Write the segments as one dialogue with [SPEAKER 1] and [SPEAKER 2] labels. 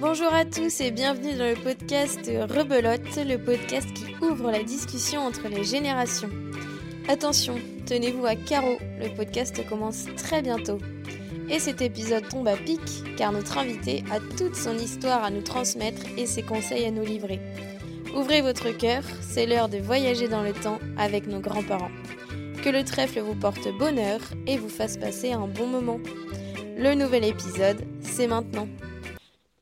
[SPEAKER 1] Bonjour à tous et bienvenue dans le podcast Rebelote, le podcast qui ouvre la discussion entre les générations. Attention, tenez-vous à carreau, le podcast commence très bientôt. Et cet épisode tombe à pic car notre invité a toute son histoire à nous transmettre et ses conseils à nous livrer. Ouvrez votre cœur, c'est l'heure de voyager dans le temps avec nos grands-parents. Que le trèfle vous porte bonheur et vous fasse passer un bon moment. Le nouvel épisode, c'est maintenant.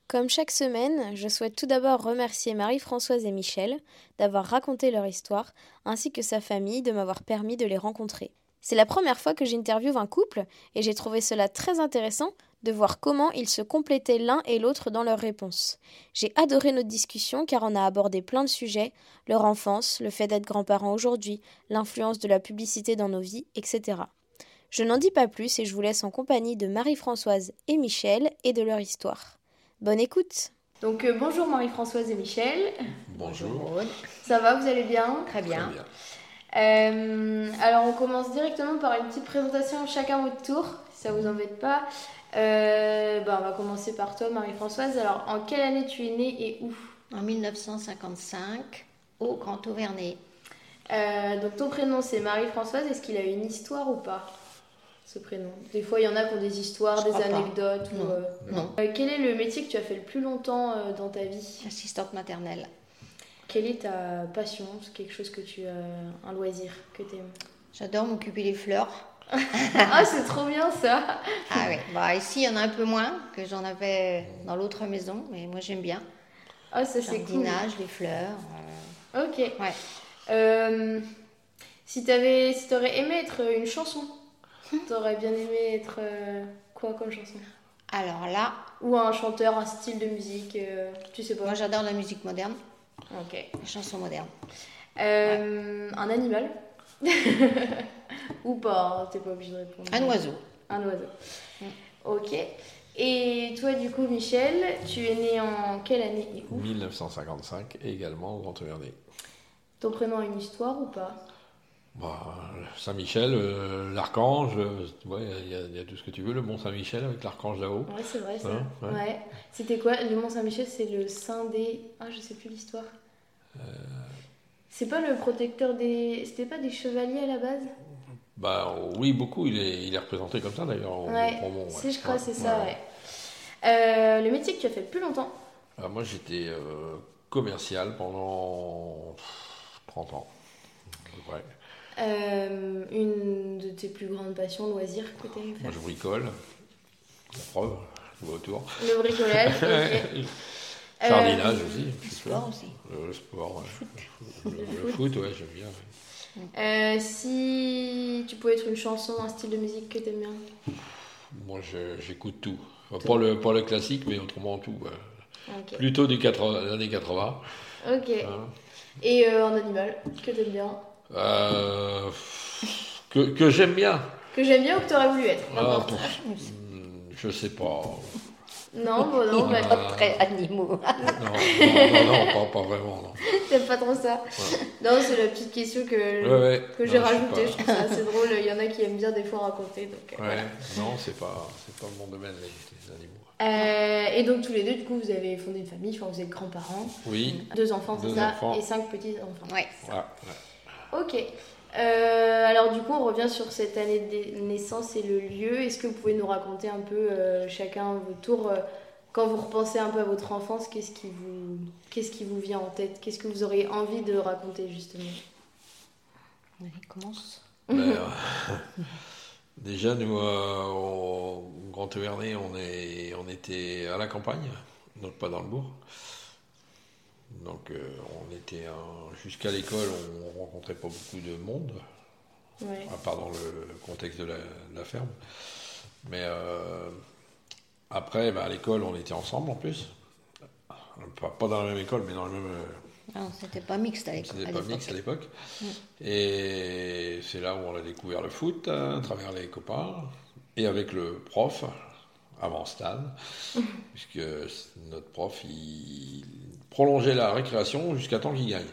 [SPEAKER 1] Comme chaque semaine, je souhaite tout d'abord remercier Marie-Françoise et Michel d'avoir raconté leur histoire, ainsi que sa famille de m'avoir permis de les rencontrer. C'est la première fois que j'interviewe un couple, et j'ai trouvé cela très intéressant de voir comment ils se complétaient l'un et l'autre dans leurs réponses. J'ai adoré notre discussion car on a abordé plein de sujets, leur enfance, le fait d'être grands-parents aujourd'hui, l'influence de la publicité dans nos vies, etc. Je n'en dis pas plus et je vous laisse en compagnie de Marie-Françoise et Michel et de leur histoire. Bonne écoute
[SPEAKER 2] Donc euh, bonjour Marie-Françoise et Michel,
[SPEAKER 3] Bonjour.
[SPEAKER 2] ça va, vous allez bien
[SPEAKER 4] Très bien.
[SPEAKER 3] Très bien.
[SPEAKER 2] Euh, Alors on commence directement par une petite présentation chacun votre tour, si ça vous embête pas. Euh, bah, on va commencer par toi Marie-Françoise, alors en quelle année tu es née et où
[SPEAKER 4] En 1955, au Grand Auvernay.
[SPEAKER 2] Euh, Donc ton prénom c'est Marie-Françoise, est-ce qu'il a une histoire ou pas ce prénom. Des fois, il y en a qui ont des histoires,
[SPEAKER 4] Je
[SPEAKER 2] des
[SPEAKER 4] crois pas.
[SPEAKER 2] anecdotes. ou,
[SPEAKER 4] Non.
[SPEAKER 2] euh,
[SPEAKER 4] Non,
[SPEAKER 2] euh, quel est le métier que tu as fait le plus longtemps euh, dans ta vie
[SPEAKER 4] assistante maternelle.
[SPEAKER 2] Quelle est ta passion C'est quelque chose que tu as, un loisir que tu aimes
[SPEAKER 4] J'adore m'occuper des fleurs.
[SPEAKER 2] Ah, c'est trop bien ça
[SPEAKER 4] Ah oui, bah, ici il y en a un peu moins que j'en avais dans l'autre maison, mais moi j'aime bien.
[SPEAKER 2] Ah, ça c'est cool.
[SPEAKER 4] Jardinage, les fleurs.
[SPEAKER 2] Ok.
[SPEAKER 4] Ouais.
[SPEAKER 2] Euh, si t'avais, si t'aurais aimé être une chanson,
[SPEAKER 4] Hein
[SPEAKER 2] t'aurais bien aimé être euh, quoi comme chanson
[SPEAKER 4] Alors là,
[SPEAKER 2] Ou un chanteur, un style de musique, euh, tu sais pas.
[SPEAKER 4] moi j'adore la musique moderne,
[SPEAKER 2] Ok.
[SPEAKER 4] les chansons modernes.
[SPEAKER 2] Euh, Un animal Ou pas, hein, t'es pas obligé de répondre.
[SPEAKER 4] Un oiseau.
[SPEAKER 2] Un oiseau.
[SPEAKER 4] Ouais.
[SPEAKER 2] Ok. Et toi du coup Michel, tu es né en quelle année et où
[SPEAKER 3] 1955, et également au Grand Auvergne.
[SPEAKER 2] Ton prénom a une histoire ou pas
[SPEAKER 3] Bah, Saint-Michel, euh, l'archange, euh, ouais, il y, a- il y a tout ce que tu veux, le Mont Saint-Michel avec l'archange là-haut.
[SPEAKER 2] Ouais, c'est vrai ça.
[SPEAKER 3] Hein,
[SPEAKER 2] ouais.
[SPEAKER 3] ouais.
[SPEAKER 2] C'était quoi Le Mont Saint-Michel, c'est le saint des. Ah, je sais plus l'histoire.
[SPEAKER 3] Euh.
[SPEAKER 2] C'est pas le protecteur des. C'était pas des chevaliers à la base
[SPEAKER 3] Bah oui, beaucoup, il est, il est représenté comme ça d'ailleurs. au-
[SPEAKER 2] Ouais,
[SPEAKER 3] au Mont, ouais.
[SPEAKER 2] Si, je crois,
[SPEAKER 3] Ouais,
[SPEAKER 2] c'est ça, ouais.
[SPEAKER 3] ouais.
[SPEAKER 2] Euh, le métier que tu as fait le plus longtemps
[SPEAKER 3] Alors, Ah, moi j'étais euh, commercial pendant pff, 30 ans. à peu près.
[SPEAKER 2] Euh, Une de tes plus grandes passions, loisirs que tu aimes faire
[SPEAKER 3] Moi je bricole, la preuve, je vois autour.
[SPEAKER 2] Le bricolage, ok.
[SPEAKER 3] Jardinage
[SPEAKER 2] Euh,
[SPEAKER 3] aussi,
[SPEAKER 4] Le
[SPEAKER 3] c'est sûr. Euh,
[SPEAKER 4] sport aussi.
[SPEAKER 3] Le sport, ouais. le,
[SPEAKER 2] Le
[SPEAKER 3] le foot, ouais, j'aime bien.
[SPEAKER 2] Euh, si tu pouvais être une chanson, un style de musique que t'aimes bien
[SPEAKER 3] Moi, je- j'écoute tout. Enfin, Pas le, pas le classique, mais autrement tout. ouais.
[SPEAKER 2] Ok.
[SPEAKER 3] Plutôt des 80, des années 80.
[SPEAKER 2] Ok.
[SPEAKER 3] hein.
[SPEAKER 2] Et euh, un animal que t'aimes bien
[SPEAKER 3] Euh, que que j'aime bien.
[SPEAKER 2] Que j'aime bien ou que t'aurais voulu être
[SPEAKER 3] Ah,
[SPEAKER 2] n'importe.
[SPEAKER 3] pour- hmm, je sais pas.
[SPEAKER 2] Non, bon, non, bah,
[SPEAKER 3] Ah.
[SPEAKER 4] Très animaux.
[SPEAKER 3] Non, non, non, non, pas, pas vraiment. Non.
[SPEAKER 2] t'aimes pas trop ça. Non, c'est la petite question que,
[SPEAKER 3] Ouais, ouais.
[SPEAKER 2] Euh, que j'ai
[SPEAKER 3] Non, je sais
[SPEAKER 2] rajoutée, je trouve ça assez drôle. Il y en a qui aiment bien des fois raconter. Donc, euh,
[SPEAKER 3] pas.
[SPEAKER 2] voilà.
[SPEAKER 3] Ouais, non, c'est pas, c'est pas mon domaine, les, les animaux.
[SPEAKER 2] Euh, et donc tous les deux, du coup, vous avez fondé une famille, enfin vous êtes grands-parents,
[SPEAKER 3] Oui,
[SPEAKER 2] deux enfants, c'est
[SPEAKER 3] Deux
[SPEAKER 2] ça,
[SPEAKER 3] enfants.
[SPEAKER 2] et cinq petits-enfants.
[SPEAKER 4] Ouais.
[SPEAKER 3] ah, ouais.
[SPEAKER 2] Ok. Euh, alors du coup, on revient sur cette année de naissance et le lieu. Est-ce que vous pouvez nous raconter un peu euh, chacun votre tour euh, quand vous repensez un peu à votre enfance, qu'est-ce qui vous, qu'est-ce qui vous vient en tête Qu'est-ce que vous auriez envie de raconter justement
[SPEAKER 4] Allez, commence.
[SPEAKER 3] Ben, euh, déjà, nous, euh, au Grand Auvernay, on, est, on était à la campagne, donc pas dans le bourg. Donc, euh, on était hein, jusqu'à l'école, on rencontrait pas beaucoup de monde,
[SPEAKER 2] Ouais.
[SPEAKER 3] à part dans le contexte de la, de la ferme. Mais euh, après, ben, à l'école, on était ensemble en plus. Pas, pas dans la même école, mais dans le même. euh,
[SPEAKER 4] Non, Ah, c'était pas mixte à l'éco- à
[SPEAKER 3] c'était pas mixte à
[SPEAKER 4] l'époque.
[SPEAKER 3] l'époque.
[SPEAKER 4] Mm.
[SPEAKER 3] Et c'est là où on a découvert le foot, hein, à travers les copains, et avec le prof, avant Stan, puisque notre prof, il prolongeait la récréation jusqu'à temps qu'il gagne.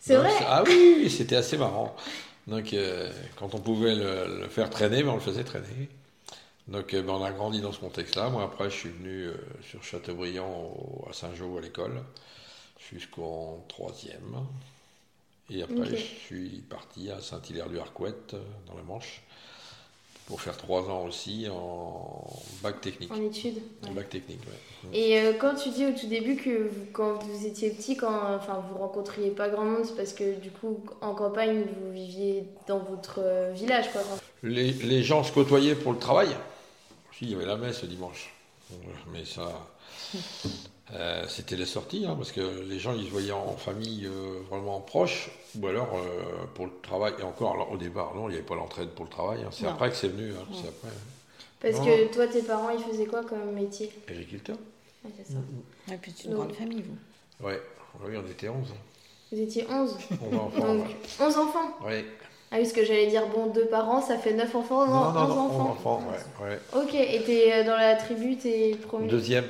[SPEAKER 2] C'est
[SPEAKER 3] Donc,
[SPEAKER 2] vrai
[SPEAKER 3] Ah oui, oui, c'était assez marrant. Donc, euh, quand on pouvait le, le faire traîner, ben, on le faisait traîner. Donc euh, ben, on a grandi dans ce contexte-là. Moi après je suis venu euh, sur Châteaubriand au- à Saint-Jean à l'école jusqu'en troisième. Et après
[SPEAKER 2] Ok.
[SPEAKER 3] je suis parti à Saint-Hilaire-du-Harcouët euh, dans la Manche pour faire trois ans aussi en bac technique.
[SPEAKER 2] en études.
[SPEAKER 3] En
[SPEAKER 2] ouais.
[SPEAKER 3] bac technique, ouais.
[SPEAKER 2] Et euh, quand tu dis au tout début que vous- quand vous étiez petit, quand enfin vous rencontriez pas grand monde, c'est parce que du coup en campagne vous viviez dans votre euh, village quoi.
[SPEAKER 3] Les, les gens se côtoyaient pour le travail. Si, il y avait la messe le dimanche. Mais ça, euh, c'était les sorties, hein, parce que les gens, ils se voyaient en famille euh, vraiment proche, ou alors euh, pour le travail. Et encore, alors, au départ, non, il n'y avait pas l'entraide pour le travail. hein. C'est
[SPEAKER 4] Non.
[SPEAKER 3] après que c'est venu. hein, c'est après.
[SPEAKER 2] Parce
[SPEAKER 3] Non.
[SPEAKER 2] que toi tes parents ils faisaient quoi comme métier
[SPEAKER 3] Agriculteur
[SPEAKER 2] Ah, c'est
[SPEAKER 3] Mm.
[SPEAKER 2] ça.
[SPEAKER 4] Et puis c'est une
[SPEAKER 2] Donc-
[SPEAKER 4] grande famille, vous.
[SPEAKER 3] Ouais. Ah Oui, on était 11.
[SPEAKER 2] Vous étiez 11
[SPEAKER 3] 11 enfants.
[SPEAKER 2] Donc 11 enfants
[SPEAKER 3] ouais. Ouais.
[SPEAKER 2] Ah oui, ce que j'allais dire, bon, deux parents, ça fait 9 enfants, non, 11
[SPEAKER 3] onze
[SPEAKER 2] enfants.
[SPEAKER 3] enfants, ouais, ouais.
[SPEAKER 2] Ok, et t'es euh, dans la tribu, t'es premier.
[SPEAKER 3] Deuxième.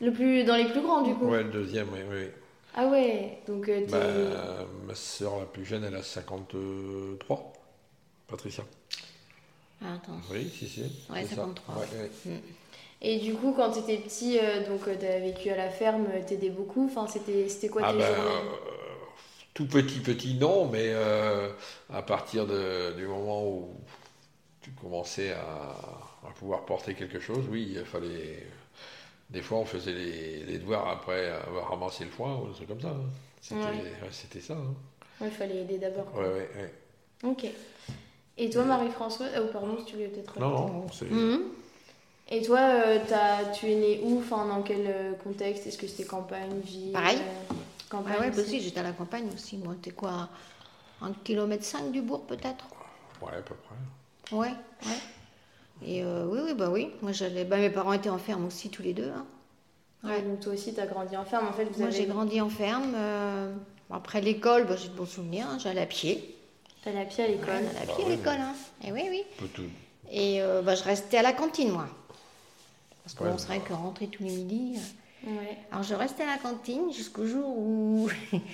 [SPEAKER 2] Le plus, dans les plus grands, du coup.
[SPEAKER 3] Ouais, le deuxième, oui, oui.
[SPEAKER 2] Ah ouais, donc euh, t'es.
[SPEAKER 3] Bah, ma soeur la plus jeune, elle a 53. Patricia.
[SPEAKER 4] Ah, attends.
[SPEAKER 3] Oui, si, si.
[SPEAKER 4] Ouais,
[SPEAKER 3] c'est ça.
[SPEAKER 4] 53,
[SPEAKER 3] Ouais, ouais.
[SPEAKER 2] Et du coup, quand t'étais petit, euh, donc euh, t'as vécu à la ferme, euh, t'aidais beaucoup. Enfin, c'était c'était quoi
[SPEAKER 3] Ah
[SPEAKER 2] tes
[SPEAKER 3] bah,
[SPEAKER 2] journées
[SPEAKER 3] euh, tout petit, petit, non, mais euh, à partir de- du moment où tu commençais à, à pouvoir porter quelque chose, oui, il fallait. Des fois, on faisait les, les devoirs après avoir ramassé le foin ou des trucs comme ça. hein. C'était
[SPEAKER 2] Ouais.
[SPEAKER 3] ouais, c'était ça. hein.
[SPEAKER 2] Ouais, il fallait aider d'abord.
[SPEAKER 3] Ouais, ouais, ouais.
[SPEAKER 2] Ok. Et toi, Marie-Françoise Oh, pardon, si tu voulais peut-être.
[SPEAKER 3] Non,
[SPEAKER 2] rajouter.
[SPEAKER 3] non, non, c'est.
[SPEAKER 4] Mhm.
[SPEAKER 2] Et toi, euh, t'as- tu es né où Enfin, dans quel euh, contexte Est-ce que c'était campagne, ville
[SPEAKER 4] Pareil.
[SPEAKER 2] euh, Campagne
[SPEAKER 4] Ah ouais, bah
[SPEAKER 2] aussi
[SPEAKER 4] aussi, j'étais à la campagne aussi. Moi, t'es quoi Un kilomètre cinq du bourg, peut-être
[SPEAKER 3] Ouais, à peu près.
[SPEAKER 4] Ouais, ouais. Et euh, oui, oui, bah oui. Moi, j'allais. Bah, mes parents étaient en ferme aussi, tous les deux. hein.
[SPEAKER 2] Ouais,
[SPEAKER 4] Ouais.
[SPEAKER 2] donc toi aussi, t'as grandi en ferme. En fait, vous
[SPEAKER 4] Moi, j'ai
[SPEAKER 2] avez
[SPEAKER 4] grandi en ferme. euh, Après l'école, bah, j'ai de bons souvenirs. hein. J'allais à pied.
[SPEAKER 2] T'allais à pied à
[SPEAKER 4] Ouais,
[SPEAKER 2] l'école.
[SPEAKER 4] j'allais à
[SPEAKER 3] Bah
[SPEAKER 4] pied
[SPEAKER 3] oui,
[SPEAKER 4] à l'école. hein. Et oui, oui.
[SPEAKER 3] On peut tout-
[SPEAKER 4] Et euh, bah, je restais à la cantine, moi. Parce que
[SPEAKER 3] Ouais, bah
[SPEAKER 4] bon, c'est vrai que rentrer tous les midis. euh,
[SPEAKER 2] Ouais.
[SPEAKER 4] Alors je restais à la cantine jusqu'au jour où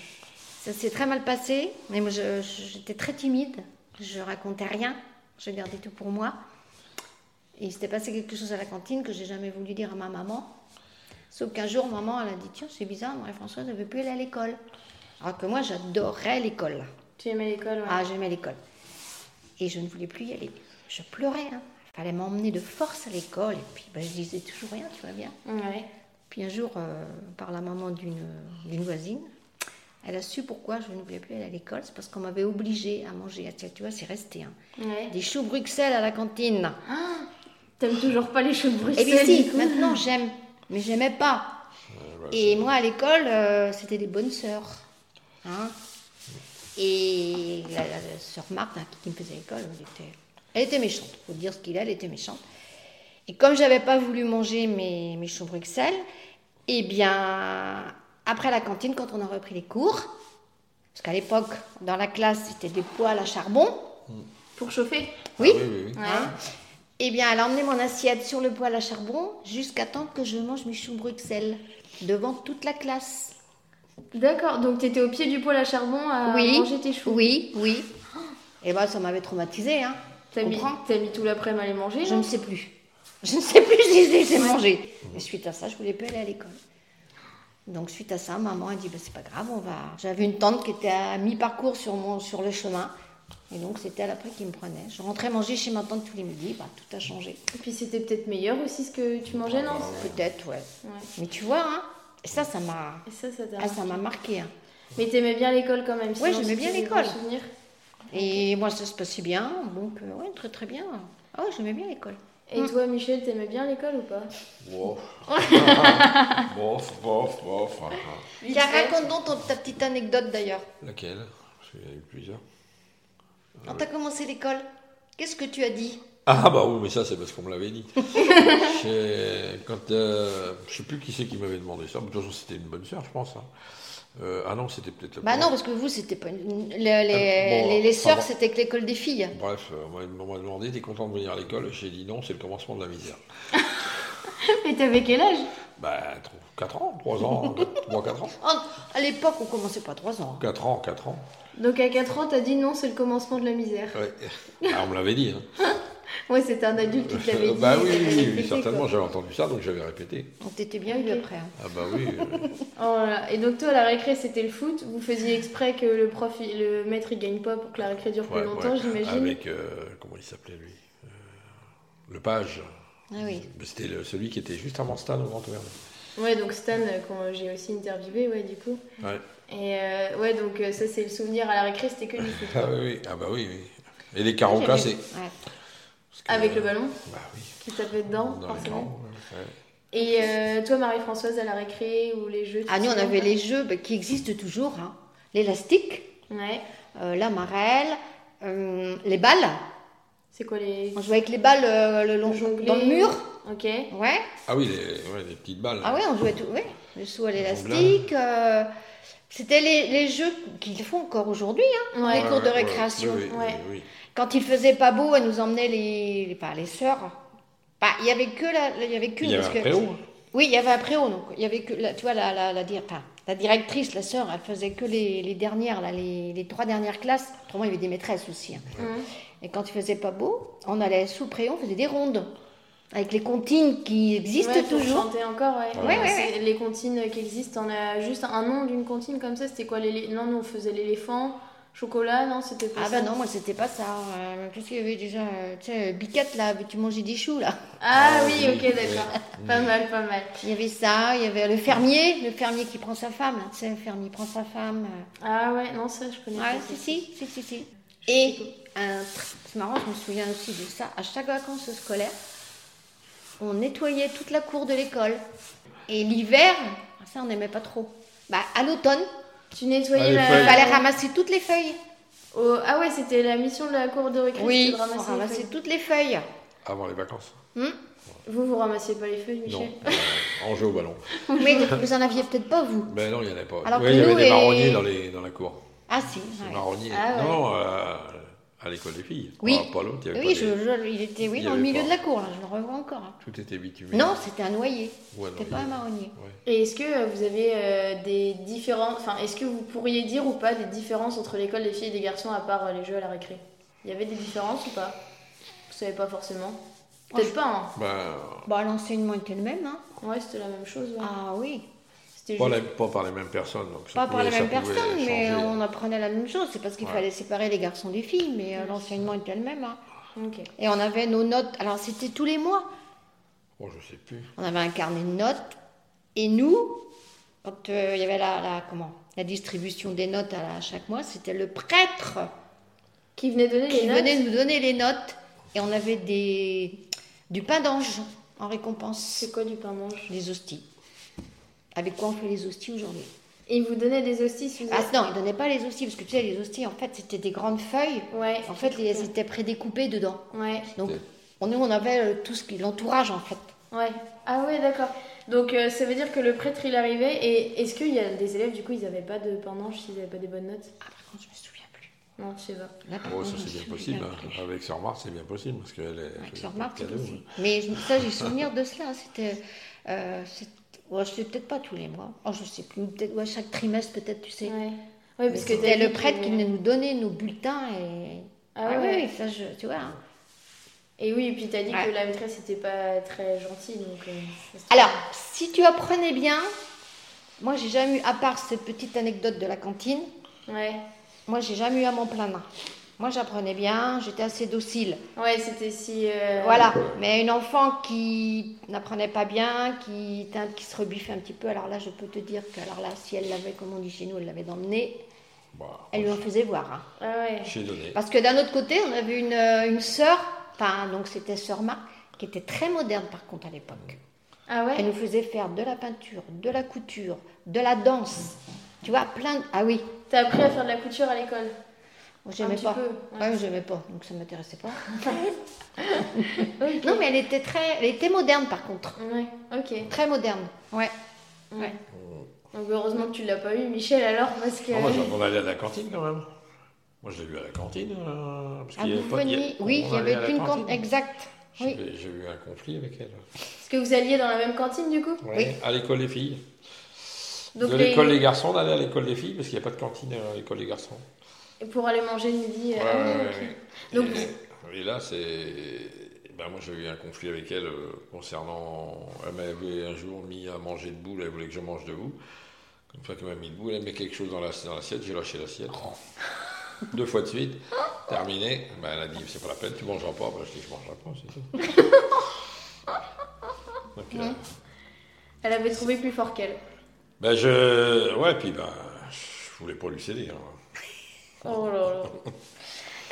[SPEAKER 4] ça s'est très mal passé. Mais moi je- je- j'étais très timide, je racontais rien, je gardais tout pour moi. Et il s'était passé quelque chose à la cantine que j'ai jamais voulu dire à ma maman. Sauf qu'un jour, maman, elle a dit Tiens, c'est bizarre, Marie-Françoise ne veut plus aller à l'école. Alors que moi, j'adorais l'école.
[SPEAKER 2] Tu aimais l'école, ouais.
[SPEAKER 4] Ah, j'aimais l'école. Et je ne voulais plus y aller. Je pleurais. Hein. fallait m'emmener de force à l'école. Et puis, bah, je disais toujours rien, tu vois bien.
[SPEAKER 2] Ouais.
[SPEAKER 4] Puis un jour, euh, par la maman d'une d'une voisine, elle a su pourquoi je ne voulais plus aller à l'école. C'est parce qu'on m'avait obligée à manger. Ah, tiens, tu vois, c'est resté. hein.
[SPEAKER 2] Ouais.
[SPEAKER 4] Des choux Bruxelles à la cantine.
[SPEAKER 2] T'aimes toujours pas les choux de
[SPEAKER 4] Et
[SPEAKER 2] Bruxelles
[SPEAKER 4] puis Eh si,
[SPEAKER 2] du coup
[SPEAKER 4] maintenant j'aime. Mais j'aimais pas.
[SPEAKER 3] Ouais, voilà,
[SPEAKER 4] Et moi, à l'école, euh, c'était des bonnes sœurs. hein. Et la, la- la sœur Marthe, hein, qui, qui me faisait l'école, elle était, elle était méchante. Faut dire ce qu'il est, elle était méchante. Et comme j'avais pas voulu manger mes, mes choux Bruxelles, eh bien, après la cantine, quand on a repris les cours, parce qu'à l'époque, dans la classe, c'était des poêles à charbon,
[SPEAKER 2] Pour chauffer
[SPEAKER 4] oui,
[SPEAKER 3] Ah oui, oui, oui.
[SPEAKER 2] Ouais.
[SPEAKER 4] hein, eh bien, elle a emmené mon assiette sur le poêle à charbon jusqu'à temps que je mange mes choux Bruxelles devant toute la classe.
[SPEAKER 2] D'accord, donc t'étais au pied du poêle à charbon à
[SPEAKER 4] Oui.
[SPEAKER 2] Ah, manger tes choux.
[SPEAKER 4] Oui, oui. Et ben, ça m'avait traumatisé, hein.
[SPEAKER 2] T'as mis,
[SPEAKER 4] Comprends.
[SPEAKER 2] t'as mis tout l'après-midi à les manger
[SPEAKER 4] Je
[SPEAKER 2] là
[SPEAKER 4] ne sais plus. Je ne sais plus, je disais, j'ai mangé. Et suite à ça, je voulais plus aller à l'école. Donc suite à ça, maman a dit, bah, c'est pas grave, on va. J'avais une tante qui était à mi-parcours sur mon, sur le chemin. Et donc c'était à l'après qui me prenait. Je rentrais manger chez ma tante tous les midis, bah, tout a changé.
[SPEAKER 2] Et puis c'était peut-être meilleur aussi ce que tu mangeais,
[SPEAKER 3] Ah,
[SPEAKER 2] non
[SPEAKER 4] Peut-être, ouais.
[SPEAKER 2] Ouais.
[SPEAKER 4] Mais tu vois, hein, ça, ça m'a,
[SPEAKER 2] Et ça, ça t'a.
[SPEAKER 4] ah, ça m'a marqué. hein.
[SPEAKER 2] Mais t'aimais bien l'école quand même
[SPEAKER 4] Ouais,
[SPEAKER 2] sinon
[SPEAKER 4] j'aimais bien
[SPEAKER 2] c'était des
[SPEAKER 4] l'école.
[SPEAKER 2] bons souvenirs.
[SPEAKER 4] Et moi, ça se passait bien, donc euh, ouais, très très bien. Ah ouais, j'aimais bien l'école.
[SPEAKER 2] Et toi, Michel, t'aimais bien l'école ou pas
[SPEAKER 3] Bof. bof, bof, bof. Ah, ah.
[SPEAKER 4] Tiens, raconte donc ton- ta petite anecdote d'ailleurs.
[SPEAKER 3] Laquelle Parce qu'il y en a eu plusieurs.
[SPEAKER 4] Quand t'as commencé l'école, qu'est-ce que tu as dit
[SPEAKER 3] Ah bah oui, mais ça c'est parce qu'on me l'avait dit. J'ai- Quand euh, je sais plus qui c'est qui m'avait demandé ça. De toute façon, c'était une bonne sœur, je pense. hein. Euh, ah non, c'était peut-être. la
[SPEAKER 4] Bah
[SPEAKER 3] première.
[SPEAKER 4] non, parce que vous, c'était pas une- le- les,
[SPEAKER 3] Euh, bon,
[SPEAKER 4] les, les
[SPEAKER 3] ça
[SPEAKER 4] sœurs,
[SPEAKER 3] va.
[SPEAKER 4] c'était que l'école des filles.
[SPEAKER 3] Bref, euh, on m'a- on m'a demandé, t'es content de venir à l'école J'ai dit non, c'est le commencement de la misère.
[SPEAKER 2] Mais t'avais quel âge
[SPEAKER 3] Bah 4 ans, 3 ans, 3, 4 ans.
[SPEAKER 4] En- Ah, à l'époque, on commençait pas à 3 ans. hein.
[SPEAKER 3] 4 ans, 4 ans.
[SPEAKER 2] Donc à 4 ans, t'as dit non, c'est le commencement de la misère.
[SPEAKER 3] Ouais. Ah, on me l'avait dit. hein.
[SPEAKER 2] Ouais, c'était un adulte qui te l'avait dit.
[SPEAKER 3] bah oui,
[SPEAKER 2] t'avais
[SPEAKER 3] oui, oui,
[SPEAKER 2] répété,
[SPEAKER 3] certainement,
[SPEAKER 2] quoi.
[SPEAKER 3] j'avais entendu ça, donc j'avais répété.
[SPEAKER 4] On t'était bien eu
[SPEAKER 2] Ok.
[SPEAKER 4] après. hein.
[SPEAKER 3] Ah bah oui, euh,
[SPEAKER 2] Oh là là. Et donc toi, à la récré, c'était le foot. Vous faisiez exprès que le prof, il- le maître, il gagne pas pour que la récré dure plus
[SPEAKER 3] ouais,
[SPEAKER 2] longtemps,
[SPEAKER 3] ouais.
[SPEAKER 2] j'imagine.
[SPEAKER 3] avec, euh, comment il s'appelait lui Euh, Le page.
[SPEAKER 4] Ah oui.
[SPEAKER 3] C'était le- celui qui était juste avant Stan au Grand Auvergne.
[SPEAKER 2] Ouais, donc Stan, euh, quand j'ai aussi interviewé, ouais, du coup.
[SPEAKER 3] Ouais.
[SPEAKER 2] Et euh, ouais, donc euh, ça, c'est le souvenir à la récré, c'était que du foot. quoi.
[SPEAKER 3] Ah oui, oui, ah bah oui, oui. Et les
[SPEAKER 4] Ah,
[SPEAKER 3] Caroncas, c'est...
[SPEAKER 4] Ouais.
[SPEAKER 3] parce que-
[SPEAKER 2] Avec le ballon
[SPEAKER 3] Bah oui,
[SPEAKER 2] qui tapait dedans,
[SPEAKER 3] dans les
[SPEAKER 2] forcément.
[SPEAKER 3] Caroncas, ouais.
[SPEAKER 2] Et euh, toi, Marie-Françoise, à la récré ou les jeux tu
[SPEAKER 4] Ah, nous,
[SPEAKER 2] te
[SPEAKER 4] on
[SPEAKER 2] souviens
[SPEAKER 4] avait
[SPEAKER 2] pas
[SPEAKER 4] les jeux bah, qui existent toujours hein. l'élastique,
[SPEAKER 2] Ouais.
[SPEAKER 4] euh, la marelle, euh, les balles.
[SPEAKER 2] C'est quoi les.
[SPEAKER 4] On jouait avec les balles euh, le long
[SPEAKER 2] Jongler.
[SPEAKER 4] dans le mur.
[SPEAKER 2] Ok.
[SPEAKER 4] Ouais.
[SPEAKER 3] Ah oui, les, ouais, les petites balles.
[SPEAKER 4] Ah ouais, on jouait tout. Ouais. Le saut à l'élastique. euh, C'était les, les jeux qu'ils font encore aujourd'hui. hein.
[SPEAKER 2] Ouais.
[SPEAKER 4] cours de récréation.
[SPEAKER 3] Oui, oui, oui,
[SPEAKER 2] Ouais.
[SPEAKER 3] oui.
[SPEAKER 4] Quand il faisait pas beau, elle nous emmenait les, les, enfin, les sœurs. Bah, il y avait que la, il y avait qu'une.
[SPEAKER 3] Il y
[SPEAKER 4] parce
[SPEAKER 3] avait un
[SPEAKER 4] que-
[SPEAKER 3] préau.
[SPEAKER 4] Oui, il y avait un préau, donc il y avait que, la, tu vois, la, la, la, dir- enfin, la directrice, la sœur, elle faisait que les, les dernières, là, les, les trois dernières classes. Autrement, il y avait des maîtresses aussi. hein.
[SPEAKER 2] Mhm.
[SPEAKER 4] Et quand il faisait pas beau, on allait sous le préau, on faisait des rondes avec les comptines qui existent
[SPEAKER 2] Ouais, faut
[SPEAKER 4] toujours.
[SPEAKER 2] chanter encore, ouais.
[SPEAKER 3] Ouais,
[SPEAKER 4] ouais,
[SPEAKER 2] C'est Les comptines qui existent, on a juste un nom d'une comptine comme ça, c'était quoi les... Non, nous on faisait l'éléphant, chocolat, non, c'était pas
[SPEAKER 4] Ah
[SPEAKER 2] ça.
[SPEAKER 4] ben non, moi c'était pas ça. Euh, Qu'est-ce qu'il y avait déjà euh, Tu sais, euh, Biquette là, tu mangeais des choux là.
[SPEAKER 2] Ah
[SPEAKER 3] Ah,
[SPEAKER 2] oui,
[SPEAKER 3] oui,
[SPEAKER 2] ok,
[SPEAKER 3] oui.
[SPEAKER 2] d'accord. Pas mal, pas mal.
[SPEAKER 4] Il y avait ça, il y avait le fermier, le fermier qui prend sa femme, là, tu sais, le fermier prend sa femme. euh.
[SPEAKER 2] Ah ouais, non, ça je connais
[SPEAKER 4] Ouais,
[SPEAKER 2] pas.
[SPEAKER 4] si, si, si, si, si. Et un tr- c'est marrant, je me souviens aussi de ça. À chaque vacances scolaires, on nettoyait toute la cour de l'école. Et l'hiver, ah, ça on n'aimait pas trop. Bah, à l'automne,
[SPEAKER 2] Tu nettoyais
[SPEAKER 3] Ah, les
[SPEAKER 2] la.
[SPEAKER 3] feuilles.
[SPEAKER 4] il fallait ramasser toutes les feuilles.
[SPEAKER 2] Oh, Ah ouais, c'était la mission de la cour de récré, c'était de
[SPEAKER 4] on
[SPEAKER 2] ramasser les
[SPEAKER 4] ramassait
[SPEAKER 2] feuilles.
[SPEAKER 4] toutes les feuilles.
[SPEAKER 3] Avant les vacances.
[SPEAKER 4] Hmm
[SPEAKER 2] Vous, vous ramassiez pas les feuilles, Michel
[SPEAKER 3] Non, euh, on jouait au ballon.
[SPEAKER 4] Mais vous en aviez peut-être pas, vous.
[SPEAKER 3] Ben non, il n'y en avait pas.
[SPEAKER 4] Alors
[SPEAKER 3] Oui,
[SPEAKER 4] que
[SPEAKER 3] il y avait
[SPEAKER 4] nous,
[SPEAKER 3] des
[SPEAKER 4] les-
[SPEAKER 3] marronniers dans, les, dans la cour.
[SPEAKER 4] Ah si.
[SPEAKER 3] Des
[SPEAKER 4] ouais.
[SPEAKER 3] marronniers.
[SPEAKER 2] Ah ouais.
[SPEAKER 3] Non, euh, à l'école des filles.
[SPEAKER 4] Oui.
[SPEAKER 3] Pas, pas l'autre, il y avait
[SPEAKER 4] Oui,
[SPEAKER 3] pas
[SPEAKER 4] je,
[SPEAKER 3] des-
[SPEAKER 4] je- il était oui,
[SPEAKER 3] Il y
[SPEAKER 4] dans le
[SPEAKER 3] avait
[SPEAKER 4] milieu
[SPEAKER 3] pas.
[SPEAKER 4] de la cour, là, je le revois encore. hein.
[SPEAKER 3] Tout était bitumé.
[SPEAKER 4] Non, c'était un noyer,
[SPEAKER 3] Ouais, non,
[SPEAKER 4] c'était pas
[SPEAKER 3] il-
[SPEAKER 4] un marronnier.
[SPEAKER 2] Et est-ce que euh, vous avez euh, des différences, enfin, est-ce que vous pourriez dire ou pas des différences entre l'école des filles et des garçons à part euh, les jeux à la récré Il y avait des différences ou pas Vous savez pas forcément Peut-être pas, hein
[SPEAKER 3] Ben,
[SPEAKER 4] Bah, l'enseignement était le même. Hein.
[SPEAKER 2] Ouais, c'était la même chose. ouais.
[SPEAKER 4] Ah oui.
[SPEAKER 2] C'était
[SPEAKER 3] pas,
[SPEAKER 2] juste-
[SPEAKER 3] les- pas par les mêmes personnes. Donc ça
[SPEAKER 4] Pas par
[SPEAKER 3] pouvait-
[SPEAKER 4] les mêmes
[SPEAKER 3] ça pouvait
[SPEAKER 4] personnes, mais
[SPEAKER 3] changer. hein.
[SPEAKER 4] on apprenait la même chose. C'est parce qu'il
[SPEAKER 3] Ouais.
[SPEAKER 4] fallait séparer les garçons des filles, mais euh, l'enseignement était le même. hein.
[SPEAKER 2] Ok.
[SPEAKER 4] Et on avait nos notes. Alors, c'était tous les mois.
[SPEAKER 3] Oh, je sais plus.
[SPEAKER 4] On avait un carnet de notes. Et nous, quand euh, il y avait la, la- comment, la distribution des notes à, la- à chaque mois, c'était le prêtre
[SPEAKER 2] Qui venait donner
[SPEAKER 4] qui
[SPEAKER 2] les notes
[SPEAKER 4] venait nous donner les notes. Et on avait des, du pain d'ange en récompense.
[SPEAKER 2] C'est quoi du pain mange
[SPEAKER 4] Des hosties. Avec quoi on fait les hosties aujourd'hui
[SPEAKER 2] Et il vous donnait des hosties si vous
[SPEAKER 4] Ah
[SPEAKER 2] êtes-
[SPEAKER 4] non, ils donnaient pas les hosties, parce que tu sais, les hosties, en fait, c'était des grandes feuilles.
[SPEAKER 2] Ouais.
[SPEAKER 4] En fait, les- elles étaient prédécoupées dedans.
[SPEAKER 2] Ouais.
[SPEAKER 4] Donc,
[SPEAKER 3] C'était-
[SPEAKER 4] on, nous, on avait euh, tout ce qui l'entourage, en fait.
[SPEAKER 2] Ouais. Ah ouais, d'accord. Donc euh, ça veut dire que le prêtre il arrivait et est-ce qu'il y a des élèves du coup ils avaient pas de pain mange s'ils avaient pas des bonnes notes
[SPEAKER 4] Ah, par contre, je me souviens plus.
[SPEAKER 2] Non, je sais pas.
[SPEAKER 4] Là, par
[SPEAKER 3] Oh,
[SPEAKER 4] contre,
[SPEAKER 3] ça
[SPEAKER 4] Ah, je
[SPEAKER 3] c'est
[SPEAKER 4] me
[SPEAKER 3] bien
[SPEAKER 4] souviens
[SPEAKER 3] possible.
[SPEAKER 4] plus.
[SPEAKER 3] hein. Avec Sœur Marthe, c'est bien possible. Parce qu'elle est.
[SPEAKER 4] Avec
[SPEAKER 3] c'est
[SPEAKER 4] leur
[SPEAKER 3] pas
[SPEAKER 4] marque, c'est
[SPEAKER 3] cadeau.
[SPEAKER 4] possible. Mais je- ça, j'ai souvenir de cela. hein. C'était. euh, c'est- ouais, je sais peut-être pas tous les mois. Oh, je sais plus. Ou Peut-être ouais, chaque trimestre, peut-être, tu sais.
[SPEAKER 2] Ouais. Ouais,
[SPEAKER 4] Mais
[SPEAKER 2] parce que
[SPEAKER 4] C'était
[SPEAKER 2] t'as
[SPEAKER 4] le
[SPEAKER 2] dit
[SPEAKER 4] prêtre
[SPEAKER 2] que-
[SPEAKER 4] qui venait nous donner nos bulletins et.
[SPEAKER 2] Ah ouais.
[SPEAKER 4] oui, ça, je, tu vois. hein.
[SPEAKER 2] Et oui, et puis t'as dit
[SPEAKER 4] Ouais.
[SPEAKER 2] que la maîtresse était pas très gentille donc. euh, ça se-
[SPEAKER 4] Alors, si tu apprenais bien, moi, j'ai jamais eu, à part cette petite anecdote de la cantine,
[SPEAKER 2] Ouais.
[SPEAKER 4] Moi, j'ai jamais eu à m'en plaindre. Moi, j'apprenais bien, j'étais assez docile.
[SPEAKER 2] Ouais, c'était si. euh,
[SPEAKER 4] Voilà. Mais une enfant qui n'apprenait pas bien, qui, était un- qui se rebiffait un petit peu, alors là, je peux te dire que, alors là, si elle l'avait, comme on dit chez nous, elle l'avait dans le nez,
[SPEAKER 3] Bah,
[SPEAKER 4] elle lui en faisait voir. hein.
[SPEAKER 2] Ah ouais.
[SPEAKER 3] J'ai donné.
[SPEAKER 4] Parce que d'un autre côté, on avait une, euh, une sœur, enfin, donc c'était sœur Marc, qui était très moderne par contre à l'époque.
[SPEAKER 2] Ah ouais.
[SPEAKER 4] Elle nous faisait faire de la peinture, de la couture, de la danse. Tu vois, plein de. Ah oui,
[SPEAKER 2] T'as appris à faire de la couture à l'école
[SPEAKER 4] moi,
[SPEAKER 2] Un
[SPEAKER 4] j'aimais
[SPEAKER 2] petit
[SPEAKER 4] pas.
[SPEAKER 2] peu.
[SPEAKER 4] Ouais,
[SPEAKER 2] ouais.
[SPEAKER 4] mais j'aimais pas, donc ça m'intéressait pas.
[SPEAKER 2] Ok.
[SPEAKER 4] Non, mais elle était très, elle était moderne par contre,
[SPEAKER 2] Ouais, ok.
[SPEAKER 4] très moderne. Ouais. Ouais.
[SPEAKER 2] Donc heureusement que tu l'as pas eu, Michel, alors, parce que.
[SPEAKER 3] Ah, moi, j'en- on allait à la cantine quand même. Moi, je l'ai vu à la cantine. euh, parce
[SPEAKER 4] Ah,
[SPEAKER 3] qu'il y
[SPEAKER 4] vous
[SPEAKER 3] avait pas- il y a-
[SPEAKER 4] veniez- oui,
[SPEAKER 3] on
[SPEAKER 4] il y
[SPEAKER 3] allait à
[SPEAKER 4] avait
[SPEAKER 3] la
[SPEAKER 4] qu'une
[SPEAKER 3] cantine.
[SPEAKER 4] compte exact.
[SPEAKER 3] J'ai
[SPEAKER 4] Oui.
[SPEAKER 3] j'ai eu un conflit avec elle.
[SPEAKER 2] Parce que vous alliez dans la même cantine, du coup
[SPEAKER 3] Ouais, À l'école des filles.
[SPEAKER 2] Donc,
[SPEAKER 3] de
[SPEAKER 2] les-
[SPEAKER 3] l'école des garçons, on allait à l'école des filles parce qu'il n'y a pas de cantine à l'école des garçons.
[SPEAKER 2] Pour aller manger le midi. euh,
[SPEAKER 3] Ouais,
[SPEAKER 2] ah ouais,
[SPEAKER 3] ouais,
[SPEAKER 2] ok.
[SPEAKER 3] ouais.
[SPEAKER 2] Donc,
[SPEAKER 3] et, et là, c'est. ben, moi, j'ai eu un conflit avec elle euh, concernant. Elle m'avait un jour mis à manger debout, elle voulait que je mange debout. Une fois qu'elle m'a mis debout, elle met quelque chose dans la- dans l'assiette, j'ai lâché l'assiette.
[SPEAKER 4] Oh.
[SPEAKER 3] Deux fois de suite, terminé. Ben, elle a dit c'est pas la peine, tu mangeras pas. Ben, je dis je mangerai pas, c'est tout. Donc, euh,
[SPEAKER 2] Elle avait trouvé plus fort qu'elle.
[SPEAKER 3] ben, je. Ouais, puis ben, je voulais pas lui céder. hein.
[SPEAKER 2] Oh là là.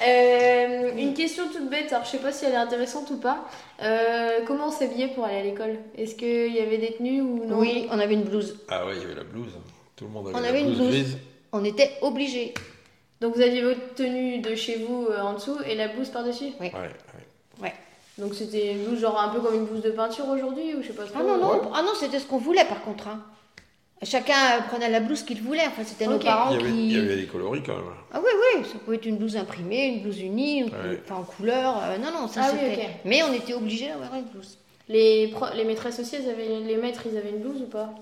[SPEAKER 2] Euh, une question toute bête, alors je sais pas si elle est intéressante ou pas. Euh, comment on s'habillait pour aller à l'école Est-ce qu'il y avait des tenues ou non
[SPEAKER 4] Oui, on avait une blouse.
[SPEAKER 3] Ah ouais, il y avait la blouse. Tout le monde avait,
[SPEAKER 4] On
[SPEAKER 3] la
[SPEAKER 4] avait une
[SPEAKER 3] blouse,
[SPEAKER 4] blouse.
[SPEAKER 3] grise.
[SPEAKER 4] On était obligés.
[SPEAKER 2] Donc vous aviez votre tenue de chez vous euh, en dessous et la blouse par-dessus
[SPEAKER 3] Ouais, ouais.
[SPEAKER 2] Donc c'était une blouse genre un peu comme une blouse de peinture aujourd'hui ou je sais pas trop
[SPEAKER 4] Ah non, non, ah non c'était ce qu'on voulait par contre. hein. Chacun prenait la blouse qu'il voulait. Enfin, c'était nos
[SPEAKER 2] Ok.
[SPEAKER 4] parents
[SPEAKER 3] Il, y avait,
[SPEAKER 4] qui.
[SPEAKER 3] il y avait des coloris quand même.
[SPEAKER 4] Ah oui, oui, ça pouvait être une blouse imprimée, une blouse unie, une-
[SPEAKER 3] Ouais.
[SPEAKER 4] enfin en couleur. euh, non, non, ça
[SPEAKER 2] Ah oui,
[SPEAKER 4] c'était.
[SPEAKER 2] ok.
[SPEAKER 4] Mais on était obligés d'avoir une blouse.
[SPEAKER 2] Les, pro- les maîtresses aussi, elles avaient... les maîtres, ils avaient une blouse ou pas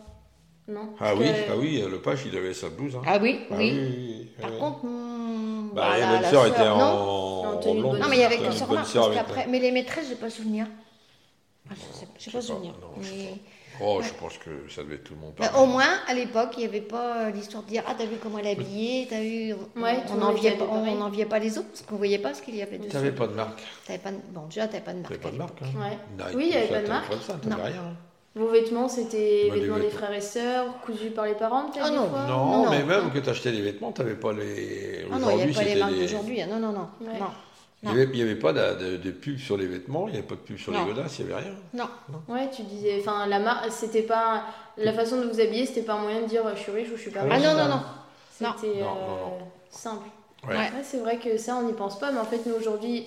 [SPEAKER 2] Non
[SPEAKER 3] Ah
[SPEAKER 2] Parce
[SPEAKER 3] oui,
[SPEAKER 2] que-
[SPEAKER 3] ah oui, le page il avait sa blouse. hein.
[SPEAKER 4] Ah oui,
[SPEAKER 3] Ah
[SPEAKER 4] oui.
[SPEAKER 3] oui, oui,
[SPEAKER 4] Par
[SPEAKER 3] oui.
[SPEAKER 4] contre, hmm,
[SPEAKER 3] Bah,
[SPEAKER 4] voilà,
[SPEAKER 3] notre
[SPEAKER 4] la
[SPEAKER 3] sœur était
[SPEAKER 4] sœur,
[SPEAKER 3] en,
[SPEAKER 4] non.
[SPEAKER 2] en
[SPEAKER 3] en
[SPEAKER 2] tenue de
[SPEAKER 3] blonde.
[SPEAKER 2] bonne
[SPEAKER 4] Non, mais il y avait
[SPEAKER 3] Une
[SPEAKER 4] que
[SPEAKER 3] bonne
[SPEAKER 4] Sorma,
[SPEAKER 3] sœur
[SPEAKER 4] parce
[SPEAKER 3] avec-
[SPEAKER 4] qu'après. Mais les maîtresses, j'ai pas souvenir. Ah, je sais, j'ai
[SPEAKER 3] je
[SPEAKER 4] pas
[SPEAKER 3] sais pas,
[SPEAKER 4] souvenir.
[SPEAKER 3] non,
[SPEAKER 4] Mais-
[SPEAKER 3] je sais Oh, je pense que ça devait être tout le monde.
[SPEAKER 4] Bah,
[SPEAKER 3] pareil.
[SPEAKER 4] au moins, à l'époque, il n'y avait pas euh, l'histoire de dire Ah, t'as vu comment elle est habillée T'as vu On
[SPEAKER 2] Ouais, tout le
[SPEAKER 4] on
[SPEAKER 2] monde
[SPEAKER 4] n'enviait
[SPEAKER 2] était
[SPEAKER 4] pas,
[SPEAKER 2] habillé
[SPEAKER 4] on
[SPEAKER 2] pareil.
[SPEAKER 4] n'enviait pas les autres parce qu'on voyait pas ce qu'il y avait dessus.
[SPEAKER 3] T'avais pas de marque. hein.
[SPEAKER 4] T'avais pas de... Bon, déjà, t'avais pas de marque.
[SPEAKER 3] T'avais pas de marque. Hein.
[SPEAKER 2] Ouais.
[SPEAKER 3] Nike,
[SPEAKER 2] Oui, il y avait
[SPEAKER 3] tout
[SPEAKER 2] pas
[SPEAKER 3] ça,
[SPEAKER 2] de
[SPEAKER 3] t'avais
[SPEAKER 2] marque.
[SPEAKER 3] de ça, t'avais
[SPEAKER 4] Non.
[SPEAKER 3] rien. hein.
[SPEAKER 2] Vos vêtements, c'était
[SPEAKER 3] Bah, des
[SPEAKER 2] vêtements des
[SPEAKER 3] vêtements.
[SPEAKER 2] frères et sœurs, cousus par les parents peut-être
[SPEAKER 4] Ah
[SPEAKER 2] des
[SPEAKER 4] non.
[SPEAKER 2] fois
[SPEAKER 3] Non,
[SPEAKER 4] non,
[SPEAKER 3] mais même
[SPEAKER 4] non.
[SPEAKER 3] que t'achetais des vêtements, t'avais pas les.
[SPEAKER 4] Ah non, il n'y avait
[SPEAKER 3] Aujourd'hui,
[SPEAKER 4] pas les
[SPEAKER 3] c'était
[SPEAKER 4] marques
[SPEAKER 3] des.
[SPEAKER 4] d'aujourd'hui. hein. Non, non, non.
[SPEAKER 2] Ouais.
[SPEAKER 4] Non,
[SPEAKER 3] Il n'y avait, il y avait pas de, de, de pub sur les vêtements, il n'y avait pas de pub sur
[SPEAKER 4] Non.
[SPEAKER 3] les godasses, il n'y avait rien.
[SPEAKER 4] non.
[SPEAKER 2] Ouais, tu disais, enfin, la marque, c'était pas. La façon de vous habiller, c'était pas un moyen de dire je suis riche ou je suis pas
[SPEAKER 3] Ah
[SPEAKER 4] Ah
[SPEAKER 2] riche.
[SPEAKER 4] non, non, non. Non.
[SPEAKER 2] C'était euh,
[SPEAKER 3] Non, non,
[SPEAKER 2] simple.
[SPEAKER 3] Ouais.
[SPEAKER 4] Ouais.
[SPEAKER 2] c'est vrai que ça, on n'y pense pas, mais en fait, nous aujourd'hui.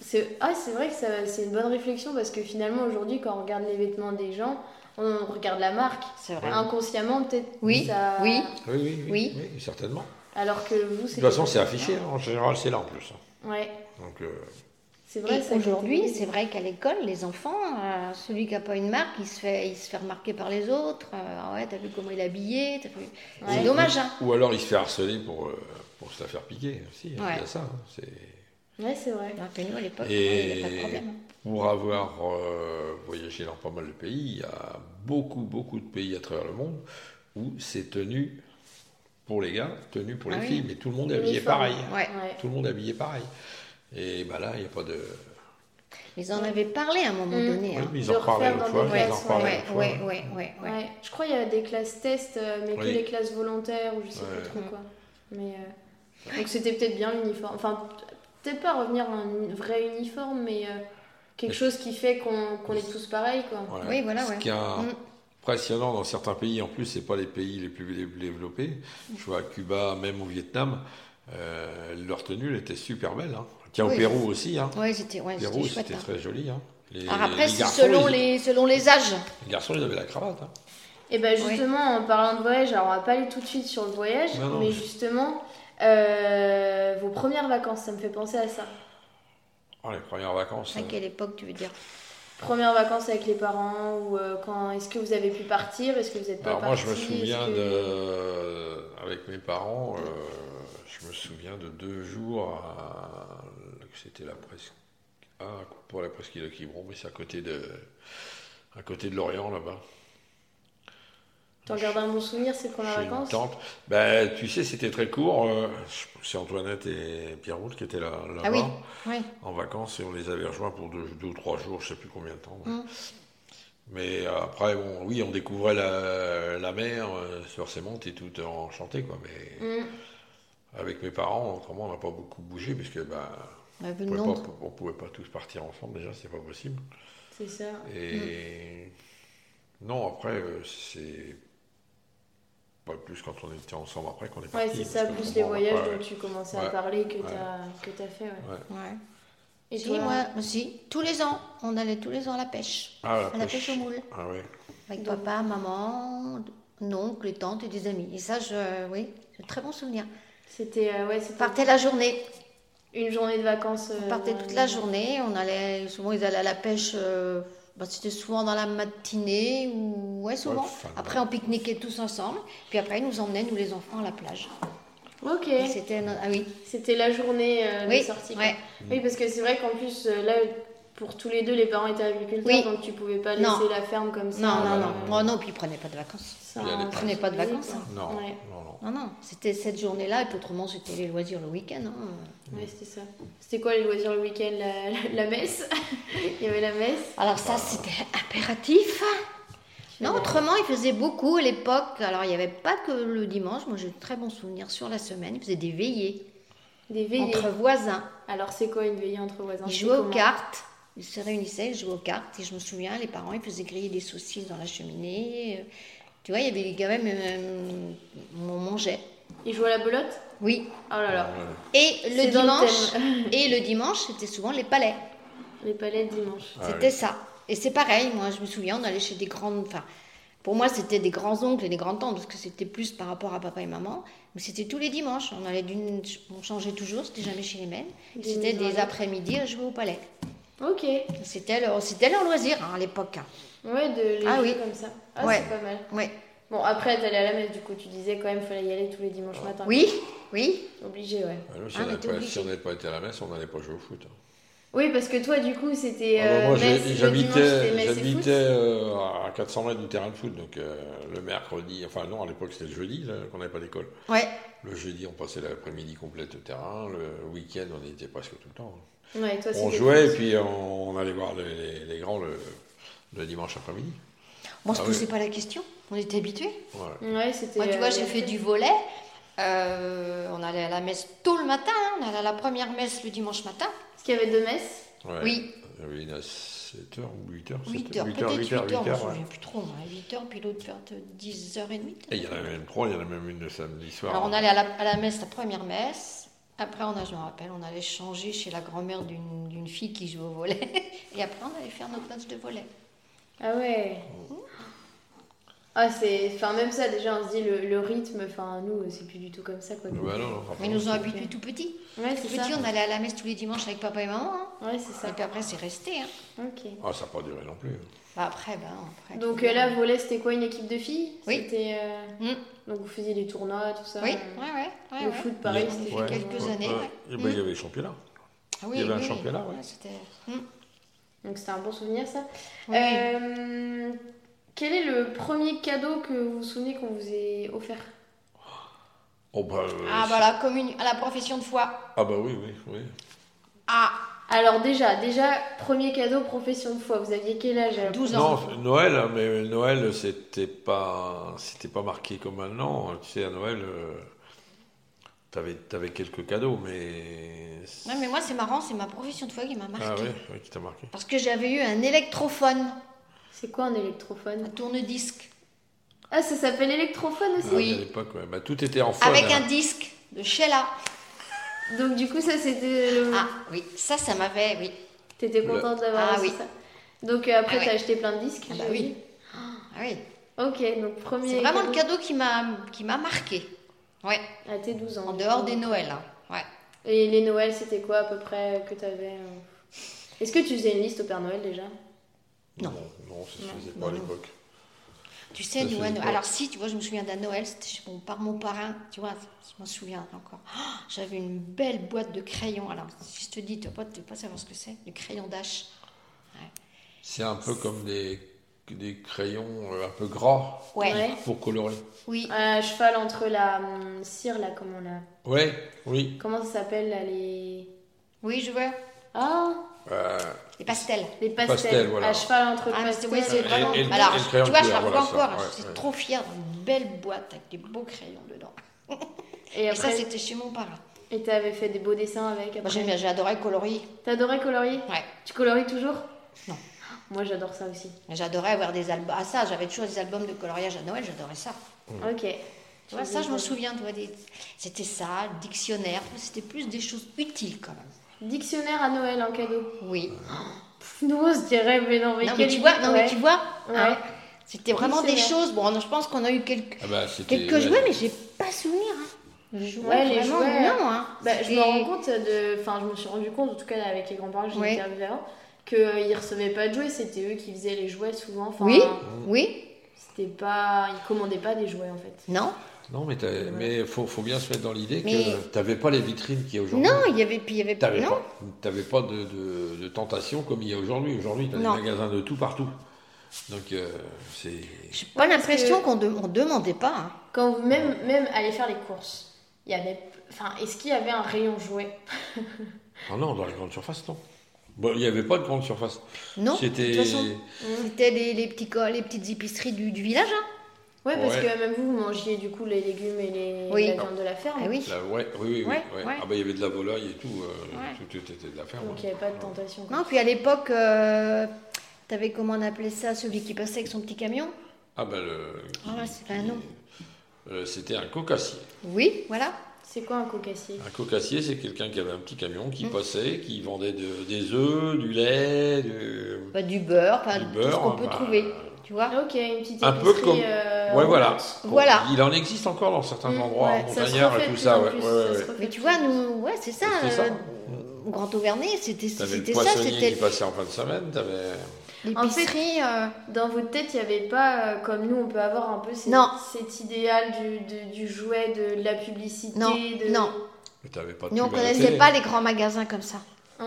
[SPEAKER 2] c'est- Ah, c'est vrai que ça- c'est une bonne réflexion parce que finalement, aujourd'hui, quand on regarde les vêtements des gens, on regarde la marque.
[SPEAKER 4] C'est vrai.
[SPEAKER 2] Inconsciemment, peut-être.
[SPEAKER 4] Oui,
[SPEAKER 2] ça-
[SPEAKER 4] oui.
[SPEAKER 3] Oui, oui, oui.
[SPEAKER 4] Oui.
[SPEAKER 3] oui, certainement.
[SPEAKER 2] Alors que vous,
[SPEAKER 3] De toute façon, c'est affiché, hein. en général, c'est là en plus. hein.
[SPEAKER 2] Ouais,
[SPEAKER 3] Donc, euh,
[SPEAKER 2] c'est vrai.
[SPEAKER 4] Et
[SPEAKER 2] ça,
[SPEAKER 4] aujourd'hui,
[SPEAKER 2] c'était-
[SPEAKER 4] c'est vrai qu'à l'école, les enfants, euh, celui qui n'a pas une marque, il se fait, il se fait remarquer par les autres. Euh, Ah ouais, t'as vu comment il est habillé t'as vu...
[SPEAKER 2] Ouais.
[SPEAKER 4] C'est dommage, hein
[SPEAKER 3] ou alors il se fait harceler pour, euh, pour se la faire piquer aussi. hein,
[SPEAKER 4] Ouais.
[SPEAKER 3] Il y a ça. hein, c'est...
[SPEAKER 2] Ouais, c'est vrai.
[SPEAKER 4] Alors que nous, à l'époque,
[SPEAKER 3] Et-
[SPEAKER 4] il n'y avait pas de problème. hein.
[SPEAKER 3] Pour avoir euh, voyagé dans pas mal de pays, il y a beaucoup, beaucoup de pays à travers le monde où c'est tenu pour les gars, tenu pour les
[SPEAKER 4] Ah oui.
[SPEAKER 3] filles, mais tout le monde est habillé
[SPEAKER 2] Uniforme.
[SPEAKER 3] pareil. hein.
[SPEAKER 4] Ouais.
[SPEAKER 2] Ouais.
[SPEAKER 3] Tout le monde est habillé pareil. Et bah là, il n'y a pas de.
[SPEAKER 4] Ils en avaient parlé à un moment
[SPEAKER 2] Mm.
[SPEAKER 4] donné.
[SPEAKER 3] Mmh. Oui,
[SPEAKER 4] hein.
[SPEAKER 3] ils
[SPEAKER 2] De
[SPEAKER 3] en reparlaient
[SPEAKER 2] refaire
[SPEAKER 3] l'autre
[SPEAKER 2] dans les
[SPEAKER 3] fois. Ils en
[SPEAKER 2] classes,
[SPEAKER 3] reparlaient
[SPEAKER 4] Ouais,
[SPEAKER 3] l'autre fois.
[SPEAKER 4] ouais, ouais, ouais, ouais.
[SPEAKER 2] Ouais. Je crois qu'il y a des classes tests, euh, mais que
[SPEAKER 3] Oui.
[SPEAKER 2] les classes volontaires ou je sais
[SPEAKER 3] Ouais.
[SPEAKER 2] pas trop quoi. Mais, euh, Donc c'était peut-être bien l'uniforme. Enfin, peut-être pas revenir à un vrai uniforme, mais euh, quelque
[SPEAKER 3] Mais-
[SPEAKER 2] chose qui fait qu'on qu'on est tous pareils, quoi.
[SPEAKER 3] Voilà.
[SPEAKER 4] Oui, voilà,
[SPEAKER 3] Ce
[SPEAKER 4] ouais.
[SPEAKER 3] qui est
[SPEAKER 4] Mm.
[SPEAKER 3] impressionnant dans certains pays, en plus, c'est pas les pays les plus dé- développés.
[SPEAKER 4] Mm.
[SPEAKER 3] Je vois à Cuba, même au Vietnam, euh, leur tenue elle était super belle. hein. Tiens, au
[SPEAKER 4] Oui.
[SPEAKER 3] Pérou aussi. Hein.
[SPEAKER 4] Ouais, c'était ouais,
[SPEAKER 3] Au
[SPEAKER 4] c'était
[SPEAKER 3] Pérou,
[SPEAKER 4] chouette.
[SPEAKER 3] c'était
[SPEAKER 4] hein.
[SPEAKER 3] très joli. hein. Les-
[SPEAKER 4] Alors après,
[SPEAKER 3] les
[SPEAKER 4] c'est
[SPEAKER 3] garçons,
[SPEAKER 4] selon
[SPEAKER 3] ils-
[SPEAKER 4] les, selon les âges.
[SPEAKER 3] Les garçons, ils avaient la cravate. hein.
[SPEAKER 2] Et ben
[SPEAKER 4] Oui.
[SPEAKER 2] justement, en parlant de voyage, alors on va pas aller tout de suite sur le voyage,
[SPEAKER 3] Bah Non, non,
[SPEAKER 2] mais
[SPEAKER 3] mais-
[SPEAKER 2] justement, euh, vos premières vacances, ça me fait penser à ça.
[SPEAKER 3] Oh, les premières vacances.
[SPEAKER 4] À
[SPEAKER 3] hein.
[SPEAKER 4] quelle époque, tu veux dire
[SPEAKER 2] Premières vacances avec les parents, ou euh, quand est-ce que vous avez pu partir, est-ce que vous êtes pas
[SPEAKER 3] Alors moi, je me
[SPEAKER 2] partis, est-ce
[SPEAKER 3] souviens
[SPEAKER 2] que-
[SPEAKER 3] de, avec mes parents, euh, je me souviens de deux jours, à- c'était la presque, ah, pour la presqu'île de Quiberon, mais c'est à côté de, à côté de l'Orient là-bas.
[SPEAKER 2] T'en gardes un bon souvenir ces premières
[SPEAKER 3] Chez une
[SPEAKER 2] vacances
[SPEAKER 3] tante. Ben, tu sais, c'était très court. euh, je- c'est Antoinette et Pierre Roule qui étaient là, là-bas
[SPEAKER 4] Ah oui, ouais.
[SPEAKER 3] en vacances et on les avait rejoints pour deux, deux ou trois jours, je sais plus combien de temps. ouais.
[SPEAKER 4] Mm.
[SPEAKER 3] Mais euh, après, bon, oui, on découvrait la, la mer euh, sur ses montes et tout enchanté, quoi. Mais
[SPEAKER 2] Mm.
[SPEAKER 3] avec mes parents, autrement, on n'a pas beaucoup bougé parce que bah,
[SPEAKER 4] Bah,
[SPEAKER 3] on
[SPEAKER 4] vu le
[SPEAKER 3] pouvait
[SPEAKER 4] nombre.
[SPEAKER 3] pas, on pouvait pas tous partir ensemble déjà, c'est pas possible.
[SPEAKER 2] C'est ça.
[SPEAKER 3] Et non, après, euh, c'est pas plus quand on était ensemble après qu'on est
[SPEAKER 2] Ouais,
[SPEAKER 3] parti.
[SPEAKER 2] c'est ça,
[SPEAKER 3] parce que
[SPEAKER 2] plus les
[SPEAKER 3] bon,
[SPEAKER 2] voyages
[SPEAKER 3] après,
[SPEAKER 2] dont tu commençais à
[SPEAKER 3] Ouais.
[SPEAKER 2] parler que
[SPEAKER 3] Ouais.
[SPEAKER 2] t'as que t'as fait. ouais.
[SPEAKER 4] Ouais.
[SPEAKER 2] Et
[SPEAKER 4] Si,
[SPEAKER 2] toi
[SPEAKER 4] moi, si, tous les ans, on allait tous les ans à la pêche.
[SPEAKER 3] Ah, la
[SPEAKER 4] à la pêche
[SPEAKER 3] pêche.
[SPEAKER 4] aux moules.
[SPEAKER 3] Ah ouais.
[SPEAKER 4] Avec
[SPEAKER 2] Donc-
[SPEAKER 4] papa, maman, oncle, les tantes et des amis. Et ça, je, oui, c'est un très bon souvenir.
[SPEAKER 2] C'était euh, ouais, c'était
[SPEAKER 4] On partait la journée.
[SPEAKER 2] une journée de vacances.
[SPEAKER 4] On
[SPEAKER 2] euh,
[SPEAKER 4] partait
[SPEAKER 2] dans-
[SPEAKER 4] toute la journée. On allait, souvent, ils allaient à la pêche. euh, bah, c'était souvent dans la matinée ou ouais souvent.
[SPEAKER 3] Ouais, fin de-
[SPEAKER 4] après on pique-niquait tous ensemble. Puis après ils nous emmenaient nous les enfants à la plage.
[SPEAKER 2] Ok.
[SPEAKER 4] Et C'était no- ah oui
[SPEAKER 2] C'était la journée euh,
[SPEAKER 4] oui
[SPEAKER 2] de sortie. quoi.
[SPEAKER 4] ouais.
[SPEAKER 2] Oui, parce que c'est vrai qu'en plus euh, là, pour tous les deux, les parents étaient agriculteurs,
[SPEAKER 4] Oui.
[SPEAKER 2] donc tu pouvais pas laisser
[SPEAKER 4] Non.
[SPEAKER 2] la ferme comme ça.
[SPEAKER 4] Non, non,
[SPEAKER 3] Ah,
[SPEAKER 4] non.
[SPEAKER 3] ouais.
[SPEAKER 4] Oh non, puis ils prenaient pas de vacances.
[SPEAKER 2] Ça,
[SPEAKER 3] Il y a des
[SPEAKER 2] on s'en
[SPEAKER 3] parents.
[SPEAKER 4] Ils prenaient pas de
[SPEAKER 2] faisait,
[SPEAKER 4] vacances,
[SPEAKER 2] quoi.
[SPEAKER 4] hein.
[SPEAKER 3] Non,
[SPEAKER 2] Ouais.
[SPEAKER 3] non, non.
[SPEAKER 4] Non, non, c'était cette journée-là, et puis autrement, c'était les loisirs le week-end. hein.
[SPEAKER 2] Ouais, c'était ça. C'était quoi les loisirs le week-end la, la- la messe Il y avait la messe.
[SPEAKER 4] Alors ça, c'était impératif. hein. Non, autrement, il faisait beaucoup à l'époque. Alors, il n'y avait pas que le dimanche. Moi, j'ai de très bons souvenirs sur la semaine. Il faisait des veillées
[SPEAKER 2] Des veillées.
[SPEAKER 4] entre voisins.
[SPEAKER 2] Alors, c'est quoi une veillée entre voisins
[SPEAKER 4] Ils
[SPEAKER 2] C'est
[SPEAKER 4] jouaient aux
[SPEAKER 2] comment
[SPEAKER 4] cartes. Ils se réunissaient, ils jouaient aux cartes. Et je me souviens, les parents, ils faisaient griller des saucisses dans la cheminée. Euh, Tu vois, il y avait quand même... euh, on mangeait.
[SPEAKER 2] Ils jouaient à la belote
[SPEAKER 4] Oui.
[SPEAKER 2] Oh là là.
[SPEAKER 3] Ouais.
[SPEAKER 4] Et
[SPEAKER 2] C'est
[SPEAKER 4] le
[SPEAKER 2] dans le
[SPEAKER 4] dimanche... et le dimanche, c'était souvent les palais.
[SPEAKER 2] Les palais de dimanche.
[SPEAKER 3] Ah,
[SPEAKER 4] C'était ça. Et c'est pareil, moi je me souviens, on allait chez des grandes. Enfin, pour moi c'était des grands oncles et des grands tantes, parce que c'était plus par rapport à papa et maman. Mais c'était tous les dimanches. On allait d'une. On changeait toujours, c'était jamais chez les mêmes. Et
[SPEAKER 2] Des
[SPEAKER 4] C'était
[SPEAKER 2] maisons à
[SPEAKER 4] des
[SPEAKER 2] l'autre.
[SPEAKER 4] après-midi à jouer au palais.
[SPEAKER 2] Ok. Ouais,
[SPEAKER 4] C'était leur, c'était leur loisir hein, à l'époque. hein.
[SPEAKER 2] de les
[SPEAKER 4] Ah
[SPEAKER 2] jeux
[SPEAKER 4] oui.
[SPEAKER 2] comme ça. Ah,
[SPEAKER 4] Ouais.
[SPEAKER 2] c'est pas mal.
[SPEAKER 4] Ouais.
[SPEAKER 2] Bon, après, t'allais à la messe, du coup, tu disais quand même fallait y aller tous les dimanches matin.
[SPEAKER 4] Oui, oui.
[SPEAKER 2] Obligé, ouais.
[SPEAKER 3] Ah non, si on
[SPEAKER 4] Ah, mais
[SPEAKER 3] n'avait
[SPEAKER 4] t'es
[SPEAKER 3] pas,
[SPEAKER 4] obligé.
[SPEAKER 3] si on n'avait pas été à la messe, on n'allait pas jouer au foot. hein.
[SPEAKER 2] Oui, parce que toi, du coup, c'était.
[SPEAKER 3] Ah bah,
[SPEAKER 2] euh,
[SPEAKER 3] moi,
[SPEAKER 2] messe,
[SPEAKER 3] j'ai-
[SPEAKER 2] le dimanche, c'était
[SPEAKER 3] j'habitais
[SPEAKER 2] messe et
[SPEAKER 3] j'habitais,
[SPEAKER 2] foot.
[SPEAKER 3] euh, à 400 mètres du terrain de foot, donc euh, le mercredi, enfin non, à l'époque c'était le jeudi là, qu'on n'avait pas d'école.
[SPEAKER 4] Ouais.
[SPEAKER 3] Le jeudi, on passait l'après-midi complète au terrain. Le week-end, on y était presque tout le temps. hein.
[SPEAKER 2] Ouais, toi,
[SPEAKER 3] On
[SPEAKER 2] c'était
[SPEAKER 3] jouait et
[SPEAKER 2] foot.
[SPEAKER 3] puis on, on allait voir les, les- les grands le, le dimanche après-midi.
[SPEAKER 4] Bon, je
[SPEAKER 3] Ah
[SPEAKER 4] ne
[SPEAKER 3] oui.
[SPEAKER 4] posais pas la question. On était habitués.
[SPEAKER 3] Ouais.
[SPEAKER 2] Ouais, c'était.
[SPEAKER 4] Moi, tu vois,
[SPEAKER 2] euh,
[SPEAKER 4] j'ai fait du volet. Euh, on allait à la messe tôt le matin. hein. On allait à la première messe le dimanche matin.
[SPEAKER 2] Parce qu'il y avait deux messes.
[SPEAKER 3] Ouais.
[SPEAKER 4] Oui.
[SPEAKER 3] Il y avait une à 7h ou 8h
[SPEAKER 4] 8 heures,
[SPEAKER 3] 8h,
[SPEAKER 4] peut-être 8 heures,
[SPEAKER 3] 8h,
[SPEAKER 4] je me
[SPEAKER 3] 8h.
[SPEAKER 4] souviens plus trop. 8 heures, puis l'autre vers 10h30.
[SPEAKER 3] Et il y en avait même trois, il y en avait même une le samedi soir.
[SPEAKER 4] Alors on allait à la, à la messe, la première messe. Après, on a, je me rappelle, on allait changer chez la grand-mère d'une d'une fille qui joue au volet. Et après, on allait faire notre match de volet.
[SPEAKER 2] Ah ouais. Ah, c'est. Enfin, même ça, déjà, on se dit le, le rythme. Enfin, nous, c'est plus du tout comme ça, quoi.
[SPEAKER 3] Ah bah non, non,
[SPEAKER 4] Mais ils nous ont
[SPEAKER 3] rappelons.
[SPEAKER 4] habitués tout petits.
[SPEAKER 2] Ouais, c'est
[SPEAKER 4] Tout
[SPEAKER 2] ça.
[SPEAKER 4] petits, on allait à la messe tous les dimanches avec papa et maman. hein.
[SPEAKER 2] Ouais, c'est
[SPEAKER 4] Et
[SPEAKER 2] ça.
[SPEAKER 4] puis après, c'est resté. hein.
[SPEAKER 2] Ok.
[SPEAKER 3] Ah, ça n'a pas duré non plus.
[SPEAKER 4] Bah, après, ben, après.
[SPEAKER 2] Donc euh, là, volet, c'était quoi une équipe de filles
[SPEAKER 4] Oui.
[SPEAKER 2] C'était. euh,
[SPEAKER 4] Mm.
[SPEAKER 2] Donc vous faisiez des tournois, tout ça.
[SPEAKER 4] Oui, ouais,
[SPEAKER 2] euh,
[SPEAKER 4] ouais. ouais,
[SPEAKER 2] Le
[SPEAKER 4] ouais.
[SPEAKER 2] foot, pareil,
[SPEAKER 4] Ouais.
[SPEAKER 2] c'était.
[SPEAKER 4] Ouais. quelques années, ouais.
[SPEAKER 3] Et ben, il y avait les championnats.
[SPEAKER 4] Ah
[SPEAKER 3] il y avait un championnat, ouais.
[SPEAKER 4] c'était- Hmm.
[SPEAKER 2] Donc c'était un bon souvenir, ça.
[SPEAKER 4] Oui.
[SPEAKER 2] Euh, quel est le premier cadeau que vous vous souvenez qu'on vous ait offert
[SPEAKER 3] Oh, bah, euh,
[SPEAKER 4] Ah, bah, la commune, à la profession de foi.
[SPEAKER 3] ah bah oui, oui, oui.
[SPEAKER 4] Ah,
[SPEAKER 2] Alors déjà, déjà, premier cadeau profession de foi. Vous aviez quel âge euh? alors
[SPEAKER 4] 12 ans.
[SPEAKER 3] Non, Noël, hein, mais Noël, c'était pas, c'était pas marqué comme maintenant. Tu sais, à Noël, euh, t'avais, t'avais quelques cadeaux, mais.
[SPEAKER 4] Non, mais moi, c'est marrant, c'est ma profession de foi qui m'a marqué.
[SPEAKER 3] Ah oui, oui, qui t'a marqué.
[SPEAKER 4] Parce que j'avais eu un électrophone,
[SPEAKER 2] C'est quoi un
[SPEAKER 4] un
[SPEAKER 2] électrophone
[SPEAKER 4] tourne-disque,
[SPEAKER 2] Ah, ça s'appelle électrophone
[SPEAKER 3] Ah,
[SPEAKER 2] aussi.
[SPEAKER 4] Oui.
[SPEAKER 3] À l'époque, ouais. bah, tout était en foil.
[SPEAKER 4] avec
[SPEAKER 3] hein.
[SPEAKER 4] un disque de Sheila.
[SPEAKER 2] Donc du coup, ça c'était. le-
[SPEAKER 4] Ah oui, ça, ça m'avait, oui.
[SPEAKER 2] T'étais
[SPEAKER 3] Le-
[SPEAKER 2] contente d'avoir
[SPEAKER 4] Ah
[SPEAKER 2] reçu
[SPEAKER 4] oui.
[SPEAKER 2] ça. Donc euh, après,
[SPEAKER 4] Ah ouais.
[SPEAKER 2] t'as acheté plein de disques.
[SPEAKER 4] Ah bah
[SPEAKER 2] j'imagine.
[SPEAKER 4] Ah oui.
[SPEAKER 2] Ok, donc premier.
[SPEAKER 4] C'est vraiment le cadeau qui m'a, qui m'a marqué. Ouais,
[SPEAKER 2] À tes 12 ans.
[SPEAKER 4] en
[SPEAKER 2] du
[SPEAKER 4] dehors
[SPEAKER 2] coup.
[SPEAKER 4] des Noëls. hein. Ouais.
[SPEAKER 2] Et les Noëls, c'était quoi à peu près euh, que t'avais euh Est-ce que tu faisais une liste au Père Noël déjà
[SPEAKER 4] Non.
[SPEAKER 3] non, ça se
[SPEAKER 4] Non,
[SPEAKER 3] faisait
[SPEAKER 4] non,
[SPEAKER 3] pas à
[SPEAKER 4] non.
[SPEAKER 3] l'époque.
[SPEAKER 4] Tu sais,
[SPEAKER 3] Ça,
[SPEAKER 4] nous,
[SPEAKER 3] c'est
[SPEAKER 4] à
[SPEAKER 3] une
[SPEAKER 4] Noël-
[SPEAKER 3] fois.
[SPEAKER 4] alors si, tu vois, je me souviens d'un Noël, c'était chez mon, par mon parrain, tu vois, je m'en souviens encore. Ah, j'avais une belle boîte de crayons. Alors, si je te dis, tu vas pas, tu vas pas savoir ce que c'est, du crayon d'âge.
[SPEAKER 3] C'est un peu comme des, des crayons euh, un peu gras
[SPEAKER 4] Ouais.
[SPEAKER 2] Ouais.
[SPEAKER 3] pour colorer.
[SPEAKER 4] Oui.
[SPEAKER 2] À cheval Euh, entre la hum, cire, là, comment, on a-
[SPEAKER 3] Ouais, oui.
[SPEAKER 2] comment ça s'appelle, là, les...
[SPEAKER 4] Oui, je vois.
[SPEAKER 2] Ah,
[SPEAKER 3] Euh,
[SPEAKER 4] Les pastels.
[SPEAKER 2] les pastels.
[SPEAKER 3] Pastel, voilà.
[SPEAKER 2] À cheval entre
[SPEAKER 4] Ah, mais c'est-
[SPEAKER 2] pastels.
[SPEAKER 4] oui, c'est
[SPEAKER 3] Et-
[SPEAKER 4] vraiment.
[SPEAKER 3] et le-
[SPEAKER 4] Alors,
[SPEAKER 3] et le
[SPEAKER 4] tu
[SPEAKER 3] crayon
[SPEAKER 4] vois,
[SPEAKER 3] de
[SPEAKER 4] je
[SPEAKER 3] couleur,
[SPEAKER 4] la vois
[SPEAKER 3] voilà, ça,
[SPEAKER 4] encore.
[SPEAKER 3] ouais,
[SPEAKER 4] je suis
[SPEAKER 3] ouais.
[SPEAKER 4] trop fière d'une belle boîte avec des beaux crayons dedans.
[SPEAKER 2] Et
[SPEAKER 4] Et,
[SPEAKER 2] après,
[SPEAKER 4] ça, c'était chez mon parrain.
[SPEAKER 2] et t'avais fait des beaux dessins avec
[SPEAKER 4] Moi,
[SPEAKER 2] après.
[SPEAKER 4] j'aimais- j'ai adoré colorier.
[SPEAKER 2] T'adorais colorier
[SPEAKER 4] Ouais.
[SPEAKER 2] Tu colories toujours
[SPEAKER 4] Non.
[SPEAKER 2] Moi, j'adore ça aussi.
[SPEAKER 4] J'adorais avoir des albums. Ah, ça, j'avais toujours des albums de coloriage à Noël, j'adorais ça.
[SPEAKER 2] Ok.
[SPEAKER 4] Tu vois, ça, je m'en souviens. tu vois, des- C'était ça, le dictionnaire. C'était plus des choses utiles quand même.
[SPEAKER 2] Dictionnaire à Noël en cadeau.
[SPEAKER 4] Oui.
[SPEAKER 2] Pff, Nous, on se dirait, mais non, mais
[SPEAKER 4] non, mais
[SPEAKER 2] quelle
[SPEAKER 4] tu vois,
[SPEAKER 2] idée,
[SPEAKER 4] non, mais
[SPEAKER 2] ouais.
[SPEAKER 4] tu vois,
[SPEAKER 2] Ouais.
[SPEAKER 4] hein, c'était vraiment des
[SPEAKER 2] Dictionnaire.
[SPEAKER 4] choses. Bon, je pense qu'on a eu quelques,
[SPEAKER 3] ah bah, c'était-
[SPEAKER 4] quelques
[SPEAKER 3] ouais.
[SPEAKER 4] jouets, mais j'ai pas souvenir. hein. Le jouet,
[SPEAKER 2] Ouais, les
[SPEAKER 4] vraiment,
[SPEAKER 2] jouets,
[SPEAKER 4] non. hein.
[SPEAKER 2] Bah, je
[SPEAKER 4] C'était-
[SPEAKER 2] me rends compte de. Enfin, je me suis rendu compte, en tout cas là, avec les grands-parents que j'ai
[SPEAKER 4] Ouais.
[SPEAKER 2] interviewés avant, qu'ils recevaient pas de jouets, c'était eux qui faisaient les jouets souvent. Enfin,
[SPEAKER 4] Oui. Oui,
[SPEAKER 2] C'était pas. Ils commandaient pas des jouets en fait.
[SPEAKER 4] Non
[SPEAKER 3] Non, mais il faut, faut bien se mettre dans l'idée
[SPEAKER 4] Mais-
[SPEAKER 3] que tu n'avais pas les vitrines qu'il y a aujourd'hui.
[SPEAKER 4] Non, il y avait, puis il y avait
[SPEAKER 3] T'avais
[SPEAKER 4] non.
[SPEAKER 3] pas, t'avais pas de, de, de tentation comme il y a aujourd'hui. Aujourd'hui, t'as des
[SPEAKER 4] Non.
[SPEAKER 3] magasins de tout partout. Donc, euh, c'est.
[SPEAKER 4] J'ai pas
[SPEAKER 2] Ouais, parce
[SPEAKER 4] l'impression
[SPEAKER 2] que-
[SPEAKER 4] qu'on de- on demandait pas. hein.
[SPEAKER 2] Quand vous même, même aller faire les courses, il y avait. Enfin, est-ce qu'il y avait un rayon jouets
[SPEAKER 3] Ah non, dans les grandes surfaces, non. Bon, il n'y avait pas de grande surface.
[SPEAKER 4] Non, de
[SPEAKER 3] C'était.
[SPEAKER 4] toute façon,
[SPEAKER 2] Mmh.
[SPEAKER 4] c'était les, les, petits, co- les petites épiceries du, du village. hein.
[SPEAKER 2] Ouais, parce
[SPEAKER 3] Ouais.
[SPEAKER 2] que même vous, vous mangiez du coup les légumes et les
[SPEAKER 4] Oui.
[SPEAKER 2] la viande de la ferme.
[SPEAKER 4] Ah oui.
[SPEAKER 3] Là, ouais, oui, oui, oui,
[SPEAKER 4] Ouais,
[SPEAKER 3] ouais.
[SPEAKER 4] ouais.
[SPEAKER 3] Ah ben, il y avait de la volaille et tout. euh,
[SPEAKER 4] Ouais.
[SPEAKER 3] tout, tout était de la ferme.
[SPEAKER 2] Donc il n'y avait pas de tentation. quoi.
[SPEAKER 4] Non, puis à l'époque, euh, t'avais comment on appelait ça, celui qui passait avec son petit camion
[SPEAKER 3] Ah ben, le.
[SPEAKER 4] Ah là, c'est pas un nom.
[SPEAKER 3] Euh, C'était un cocassier.
[SPEAKER 4] Oui, voilà.
[SPEAKER 2] C'est quoi un cocassier
[SPEAKER 3] Un cocassier, c'est quelqu'un qui avait un petit camion qui passait, qui vendait de- des œufs, du lait, du,
[SPEAKER 4] Bah, du beurre, enfin,
[SPEAKER 3] du
[SPEAKER 4] tout
[SPEAKER 3] beurre.
[SPEAKER 4] ce qu'on peut
[SPEAKER 3] bah,
[SPEAKER 4] trouver, tu vois.
[SPEAKER 2] Ah, Ok, une petite épicerie.
[SPEAKER 3] Un peu comme-
[SPEAKER 2] euh,
[SPEAKER 3] Ouais, voilà. Bon,
[SPEAKER 4] Voilà.
[SPEAKER 3] Il en existe encore dans certains
[SPEAKER 2] Mm,
[SPEAKER 3] endroits,
[SPEAKER 2] ouais,
[SPEAKER 3] en
[SPEAKER 2] ça se
[SPEAKER 3] montagnards
[SPEAKER 2] refait
[SPEAKER 3] et tout
[SPEAKER 2] de
[SPEAKER 3] ça.
[SPEAKER 2] plus
[SPEAKER 3] Ouais,
[SPEAKER 2] en plus,
[SPEAKER 3] ouais,
[SPEAKER 2] ça se
[SPEAKER 3] ouais.
[SPEAKER 2] refait
[SPEAKER 4] Mais
[SPEAKER 2] de
[SPEAKER 4] tu
[SPEAKER 2] plus
[SPEAKER 4] vois,
[SPEAKER 2] en plus.
[SPEAKER 4] nous, ouais, c'est ça.
[SPEAKER 3] C'était ça.
[SPEAKER 4] euh, au Grand Auvernais, c'était
[SPEAKER 3] T'avais le
[SPEAKER 4] c'était ça,
[SPEAKER 3] poissonnier qui
[SPEAKER 4] c'était
[SPEAKER 3] passait en fin de semaine, t'avais.
[SPEAKER 4] l'épicerie. euh,
[SPEAKER 2] Dans votre tête, il n'y avait pas, euh, comme nous, on peut avoir un peu cette-
[SPEAKER 4] Non.
[SPEAKER 2] cet idéal du, de- du jouet, de, de la publicité.
[SPEAKER 4] Non,
[SPEAKER 2] de...
[SPEAKER 4] non.
[SPEAKER 3] mais T'avais pas de
[SPEAKER 4] Nous, on
[SPEAKER 3] pub à la
[SPEAKER 4] connaissait
[SPEAKER 3] télé.
[SPEAKER 4] pas les grands magasins comme ça.
[SPEAKER 2] Ouais.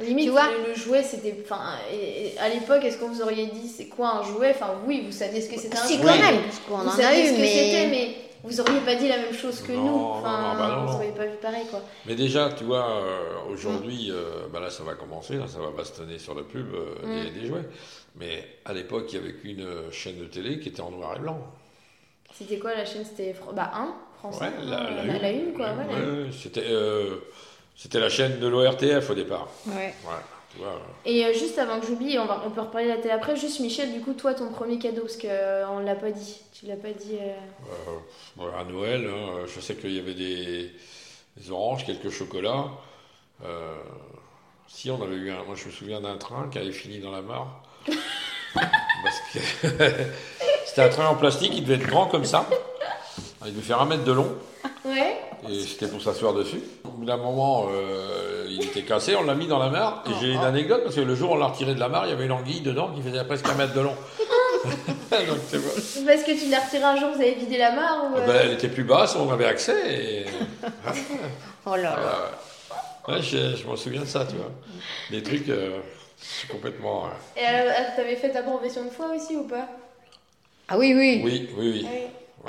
[SPEAKER 2] Limite,
[SPEAKER 4] Tu vois
[SPEAKER 2] le, le jouet, c'était. Enfin, et- et à l'époque, est-ce qu'on vous aurait dit c'est quoi un jouet Enfin, oui, vous saviez ce que c'était un
[SPEAKER 4] Si,
[SPEAKER 2] jouet.
[SPEAKER 4] quand même, parce qu'on
[SPEAKER 2] Vous
[SPEAKER 4] en a
[SPEAKER 2] saviez ce
[SPEAKER 4] eu,
[SPEAKER 2] que c'était,
[SPEAKER 4] mais.
[SPEAKER 2] mais vous auriez pas dit la même chose que
[SPEAKER 3] Non,
[SPEAKER 2] nous.
[SPEAKER 3] non,
[SPEAKER 2] Enfin,
[SPEAKER 3] non, bah non,
[SPEAKER 2] vous
[SPEAKER 3] non.
[SPEAKER 2] auriez pas vu pareil, quoi.
[SPEAKER 3] Mais déjà, tu vois, euh,
[SPEAKER 2] Mm.
[SPEAKER 3] aujourd'hui, euh, bah là, ça va commencer, là, ça va bastonner sur le pub euh,
[SPEAKER 2] Mm.
[SPEAKER 3] des, des jouets. Mais à l'époque, il y avait qu'une euh, chaîne de télé qui était en noir et blanc.
[SPEAKER 2] C'était quoi la chaîne C'était. Fr- Bah, 1 français.
[SPEAKER 3] Ouais, la,
[SPEAKER 2] hein,
[SPEAKER 3] la
[SPEAKER 2] bah,
[SPEAKER 3] une.
[SPEAKER 2] quoi.
[SPEAKER 3] Ouais,
[SPEAKER 2] voilà.
[SPEAKER 3] ouais, C'était euh, c'était la chaîne de l'ORTF au départ.
[SPEAKER 4] Ouais.
[SPEAKER 3] Ouais, tu vois.
[SPEAKER 2] Et euh, juste avant que j'oublie, on, va- on peut reparler de la télé après. Juste, Michel, du coup, toi, ton premier cadeau, parce qu'on ne l'a pas dit. Tu l'as pas dit. euh,
[SPEAKER 3] Euh, bon, à Noël, hein, je sais qu'il y avait des, des oranges, quelques chocolats. Euh, si on avait eu un, moi je me souviens d'un train qui avait fini dans la mare. parce que c'était un train en plastique, il devait être grand comme ça. Il devait faire un mètre de long
[SPEAKER 2] Ouais.
[SPEAKER 3] et c'était pour s'asseoir dessus. Au bout d'un moment, euh, il était cassé, on l'a mis dans la mare. Et j'ai une anecdote parce que le jour où on l'a retiré de la mare, il y avait une anguille dedans qui faisait presque un mètre de long. Donc tu vois.
[SPEAKER 2] Parce que tu l'as retiré un jour, vous avez vidé la mare ou.
[SPEAKER 3] Eh
[SPEAKER 2] euh,
[SPEAKER 3] ben, elle était plus basse, on avait accès. Et...
[SPEAKER 4] Oh là là.
[SPEAKER 3] Voilà, ouais. Ouais, je je m'en souviens de ça, tu vois. Des trucs, euh, c'est complètement. euh,
[SPEAKER 2] Et alors, ah, t'avais fait ta profession de foi aussi ou pas
[SPEAKER 4] Ah oui, oui.
[SPEAKER 3] Oui, oui, oui.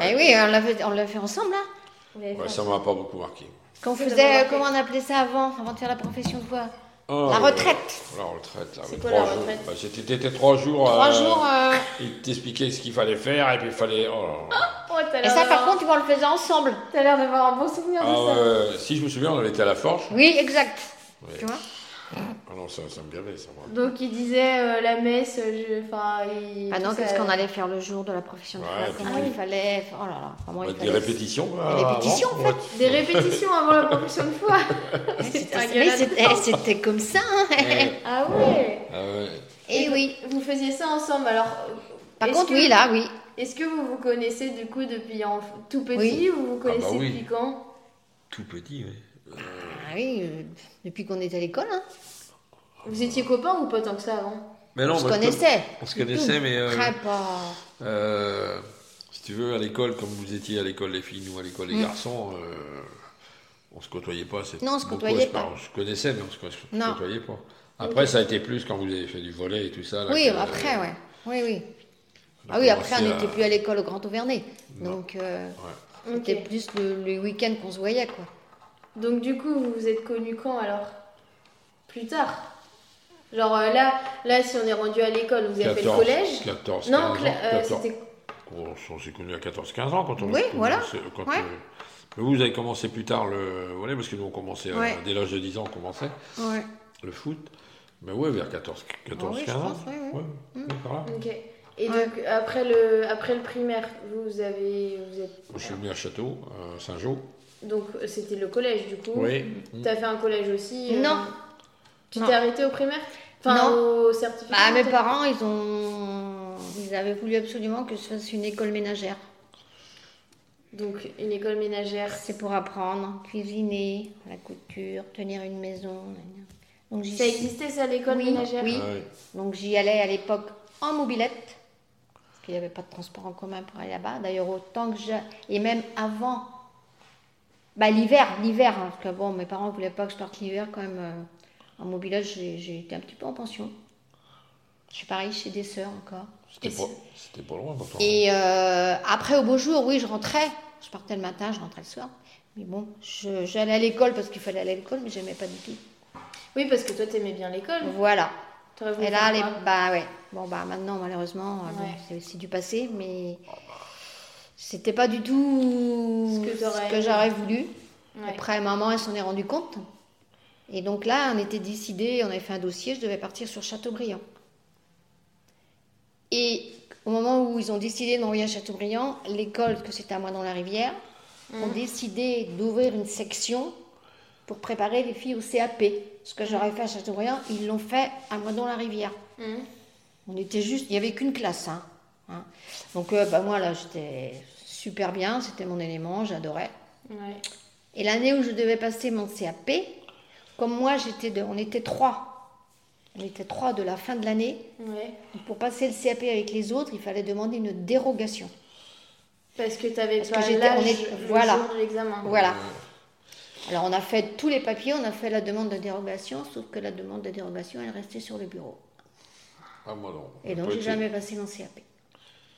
[SPEAKER 4] Eh oui, on l'a fait, on l'a fait ensemble, hein.
[SPEAKER 2] Vous l'avez
[SPEAKER 3] Ouais,
[SPEAKER 2] fait.
[SPEAKER 3] ça m'a pas beaucoup marqué.
[SPEAKER 4] Qu'on
[SPEAKER 2] Ça, ça m'a
[SPEAKER 4] faisait, euh,
[SPEAKER 2] marqué.
[SPEAKER 4] comment on appelait ça avant, avant de faire la profession de voix
[SPEAKER 3] Oh,
[SPEAKER 4] La
[SPEAKER 3] euh,
[SPEAKER 4] retraite.
[SPEAKER 3] La retraite, là.
[SPEAKER 2] C'est
[SPEAKER 3] oui,
[SPEAKER 2] quoi
[SPEAKER 3] trois
[SPEAKER 2] la
[SPEAKER 3] jours.
[SPEAKER 2] retraite
[SPEAKER 3] Bah, c'était t'étais trois jours.
[SPEAKER 4] Trois
[SPEAKER 3] euh,
[SPEAKER 4] jours. euh,
[SPEAKER 3] Ils t'expliquaient ce qu'il fallait faire et puis il fallait. oh là là.
[SPEAKER 2] Oh, t'as
[SPEAKER 4] Et
[SPEAKER 2] l'air
[SPEAKER 4] ça, par
[SPEAKER 2] d'avoir-
[SPEAKER 4] contre, on le faisait ensemble.
[SPEAKER 2] T'as l'air d'avoir un bon souvenir de
[SPEAKER 3] Ah,
[SPEAKER 2] ça.
[SPEAKER 3] ouais, si je me souviens, on avait été à la forge.
[SPEAKER 4] Oui, exact.
[SPEAKER 3] Ouais.
[SPEAKER 4] Tu vois
[SPEAKER 3] Ah non, ça, ça me gavait, ça. moi.
[SPEAKER 2] Donc il disait euh, la messe, euh, je... enfin. Il...
[SPEAKER 4] Ah non,
[SPEAKER 2] tout ça.
[SPEAKER 4] qu'est-ce qu'on allait faire le jour de la profession de
[SPEAKER 3] Ouais,
[SPEAKER 4] foi, Comment
[SPEAKER 3] puis-
[SPEAKER 4] il fallait Oh là là, comment
[SPEAKER 3] Ouais,
[SPEAKER 4] il
[SPEAKER 3] des
[SPEAKER 4] fallait
[SPEAKER 3] répétitions. Ah, quoi,
[SPEAKER 4] Des
[SPEAKER 3] avant.
[SPEAKER 4] répétitions, en fait.
[SPEAKER 3] Ouais.
[SPEAKER 2] Des répétitions avant la profession de foi.
[SPEAKER 4] Ouais,
[SPEAKER 2] C'était un
[SPEAKER 4] c'était-
[SPEAKER 2] galère.
[SPEAKER 4] mais c'était- eh, C'était comme ça. hein.
[SPEAKER 3] Ouais.
[SPEAKER 2] Ah ouais.
[SPEAKER 3] Ah ouais.
[SPEAKER 4] Et oui.
[SPEAKER 2] Vous faisiez ça ensemble alors. euh,
[SPEAKER 4] Par
[SPEAKER 2] est-ce
[SPEAKER 4] contre,
[SPEAKER 2] que-
[SPEAKER 4] oui, là, oui.
[SPEAKER 2] Est-ce que vous vous connaissez du coup depuis en- tout petit
[SPEAKER 4] Oui.
[SPEAKER 2] ou vous connaissez
[SPEAKER 3] Ah bah oui.
[SPEAKER 2] depuis quand
[SPEAKER 3] Tout petit, oui.
[SPEAKER 4] Ah oui, euh, depuis qu'on est à l'école, hein.
[SPEAKER 3] Ah,
[SPEAKER 2] Vous
[SPEAKER 3] bah
[SPEAKER 2] étiez copains ou pas tant que ça avant
[SPEAKER 3] Mais
[SPEAKER 4] on
[SPEAKER 3] non,
[SPEAKER 4] se
[SPEAKER 3] bah, je peux-
[SPEAKER 4] connaissait.
[SPEAKER 3] On se connaissait, mais. euh,
[SPEAKER 4] Très pas.
[SPEAKER 3] Euh, si tu veux, à l'école, comme vous étiez à l'école les filles, nous à l'école les
[SPEAKER 4] Mm.
[SPEAKER 3] garçons, euh, on se côtoyait pas. c'est
[SPEAKER 4] Non, on se
[SPEAKER 3] beaucoup,
[SPEAKER 4] côtoyait
[SPEAKER 3] je-
[SPEAKER 4] pas.
[SPEAKER 3] On se connaissait, mais on se, co- se
[SPEAKER 4] Non.
[SPEAKER 3] côtoyait pas. Après, ça a été plus quand vous avez fait du volet et tout ça. là,
[SPEAKER 4] Oui,
[SPEAKER 3] que- euh,
[SPEAKER 4] après, ouais. Oui, oui.
[SPEAKER 3] on a
[SPEAKER 4] Ah oui, après,
[SPEAKER 3] commencé
[SPEAKER 4] on
[SPEAKER 3] à-
[SPEAKER 4] n'était plus à l'école au Grand Auvernay.
[SPEAKER 3] Non.
[SPEAKER 4] Donc, euh,
[SPEAKER 2] Ok.
[SPEAKER 4] c'était plus le, le week-end qu'on se voyait, quoi.
[SPEAKER 2] Donc du coup, vous vous êtes connus quand alors Plus tard. Genre euh, là, là, si on est rendu à l'école, vous avez fait le
[SPEAKER 3] 14,
[SPEAKER 2] collège
[SPEAKER 3] 14,
[SPEAKER 2] Non,
[SPEAKER 3] 15
[SPEAKER 2] cla-
[SPEAKER 3] ans,
[SPEAKER 2] euh,
[SPEAKER 3] 14.
[SPEAKER 2] c'était
[SPEAKER 3] On, s- on s'est connus à 14-15 ans quand on
[SPEAKER 4] Oui,
[SPEAKER 3] quand on
[SPEAKER 4] voilà.
[SPEAKER 3] s'est- quand,
[SPEAKER 4] Ouais.
[SPEAKER 3] euh, mais vous, vous avez commencé plus tard le volet, parce que nous, on commençait à-
[SPEAKER 4] Ouais.
[SPEAKER 3] dès l'âge de 10 ans, on commençait
[SPEAKER 4] Ouais.
[SPEAKER 3] le foot. Mais ouais, vers 14-15
[SPEAKER 4] Ah oui, je
[SPEAKER 3] ans.
[SPEAKER 4] pense, ouais, ouais.
[SPEAKER 3] Ouais,
[SPEAKER 4] Mm.
[SPEAKER 3] ouais, par là.
[SPEAKER 2] Ok. Et
[SPEAKER 4] Ouais.
[SPEAKER 2] donc après le après le primaire, vous avez vous êtes
[SPEAKER 3] Je suis venu à Château, à Saint-Jean.
[SPEAKER 2] donc c'était le collège du coup.
[SPEAKER 3] Oui.
[SPEAKER 2] T'as fait un collège aussi euh,
[SPEAKER 4] Non.
[SPEAKER 2] Tu
[SPEAKER 4] Non.
[SPEAKER 2] t'es arrêté au primaire Enfin
[SPEAKER 4] Non.
[SPEAKER 2] au certificat.
[SPEAKER 4] Bah, mes
[SPEAKER 2] peut-être
[SPEAKER 4] parents, ils ont. Ils avaient voulu absolument que je fasse une école ménagère.
[SPEAKER 2] Donc une école ménagère.
[SPEAKER 4] C'est pour apprendre, cuisiner, la couture, tenir une maison. gna gna. Donc
[SPEAKER 2] Ça
[SPEAKER 4] j'y,
[SPEAKER 2] existait ça l'école
[SPEAKER 4] Oui,
[SPEAKER 2] ménagère
[SPEAKER 4] oui.
[SPEAKER 3] Ah oui.
[SPEAKER 4] donc j'y allais à l'époque en mobilette. parce qu'il n'y avait pas de transport en commun pour aller là-bas. D'ailleurs, autant que je... Et même avant, bah, l'hiver, l'hiver, hein, parce que bon, mes parents ne voulaient pas que je parte l'hiver quand même. euh, en mobilage, j'ai j'ai été un petit peu en pension. Je suis pareil chez des sœurs encore.
[SPEAKER 3] C'était
[SPEAKER 4] Et
[SPEAKER 3] pas, c'était pas loin pourtant.
[SPEAKER 4] Et euh, après, au beau jour, oui, je rentrais. Je partais le matin, je rentrais le soir. Mais bon, je- j'allais à l'école parce qu'il fallait aller à l'école, mais j'aimais pas du tout.
[SPEAKER 2] Oui, parce que toi, t'aimais bien l'école.
[SPEAKER 4] Voilà.
[SPEAKER 2] T'aurais voulu
[SPEAKER 4] Et là,
[SPEAKER 2] faire
[SPEAKER 4] les...
[SPEAKER 2] quoi
[SPEAKER 4] bah ouais. Bon, bah maintenant, malheureusement, euh, bon,
[SPEAKER 2] Ouais.
[SPEAKER 4] c'est c'est du passé, mais c'était pas du tout
[SPEAKER 2] Ce que
[SPEAKER 4] ce
[SPEAKER 2] t'aurais
[SPEAKER 4] que
[SPEAKER 2] aimé.
[SPEAKER 4] j'aurais voulu.
[SPEAKER 2] Ouais.
[SPEAKER 4] Après, maman, elle s'en est rendue compte. Et donc là, on était décidé, on avait fait un dossier, je devais partir sur Châteaubriand. Et au moment où ils ont décidé d'envoyer à Châteaubriand, l'école, parce que c'était à moi dans la rivière, ont décidé d'ouvrir une section pour préparer les filles au CAP. Ce que j'aurais fait à Châteaubriand, ils l'ont fait à moi dans la rivière.
[SPEAKER 2] Mhm.
[SPEAKER 4] On était juste, il n'y avait qu'une classe. hein, hein. Donc euh, bah, moi, là, j'étais super bien, c'était mon élément, j'adorais.
[SPEAKER 2] Ouais.
[SPEAKER 4] Et l'année où je devais passer mon CAP, comme moi, j'étais de- on était trois. On était trois de la fin de l'année.
[SPEAKER 2] Ouais.
[SPEAKER 4] Donc, Pour passer le CAP avec les autres, il fallait demander une dérogation.
[SPEAKER 2] Parce que t'avais
[SPEAKER 4] Parce
[SPEAKER 2] pas
[SPEAKER 4] que j'étais-
[SPEAKER 2] l'âge
[SPEAKER 4] on est-
[SPEAKER 2] le
[SPEAKER 4] voilà.
[SPEAKER 2] jour de l'examen.
[SPEAKER 4] Voilà. Alors, on a fait tous les papiers, on a fait la demande de dérogation, sauf que la demande de dérogation, elle restait sur le bureau.
[SPEAKER 3] Ah, moi non.
[SPEAKER 4] Et donc,
[SPEAKER 3] Pas
[SPEAKER 4] j'ai
[SPEAKER 3] été.
[SPEAKER 4] jamais passé mon CAP.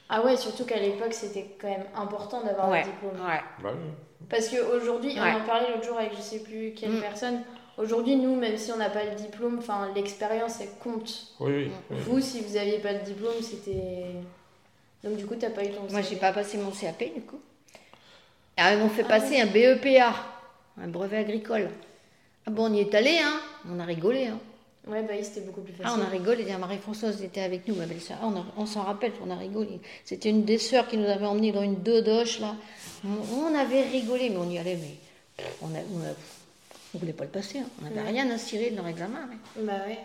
[SPEAKER 2] Ah ouais, surtout qu'à l'époque, c'était quand même important d'avoir un diplôme.
[SPEAKER 3] Bah oui.
[SPEAKER 2] Parce qu'aujourd'hui,
[SPEAKER 4] Ouais.
[SPEAKER 2] on en parlait l'autre jour avec je sais plus quelle
[SPEAKER 4] Mm.
[SPEAKER 2] personne. Aujourd'hui, nous, même si on n'a pas le diplôme, enfin, l'expérience, elle compte.
[SPEAKER 3] Oui, oui,
[SPEAKER 4] Mm.
[SPEAKER 3] oui.
[SPEAKER 2] Vous, si vous n'aviez pas le diplôme, c'était. Donc, du coup, t'as pas eu ton.
[SPEAKER 4] Moi,
[SPEAKER 2] CV.
[SPEAKER 4] j'ai pas passé mon CAP, du coup. Ah, ils m'ont fait passer un BEPA, un brevet agricole. Ah bon, on y est allé, hein On a rigolé, hein
[SPEAKER 2] Ouais, bah oui, c'était beaucoup plus
[SPEAKER 4] Ah, on
[SPEAKER 2] facile.
[SPEAKER 4] a rigolé, il y a Marie-Françoise était avec nous, ma belle-sœur. Ah, on a- on s'en rappelle, on a rigolé. C'était une des sœurs qui nous avait emmenés dans une dodoche, là. On, on avait rigolé, mais on y allait, mais pff, on a- on a- on voulait pas le passer. hein. On n'avait
[SPEAKER 2] Ouais.
[SPEAKER 4] rien à cirer de leur examen. ouais.
[SPEAKER 2] Bah ouais.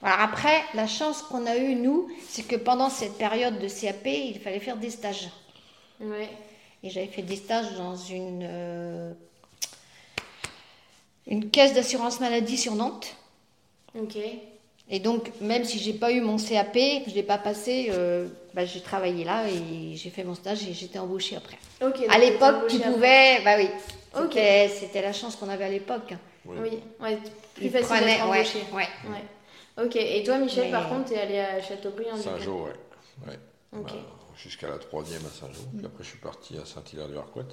[SPEAKER 4] Voilà, après, la chance qu'on a eue, nous, c'est que pendant cette période de CAP, il fallait faire des stages.
[SPEAKER 2] Ouais.
[SPEAKER 4] Et j'avais fait des stages dans une, euh, une caisse d'assurance maladie sur Nantes.
[SPEAKER 2] Ok.
[SPEAKER 4] Et donc, même si j'ai pas eu mon CAP, que je l'ai pas passé, euh, bah, j'ai travaillé là et j'ai fait mon stage et j'étais embauchée après.
[SPEAKER 2] Ok. donc
[SPEAKER 4] à l'époque,
[SPEAKER 2] t'es embauchée
[SPEAKER 4] tu
[SPEAKER 2] après.
[SPEAKER 4] pouvais, bah oui,
[SPEAKER 2] Ok.
[SPEAKER 4] c'était c'était la chance qu'on avait à l'époque.
[SPEAKER 3] Mm.
[SPEAKER 2] Oui, ouais, plus
[SPEAKER 4] Ils
[SPEAKER 2] facile
[SPEAKER 4] prenaient-
[SPEAKER 2] d'être
[SPEAKER 4] ouais,
[SPEAKER 2] embauché.
[SPEAKER 4] ouais.
[SPEAKER 2] Ouais. Ok, et toi, Michel, par
[SPEAKER 4] Mais-
[SPEAKER 2] contre, t'es allé à Châteaubriand du coup.
[SPEAKER 3] Saint-Jean, ouais. ouais.
[SPEAKER 2] Ok.
[SPEAKER 3] Bah, Jusqu'à la troisième à Saint-Jean. Puis après, je suis parti à Saint-Hilaire-du-Harcouët.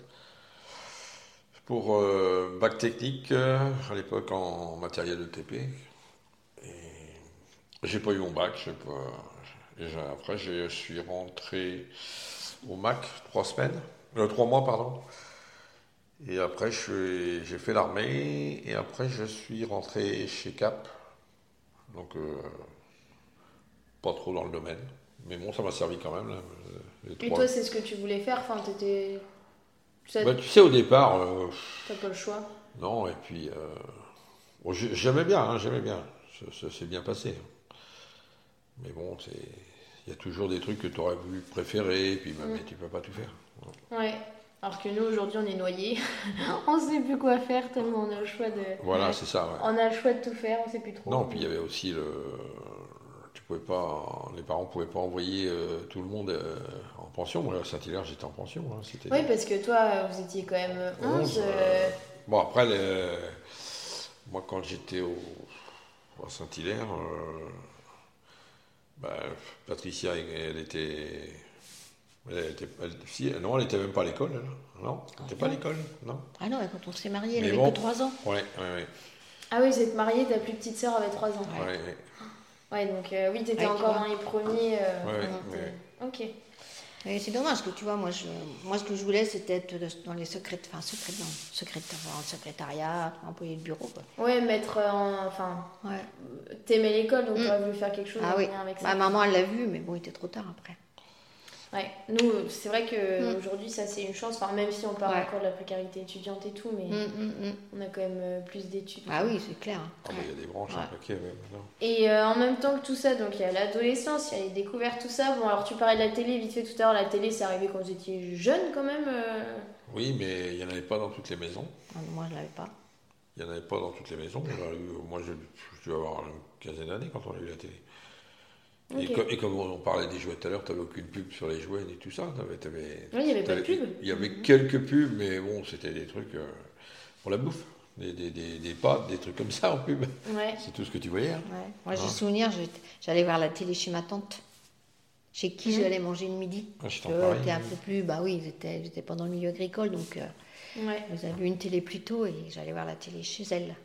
[SPEAKER 3] Pour euh, bac technique, euh, à l'époque, en matériel ETP. Et j'ai pas eu mon bac. j'ai pas- et j'ai- après, j'ai- je suis rentré au MAC trois semaines. euh, trois mois, pardon. Et après, je suis- j'ai fait l'armée. Et après, je suis rentré chez Cap. Donc... euh, pas trop dans le domaine. Mais bon, ça m'a servi quand même. Là, les
[SPEAKER 2] Et
[SPEAKER 3] trois.
[SPEAKER 2] toi, c'est ce que tu voulais faire, enfin, t'étais. ça-
[SPEAKER 3] Bah, tu sais, au départ, euh,
[SPEAKER 2] T'as pas le choix.
[SPEAKER 3] non, et puis. euh, bon, j'ai- j'aimais bien, hein, j'aimais bien. Ça, ça s'est bien passé. Mais bon, c'est. Il y a toujours des trucs que tu aurais voulu préférer, et puis bah,
[SPEAKER 2] Mm.
[SPEAKER 3] mais tu peux pas tout faire.
[SPEAKER 2] Ouais. Alors que nous, aujourd'hui, on est noyés. on sait plus quoi faire tellement on a le choix de.
[SPEAKER 3] Voilà, c'est ça. ouais.
[SPEAKER 2] On a le choix de tout faire, on sait plus trop.
[SPEAKER 3] Non, puis il y avait aussi le. Tu pouvais pas. Les parents pouvaient pas envoyer euh, tout le monde euh, en pension. Moi, à Saint-Hilaire, j'étais en pension. hein, c'était-
[SPEAKER 2] Oui, parce que toi, vous étiez quand même 11.
[SPEAKER 3] Onze, euh, Bon, après, le- moi, quand j'étais au... à Saint-Hilaire, euh, bah, Patricia, elle elle était. Elle était... elle- si, non, elle était même pas à l'école. elle. Non, elle n'était pas à l'école. Non.
[SPEAKER 4] Ah non, et quand on s'est marié, elle
[SPEAKER 3] Mais
[SPEAKER 4] avait
[SPEAKER 3] bon.
[SPEAKER 4] que 3 ans.
[SPEAKER 3] Ouais, ouais,
[SPEAKER 2] Ah oui, vous êtes mariés, ta plus petite sœur avait 3 ans.
[SPEAKER 3] ouais. ouais, ouais,
[SPEAKER 2] Ouais, donc euh, oui, t'étais
[SPEAKER 4] Ouais,
[SPEAKER 2] encore
[SPEAKER 4] trois.
[SPEAKER 2] dans les premiers. euh,
[SPEAKER 3] ouais,
[SPEAKER 2] t'es-
[SPEAKER 3] ouais.
[SPEAKER 2] Ok.
[SPEAKER 4] Et c'est dommage que tu vois, moi, je, moi ce que je voulais, c'était être de- dans les secrets, enfin, secrets, non, secrét- enfin, secrétariat, employé de bureau, quoi.
[SPEAKER 2] Ouais, mettre en. Enfin,
[SPEAKER 4] Ouais.
[SPEAKER 2] t'aimais l'école, donc
[SPEAKER 4] Mm.
[SPEAKER 2] t'aurais voulu faire quelque chose
[SPEAKER 4] Ah
[SPEAKER 2] en
[SPEAKER 4] oui,
[SPEAKER 2] lien avec ça.
[SPEAKER 4] ma maman, elle l'a vu, mais bon, il était trop tard après.
[SPEAKER 2] Ouais. Nous, euh, c'est vrai que
[SPEAKER 4] Mm.
[SPEAKER 2] aujourd'hui, ça c'est une chance. Enfin, même si on parle
[SPEAKER 4] Ouais. Mm.
[SPEAKER 2] encore de la précarité étudiante et tout, mais on a quand même euh, plus d'études.
[SPEAKER 4] Ah oui, c'est clair.
[SPEAKER 3] Ah, bah, il y a des branches,
[SPEAKER 4] Ouais.
[SPEAKER 3] un paquet, ouais, maintenant.
[SPEAKER 2] Et euh, en même temps que tout ça, donc il y a l'adolescence, il y a les découvertes, tout ça. Bon, alors tu parlais de la télé vite fait tout à l'heure. La télé, c'est arrivé quand vous étiez jeune quand même. euh.
[SPEAKER 3] Oui, mais il n'y en avait pas dans toutes les maisons.
[SPEAKER 4] Ah, Moi, je l'avais pas.
[SPEAKER 3] Il n'y en avait pas dans toutes les maisons. On l'a eu- moi, je, je devais avoir une quinzaine d'années quand on a eu la télé.
[SPEAKER 2] Ok.
[SPEAKER 3] Et, co- et comme on on parlait des jouets tout à l'heure, tu aucune pub sur les jouets ni tout ça. t'avais- t'avais-
[SPEAKER 2] Oui, il n'y avait pas de
[SPEAKER 3] t'avais-
[SPEAKER 2] pub.
[SPEAKER 3] Il y avait quelques pubs, mais bon, c'était des trucs euh, pour la bouffe. Des, des, des, des pâtes, des trucs comme ça en pub.
[SPEAKER 2] Ouais.
[SPEAKER 3] C'est tout ce que tu voyais. hein.
[SPEAKER 4] Ouais. Moi, j'ai
[SPEAKER 3] Ah.
[SPEAKER 4] souvenir, je- j'allais voir la télé chez ma tante, chez qui
[SPEAKER 2] Mhm.
[SPEAKER 4] j'allais manger le midi.
[SPEAKER 3] Ah, j'étais en
[SPEAKER 4] Euh,
[SPEAKER 3] Paris.
[SPEAKER 4] T'es un peu plus, bah oui, j'étais j'étais pas dans le milieu agricole, donc euh,
[SPEAKER 2] Ouais.
[SPEAKER 4] vous avez une télé plus tôt et j'allais voir la télé chez elle.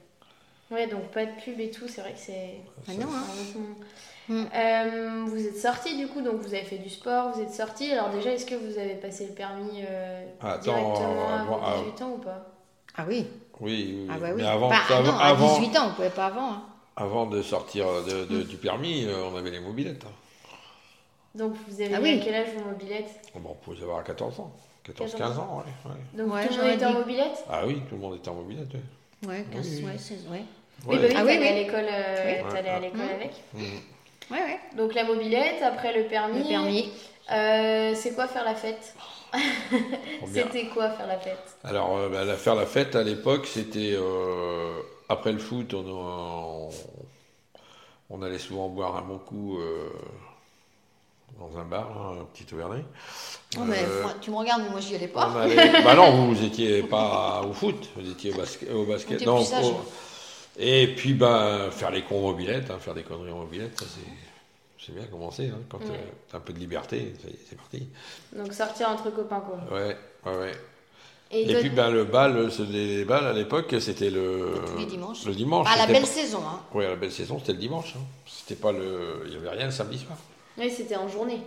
[SPEAKER 2] ouais, donc pas de pub et tout, c'est vrai que c'est.
[SPEAKER 4] Ah non,
[SPEAKER 2] c'est
[SPEAKER 4] hein.
[SPEAKER 2] un autre monde.
[SPEAKER 4] Mm.
[SPEAKER 2] Euh, vous êtes sorti du coup, donc vous avez fait du sport, vous êtes sorti. Alors déjà, est-ce que vous avez passé le permis euh,
[SPEAKER 3] Ah, attends,
[SPEAKER 2] directement
[SPEAKER 3] avant-
[SPEAKER 2] avant
[SPEAKER 3] ah,
[SPEAKER 2] 18 ans ou pas
[SPEAKER 4] Ah oui,
[SPEAKER 3] Oui, oui,
[SPEAKER 4] ah
[SPEAKER 3] oui.
[SPEAKER 4] bah oui.
[SPEAKER 3] mais avant,
[SPEAKER 4] Bah, ah
[SPEAKER 3] avant,
[SPEAKER 4] non, à
[SPEAKER 3] avant,
[SPEAKER 4] 18 ans, on pouvait pas avant. hein.
[SPEAKER 3] avant de sortir de-
[SPEAKER 2] Hmm.
[SPEAKER 3] de- du permis, euh, on avait les mobilettes. hein.
[SPEAKER 2] Donc vous avez
[SPEAKER 4] Ah
[SPEAKER 2] eu
[SPEAKER 4] oui.
[SPEAKER 2] à quel âge vos mobilettes
[SPEAKER 3] Bon, on pouvait les avoir à 14 ans. 14-15 ans, ouais, ouais.
[SPEAKER 2] Donc
[SPEAKER 4] Ouais,
[SPEAKER 2] tout le monde
[SPEAKER 4] j'aurais
[SPEAKER 2] était en
[SPEAKER 4] dit.
[SPEAKER 2] mobilette
[SPEAKER 3] Ah oui, tout le monde était en mobilette. ouais.
[SPEAKER 4] Ouais, 15,
[SPEAKER 3] Oui, oui.
[SPEAKER 4] ouais, 16, ouais.
[SPEAKER 2] Oui, bah oui,
[SPEAKER 3] Ouais.
[SPEAKER 4] Ah
[SPEAKER 2] t'allais
[SPEAKER 4] oui,
[SPEAKER 2] à
[SPEAKER 4] oui.
[SPEAKER 2] l'école, euh,
[SPEAKER 3] Oui.
[SPEAKER 2] t'allais à
[SPEAKER 3] Ouais.
[SPEAKER 2] l'école
[SPEAKER 4] Mm.
[SPEAKER 2] avec.
[SPEAKER 3] Mhm.
[SPEAKER 4] Ouais, ouais.
[SPEAKER 2] Donc la mobilette, après le permis.
[SPEAKER 4] Le permis.
[SPEAKER 2] Euh, c'est quoi faire la fête
[SPEAKER 3] Trop bien.
[SPEAKER 2] C'était quoi faire la fête
[SPEAKER 3] Alors, euh, bah, la- faire la fête à l'époque, c'était euh, après le foot, on, on- on allait souvent boire un bon coup euh, dans un bar, hein, un petit Auvernay.
[SPEAKER 4] Non, Oh, mais
[SPEAKER 3] Euh,
[SPEAKER 4] moi, tu me regardes, mais moi, j'y allais pas.
[SPEAKER 3] on allait- bah non, vous étiez pas au foot, vous étiez au basket. Au
[SPEAKER 4] On
[SPEAKER 3] basket.
[SPEAKER 4] était
[SPEAKER 3] non,
[SPEAKER 4] plus sage.
[SPEAKER 3] au- Et puis, bah, faire les cons en mobilette, hein, faire des conneries en mobilette, ça, c'est- c'est bien commencé. hein, quand
[SPEAKER 2] Ouais.
[SPEAKER 3] euh, t'as un peu de liberté, ça y est, c'est parti.
[SPEAKER 2] Donc sortir entre copains quoi.
[SPEAKER 3] Ouais, ouais, ouais.
[SPEAKER 2] Et,
[SPEAKER 3] Et
[SPEAKER 2] toi,
[SPEAKER 3] puis ben, le bal, ce- les balles à l'époque, c'était le,
[SPEAKER 4] Tous les dimanches.
[SPEAKER 3] Le dimanche.
[SPEAKER 4] Ah, la
[SPEAKER 3] c'était
[SPEAKER 4] belle
[SPEAKER 3] pas-
[SPEAKER 4] saison, hein.
[SPEAKER 3] Ouais, la belle saison, c'était le dimanche. hein. C'était pas le, il y avait rien le samedi soir.
[SPEAKER 2] Oui, c'était en journée.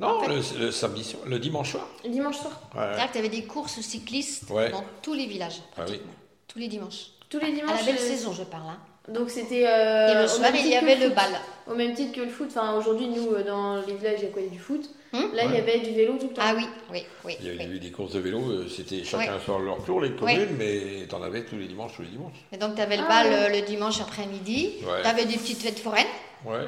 [SPEAKER 3] Non, le, le samedi soir, le dimanche soir.
[SPEAKER 2] Dimanche soir.
[SPEAKER 3] Ouais.
[SPEAKER 4] C'est-à-dire que tu avais des courses cyclistes
[SPEAKER 3] Ouais.
[SPEAKER 4] dans tous les villages,
[SPEAKER 3] Ah oui.
[SPEAKER 4] pratiquement. Tous les dimanches.
[SPEAKER 2] Tous les
[SPEAKER 4] À
[SPEAKER 2] dimanches.
[SPEAKER 4] la belle
[SPEAKER 2] euh,
[SPEAKER 4] saison, je parle. hein.
[SPEAKER 2] Donc c'était. euh,
[SPEAKER 4] Et le
[SPEAKER 2] au
[SPEAKER 4] soir,
[SPEAKER 2] même
[SPEAKER 4] il
[SPEAKER 2] titre
[SPEAKER 4] y
[SPEAKER 2] que
[SPEAKER 4] avait le
[SPEAKER 2] foot.
[SPEAKER 4] bal.
[SPEAKER 2] Au même titre que le foot. Enfin, aujourd'hui, nous, euh, dans les villages, il y a quoi Il y a du foot.
[SPEAKER 4] Hum
[SPEAKER 2] Là, il y
[SPEAKER 3] Ouais.
[SPEAKER 2] avait du vélo tout le temps.
[SPEAKER 4] Ah oui, oui, oui.
[SPEAKER 3] Il y avait
[SPEAKER 4] oui.
[SPEAKER 3] eu des courses de vélo, euh, c'était chacun sur leur tour, les communes, mais t'en avais tous les dimanches, tous les dimanches.
[SPEAKER 4] Et donc, tu avais le
[SPEAKER 2] Ah
[SPEAKER 4] bal
[SPEAKER 2] ouais.
[SPEAKER 4] euh, le dimanche après-midi.
[SPEAKER 3] Ouais.
[SPEAKER 4] Tu avais des petites fêtes foraines.
[SPEAKER 3] Ouais,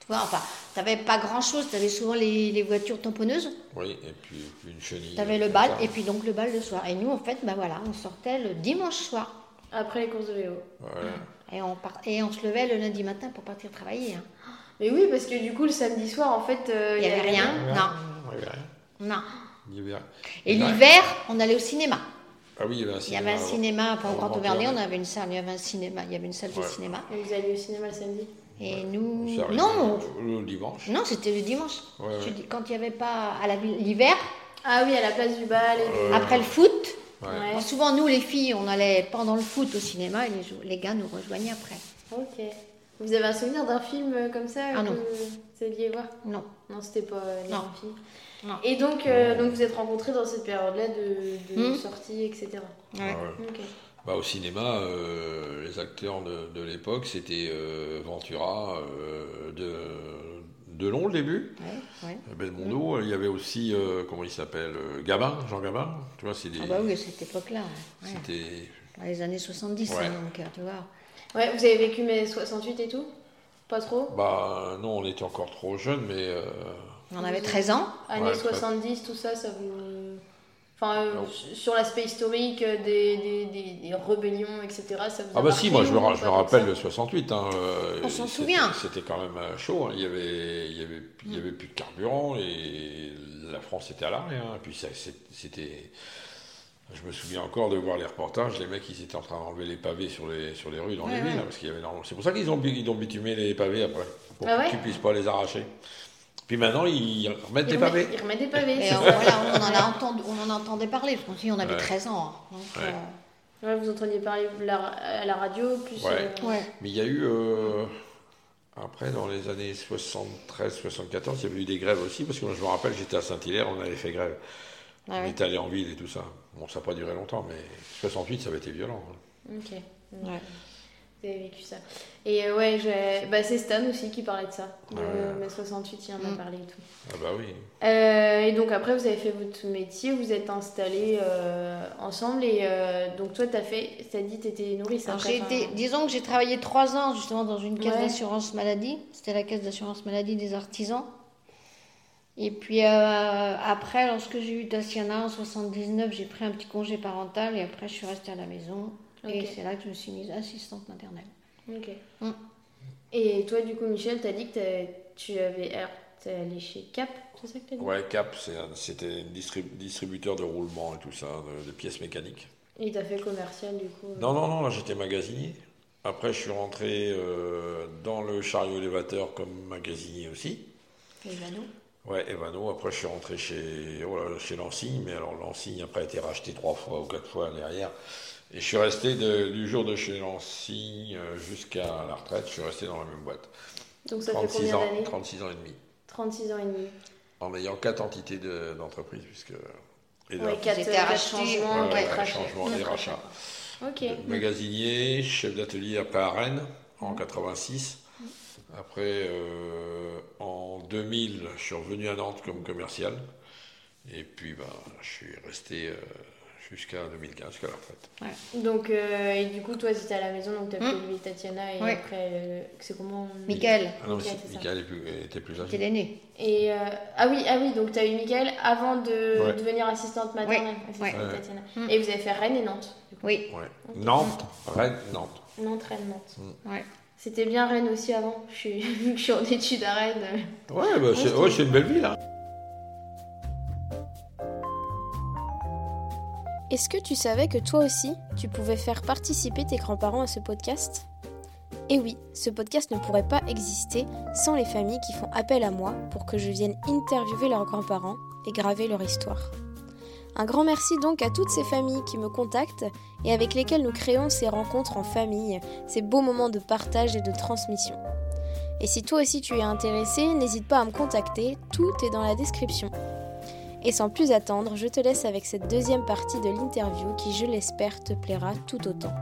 [SPEAKER 4] Tu vois, enfin, tu n'avais pas grand-chose. Tu avais souvent les, les voitures tamponneuses.
[SPEAKER 3] oui, et puis, et puis une chenille.
[SPEAKER 4] Tu avais
[SPEAKER 3] euh,
[SPEAKER 4] le
[SPEAKER 3] comme
[SPEAKER 4] bal
[SPEAKER 3] ça.
[SPEAKER 4] et puis donc le bal le soir. Et nous, en fait, bah voilà, on sortait le dimanche soir.
[SPEAKER 2] Après les courses de vélo.
[SPEAKER 3] Voilà.
[SPEAKER 4] Et on, part- et on se levait le lundi matin pour partir travailler. hein.
[SPEAKER 2] Mais oui, parce que du coup, le samedi soir, en fait, euh,
[SPEAKER 4] Il n'y avait rien.
[SPEAKER 3] Il y avait rien.
[SPEAKER 4] Non, non.
[SPEAKER 3] Il y avait rien.
[SPEAKER 4] Et
[SPEAKER 3] Il y avait
[SPEAKER 4] l'hiver, on allait au cinéma.
[SPEAKER 3] Ah oui, il y avait un
[SPEAKER 4] Il y avait un cinéma, enfin, au
[SPEAKER 3] au
[SPEAKER 4] Grand
[SPEAKER 3] Grand
[SPEAKER 4] Auvergne, on
[SPEAKER 3] Auvergne.
[SPEAKER 4] avait une salle, il y avait un cinéma, il y avait une salle de
[SPEAKER 3] Ouais.
[SPEAKER 4] cinéma.
[SPEAKER 2] Et vous alliez au cinéma le samedi
[SPEAKER 4] Et
[SPEAKER 3] On
[SPEAKER 4] nous.
[SPEAKER 3] s'est arrêté
[SPEAKER 4] Non,
[SPEAKER 3] euh, le, le dimanche.
[SPEAKER 4] non, c'était le dimanche.
[SPEAKER 3] Ouais,
[SPEAKER 4] Je
[SPEAKER 3] ouais.
[SPEAKER 4] dis, quand il n'y avait pas à la ville- l'hiver,
[SPEAKER 2] Ah oui, à la place du bal. Et...
[SPEAKER 3] Euh,
[SPEAKER 4] après le foot,
[SPEAKER 3] ouais.
[SPEAKER 2] Ouais.
[SPEAKER 4] bon, souvent nous les filles, on allait pendant le foot au cinéma et les, jou- les gars nous rejoignaient après.
[SPEAKER 2] Ok. Vous avez un souvenir d'un film euh, comme ça
[SPEAKER 4] Ah
[SPEAKER 2] euh,
[SPEAKER 4] non.
[SPEAKER 2] que Vous saviez voir
[SPEAKER 4] Non.
[SPEAKER 2] Non, c'était pas euh, les
[SPEAKER 4] Non.
[SPEAKER 2] grandes filles.
[SPEAKER 4] Non.
[SPEAKER 2] Et donc, euh,
[SPEAKER 3] Non.
[SPEAKER 2] donc vous êtes rencontrés dans cette période-là de, de
[SPEAKER 4] Hmm.
[SPEAKER 2] sortie, etc.
[SPEAKER 3] Ouais, ouais.
[SPEAKER 2] Ok.
[SPEAKER 3] Bah, au cinéma, euh, les acteurs de, de l'époque, c'était euh, Ventura, euh, de, Delon au début,
[SPEAKER 4] Ouais, ouais.
[SPEAKER 3] Belmondo,
[SPEAKER 4] Mm.
[SPEAKER 3] il y avait aussi, euh, comment il s'appelle, euh, Gabin, Jean Gabin, tu vois, c'est des...
[SPEAKER 4] Ah bah oui, à cette époque-là, ouais.
[SPEAKER 3] C'était...
[SPEAKER 4] Dans les années 70,
[SPEAKER 3] Ouais.
[SPEAKER 4] hein, donc euh, tu vois.
[SPEAKER 2] Ouais, vous avez vécu mes 68 et tout Pas trop
[SPEAKER 3] Bah non, on était encore trop jeunes, mais... euh,
[SPEAKER 4] On avait 13 ans.
[SPEAKER 2] Années
[SPEAKER 3] Ouais, Ah
[SPEAKER 2] 70, tout ça, ça vous. Enfin, euh,
[SPEAKER 3] Non.
[SPEAKER 2] sur l'aspect historique euh, des, des, des, des rébellions, etc., ça vous a
[SPEAKER 3] Ah bah
[SPEAKER 2] marqué
[SPEAKER 3] si, moi je
[SPEAKER 2] ou
[SPEAKER 3] me,
[SPEAKER 2] pas
[SPEAKER 3] ra- je me
[SPEAKER 2] tant que
[SPEAKER 3] rappelle
[SPEAKER 2] ça
[SPEAKER 3] le 68. Hein, euh,
[SPEAKER 4] On s'en
[SPEAKER 3] c'était-
[SPEAKER 4] souvient.
[SPEAKER 3] C'était quand même euh, chaud. hein. Il y avait, il y avait, il y avait plus de carburant et la France était à l'arrêt. Hein. Puis ça, c'est- c'était. Je me souviens encore de voir les reportages. Les mecs, ils étaient en train d'enlever les pavés sur les sur les rues dans
[SPEAKER 4] Ouais,
[SPEAKER 3] les
[SPEAKER 4] ouais.
[SPEAKER 3] villes, hein, parce qu'il y avait énormément. C'est pour ça qu'ils ont, bu- ils ont bitumé les pavés après, pour
[SPEAKER 2] Ah ouais
[SPEAKER 3] qu'ils puissent pas les arracher. Puis maintenant, ils
[SPEAKER 2] Ils
[SPEAKER 3] remettent les
[SPEAKER 2] remettent-
[SPEAKER 3] pavés.
[SPEAKER 2] Ils remettent des pavés.
[SPEAKER 4] Et
[SPEAKER 2] c'est
[SPEAKER 4] euh,
[SPEAKER 2] ça.
[SPEAKER 4] voilà, on en, a entendu, on en entendait parler, parce qu'on se dit, on avait
[SPEAKER 3] Ouais.
[SPEAKER 4] 13 ans. hein, donc,
[SPEAKER 3] Ouais.
[SPEAKER 2] Ouais, vous entendiez parler de la- à la radio, plus.
[SPEAKER 3] Ouais.
[SPEAKER 4] euh,
[SPEAKER 2] euh,
[SPEAKER 4] ouais.
[SPEAKER 3] Mais il y a eu, euh, après, dans les années 73-74, il y avait eu des grèves aussi, parce que moi, je me rappelle, j'étais à Saint-Hilaire, on avait fait grève.
[SPEAKER 4] Ah
[SPEAKER 3] On
[SPEAKER 4] ouais.
[SPEAKER 3] était allé en ville et tout ça. Bon, ça n'a pas duré longtemps, mais 68, ça avait été violent. hein.
[SPEAKER 2] Ok.
[SPEAKER 4] Ouais.
[SPEAKER 2] Vous avez vécu ça. Et euh, ouais, j'ai- bah, c'est Stan aussi qui parlait de ça. De
[SPEAKER 3] Ouais.
[SPEAKER 2] mai 68, il en a
[SPEAKER 4] Mm.
[SPEAKER 2] parlé et tout.
[SPEAKER 3] Ah bah oui.
[SPEAKER 2] Euh, et donc après, vous avez fait votre métier, vous êtes installés euh, ensemble. Et euh, donc toi, t'as fait, t'as dit, t'étais nourrice.
[SPEAKER 4] Alors,
[SPEAKER 2] après,
[SPEAKER 4] j'ai
[SPEAKER 2] enfin,
[SPEAKER 4] été, disons que j'ai travaillé trois ans justement dans une caisse
[SPEAKER 2] Ouais.
[SPEAKER 4] d'assurance maladie. C'était la caisse d'assurance maladie des artisans. Et puis euh, après, lorsque j'ai eu Tatiana en 79, j'ai pris un petit congé parental et après je suis restée à la maison. Et
[SPEAKER 2] Ok.
[SPEAKER 4] c'est là que je me suis mise assistante maternelle.
[SPEAKER 2] Ok.
[SPEAKER 4] Mm.
[SPEAKER 2] Et toi, du coup, Michel, t'as dit que t'as- tu avais alors, t'es allé chez Cap, c'est ça que t'as dit
[SPEAKER 3] Ouais, Cap, c'est un- c'était un distrib- distributeur de roulements et tout ça, de- de pièces mécaniques.
[SPEAKER 2] Et t'as fait commercial du coup. euh.
[SPEAKER 3] Non, non, non, là j'étais magasinier. Après, je suis rentré euh, dans le chariot élévateur comme magasinier aussi.
[SPEAKER 2] euh,
[SPEAKER 4] Les vanneaux.
[SPEAKER 3] Ouais, Evano. Après, je suis rentré chez, oh là là, chez Lansigne, mais alors Lansigne, après, a été racheté trois fois ou quatre fois derrière. Et je suis resté de- du jour de chez Lansigne euh, jusqu'à la retraite, je suis resté dans la même boîte.
[SPEAKER 2] Donc ça fait
[SPEAKER 3] 36
[SPEAKER 2] combien
[SPEAKER 3] ans,
[SPEAKER 2] d'années
[SPEAKER 3] 36 ans et demi.
[SPEAKER 2] 36 ans et demi.
[SPEAKER 3] En ayant quatre entités de- d'entreprise, puisque. Et de-
[SPEAKER 2] Ouais, quatre,
[SPEAKER 4] J'étais
[SPEAKER 2] euh, quatre
[SPEAKER 4] racheté,
[SPEAKER 2] changements,
[SPEAKER 4] ouais,
[SPEAKER 2] quatre
[SPEAKER 3] ouais,
[SPEAKER 2] rachats.
[SPEAKER 3] changement des
[SPEAKER 2] Quatre
[SPEAKER 3] rachats.
[SPEAKER 2] Ok.
[SPEAKER 3] Magasinier, chef d'atelier après à Rennes en 86. Après, euh, en 2000, je suis revenu à Nantes comme commercial. Et puis, ben, je suis resté euh, jusqu'à 2015, jusqu'à la retraite.
[SPEAKER 2] Ah, Donc, euh, et du coup, toi, t'étais à la maison, donc t'as
[SPEAKER 4] Hmm.
[SPEAKER 2] fait lui, Tatiana, et
[SPEAKER 4] Ouais.
[SPEAKER 2] après, euh, c'est comment on-
[SPEAKER 4] Michael,
[SPEAKER 3] Ah non, mais
[SPEAKER 2] Mm. Michael,
[SPEAKER 3] si,
[SPEAKER 2] c'est ça.
[SPEAKER 3] Michael est plus- était plus âgé.
[SPEAKER 4] t'es l'aîné.
[SPEAKER 2] Et euh, ah oui, ah oui, donc t'as eu Michael avant de
[SPEAKER 3] Ouais.
[SPEAKER 2] devenir assistante maternelle,
[SPEAKER 4] Ouais.
[SPEAKER 2] assistante
[SPEAKER 3] Ouais.
[SPEAKER 2] Tatiana.
[SPEAKER 4] Hmm.
[SPEAKER 2] Et vous avez fait Rennes et Nantes. du coup.
[SPEAKER 4] Oui,
[SPEAKER 3] Ouais. Nantes, Rennes, Nantes.
[SPEAKER 2] Nantes, Rennes, Nantes.
[SPEAKER 3] Mm.
[SPEAKER 4] ouais.
[SPEAKER 2] C'était bien Rennes aussi avant. Je suis, vu que je suis en études à Rennes.
[SPEAKER 3] Ouais, bah, c'est
[SPEAKER 2] c'était-
[SPEAKER 3] ouais, c'est une belle ville. hein.
[SPEAKER 1] Est-ce que tu savais que toi aussi, tu pouvais faire participer tes grands-parents à ce podcast Eh oui, ce podcast ne pourrait pas exister sans les familles qui font appel à moi pour que je vienne interviewer leurs grands-parents et graver leur histoire. Un grand merci donc à toutes ces familles qui me contactent et avec lesquelles nous créons ces rencontres en famille, ces beaux moments de partage et de transmission. Et si toi aussi tu es intéressé, n'hésite pas à me contacter, tout est dans la description. Et sans plus attendre, je te laisse avec cette deuxième partie de l'interview qui, je l'espère, te plaira tout autant.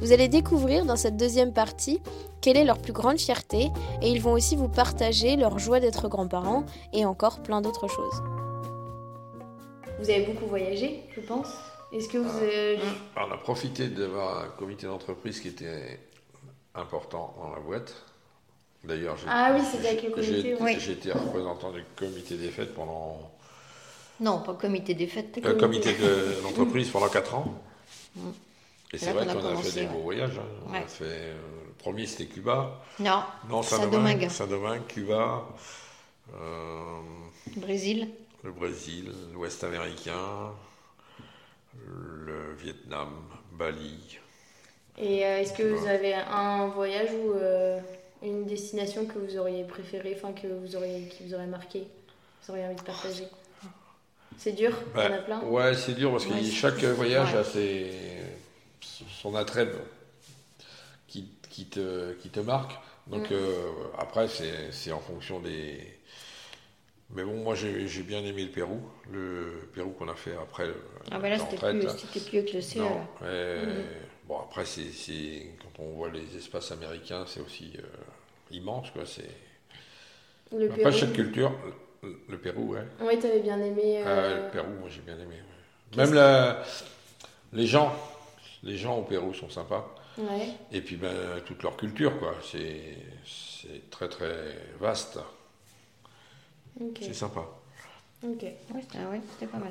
[SPEAKER 1] Vous allez découvrir dans cette deuxième partie quelle est leur plus grande fierté et ils vont aussi vous partager leur joie d'être grands-parents et encore plein d'autres choses.
[SPEAKER 2] Vous avez beaucoup voyagé, je pense. Est-ce que vous.
[SPEAKER 3] Ah.
[SPEAKER 2] euh,
[SPEAKER 3] On a profité d'avoir un comité d'entreprise qui était important dans la boîte. D'ailleurs, j'ai-
[SPEAKER 2] Ah oui, c'était avec le
[SPEAKER 3] j'ai-
[SPEAKER 2] comité,
[SPEAKER 3] j'ai-
[SPEAKER 4] oui.
[SPEAKER 3] j'ai été représentant du comité des fêtes pendant
[SPEAKER 4] Non, pas le comité des fêtes.
[SPEAKER 3] Le Euh, comité de l'entreprise pendant 4 ans.
[SPEAKER 4] Mm.
[SPEAKER 3] Et
[SPEAKER 4] Là
[SPEAKER 3] c'est vrai
[SPEAKER 4] qu'on a
[SPEAKER 3] qu'on a
[SPEAKER 4] commencé,
[SPEAKER 3] fait des
[SPEAKER 4] ouais.
[SPEAKER 3] beaux voyages. hein. On a
[SPEAKER 4] Ouais.
[SPEAKER 3] fait, euh, le premier, c'était Cuba.
[SPEAKER 4] Non,
[SPEAKER 3] Non,
[SPEAKER 4] Saint-Domingue.
[SPEAKER 3] Saint-Domingue. Saint-Domingue, Cuba, euh,
[SPEAKER 4] Brésil.
[SPEAKER 3] le Brésil, l'Ouest américain, le Vietnam, Bali.
[SPEAKER 2] Et euh, est-ce que vous
[SPEAKER 3] Bah.
[SPEAKER 2] avez un voyage ou euh, une destination que vous auriez préférée, enfin que vous auriez, qui vous aurait marqué, vous auriez envie de partager C'est dur, il y en a
[SPEAKER 3] Ben,
[SPEAKER 2] plein.
[SPEAKER 3] ouais, c'est dur parce que
[SPEAKER 4] Ouais, c'est-
[SPEAKER 3] chaque voyage
[SPEAKER 4] ouais.
[SPEAKER 3] a ses, son attrait qui, qui te, qui te marque. Donc euh, après, c'est c'est en fonction des. Mais bon, moi j'ai j'ai bien aimé le Pérou, le Pérou qu'on a fait après. le-
[SPEAKER 4] Ah ben là,
[SPEAKER 3] la
[SPEAKER 4] c'était
[SPEAKER 3] retraite,
[SPEAKER 4] plus,
[SPEAKER 3] là.
[SPEAKER 4] c'était plus haut que le E ciel.
[SPEAKER 3] euh, Non,
[SPEAKER 4] alors. Mhm.
[SPEAKER 3] euh, Bon, après, c'est c'est- quand on voit les espaces américains, c'est aussi euh, immense. Quoi, c'est-
[SPEAKER 2] Le
[SPEAKER 3] après,
[SPEAKER 2] Pérou.
[SPEAKER 3] chaque culture, le, le Pérou, ouais.
[SPEAKER 2] Oui, t'avais bien aimé.
[SPEAKER 3] Ah ouais,
[SPEAKER 2] euh,
[SPEAKER 3] le Pérou, moi j'ai bien aimé. ouais. Même la- les gens, les gens au Pérou sont sympas.
[SPEAKER 2] ouais.
[SPEAKER 3] Et puis ben, toute leur culture, quoi. C'est c'est très très vaste.
[SPEAKER 2] Ok.
[SPEAKER 3] C'est sympa.
[SPEAKER 2] ok.
[SPEAKER 4] Ouais, c'était ah ouais, c'était pas mal.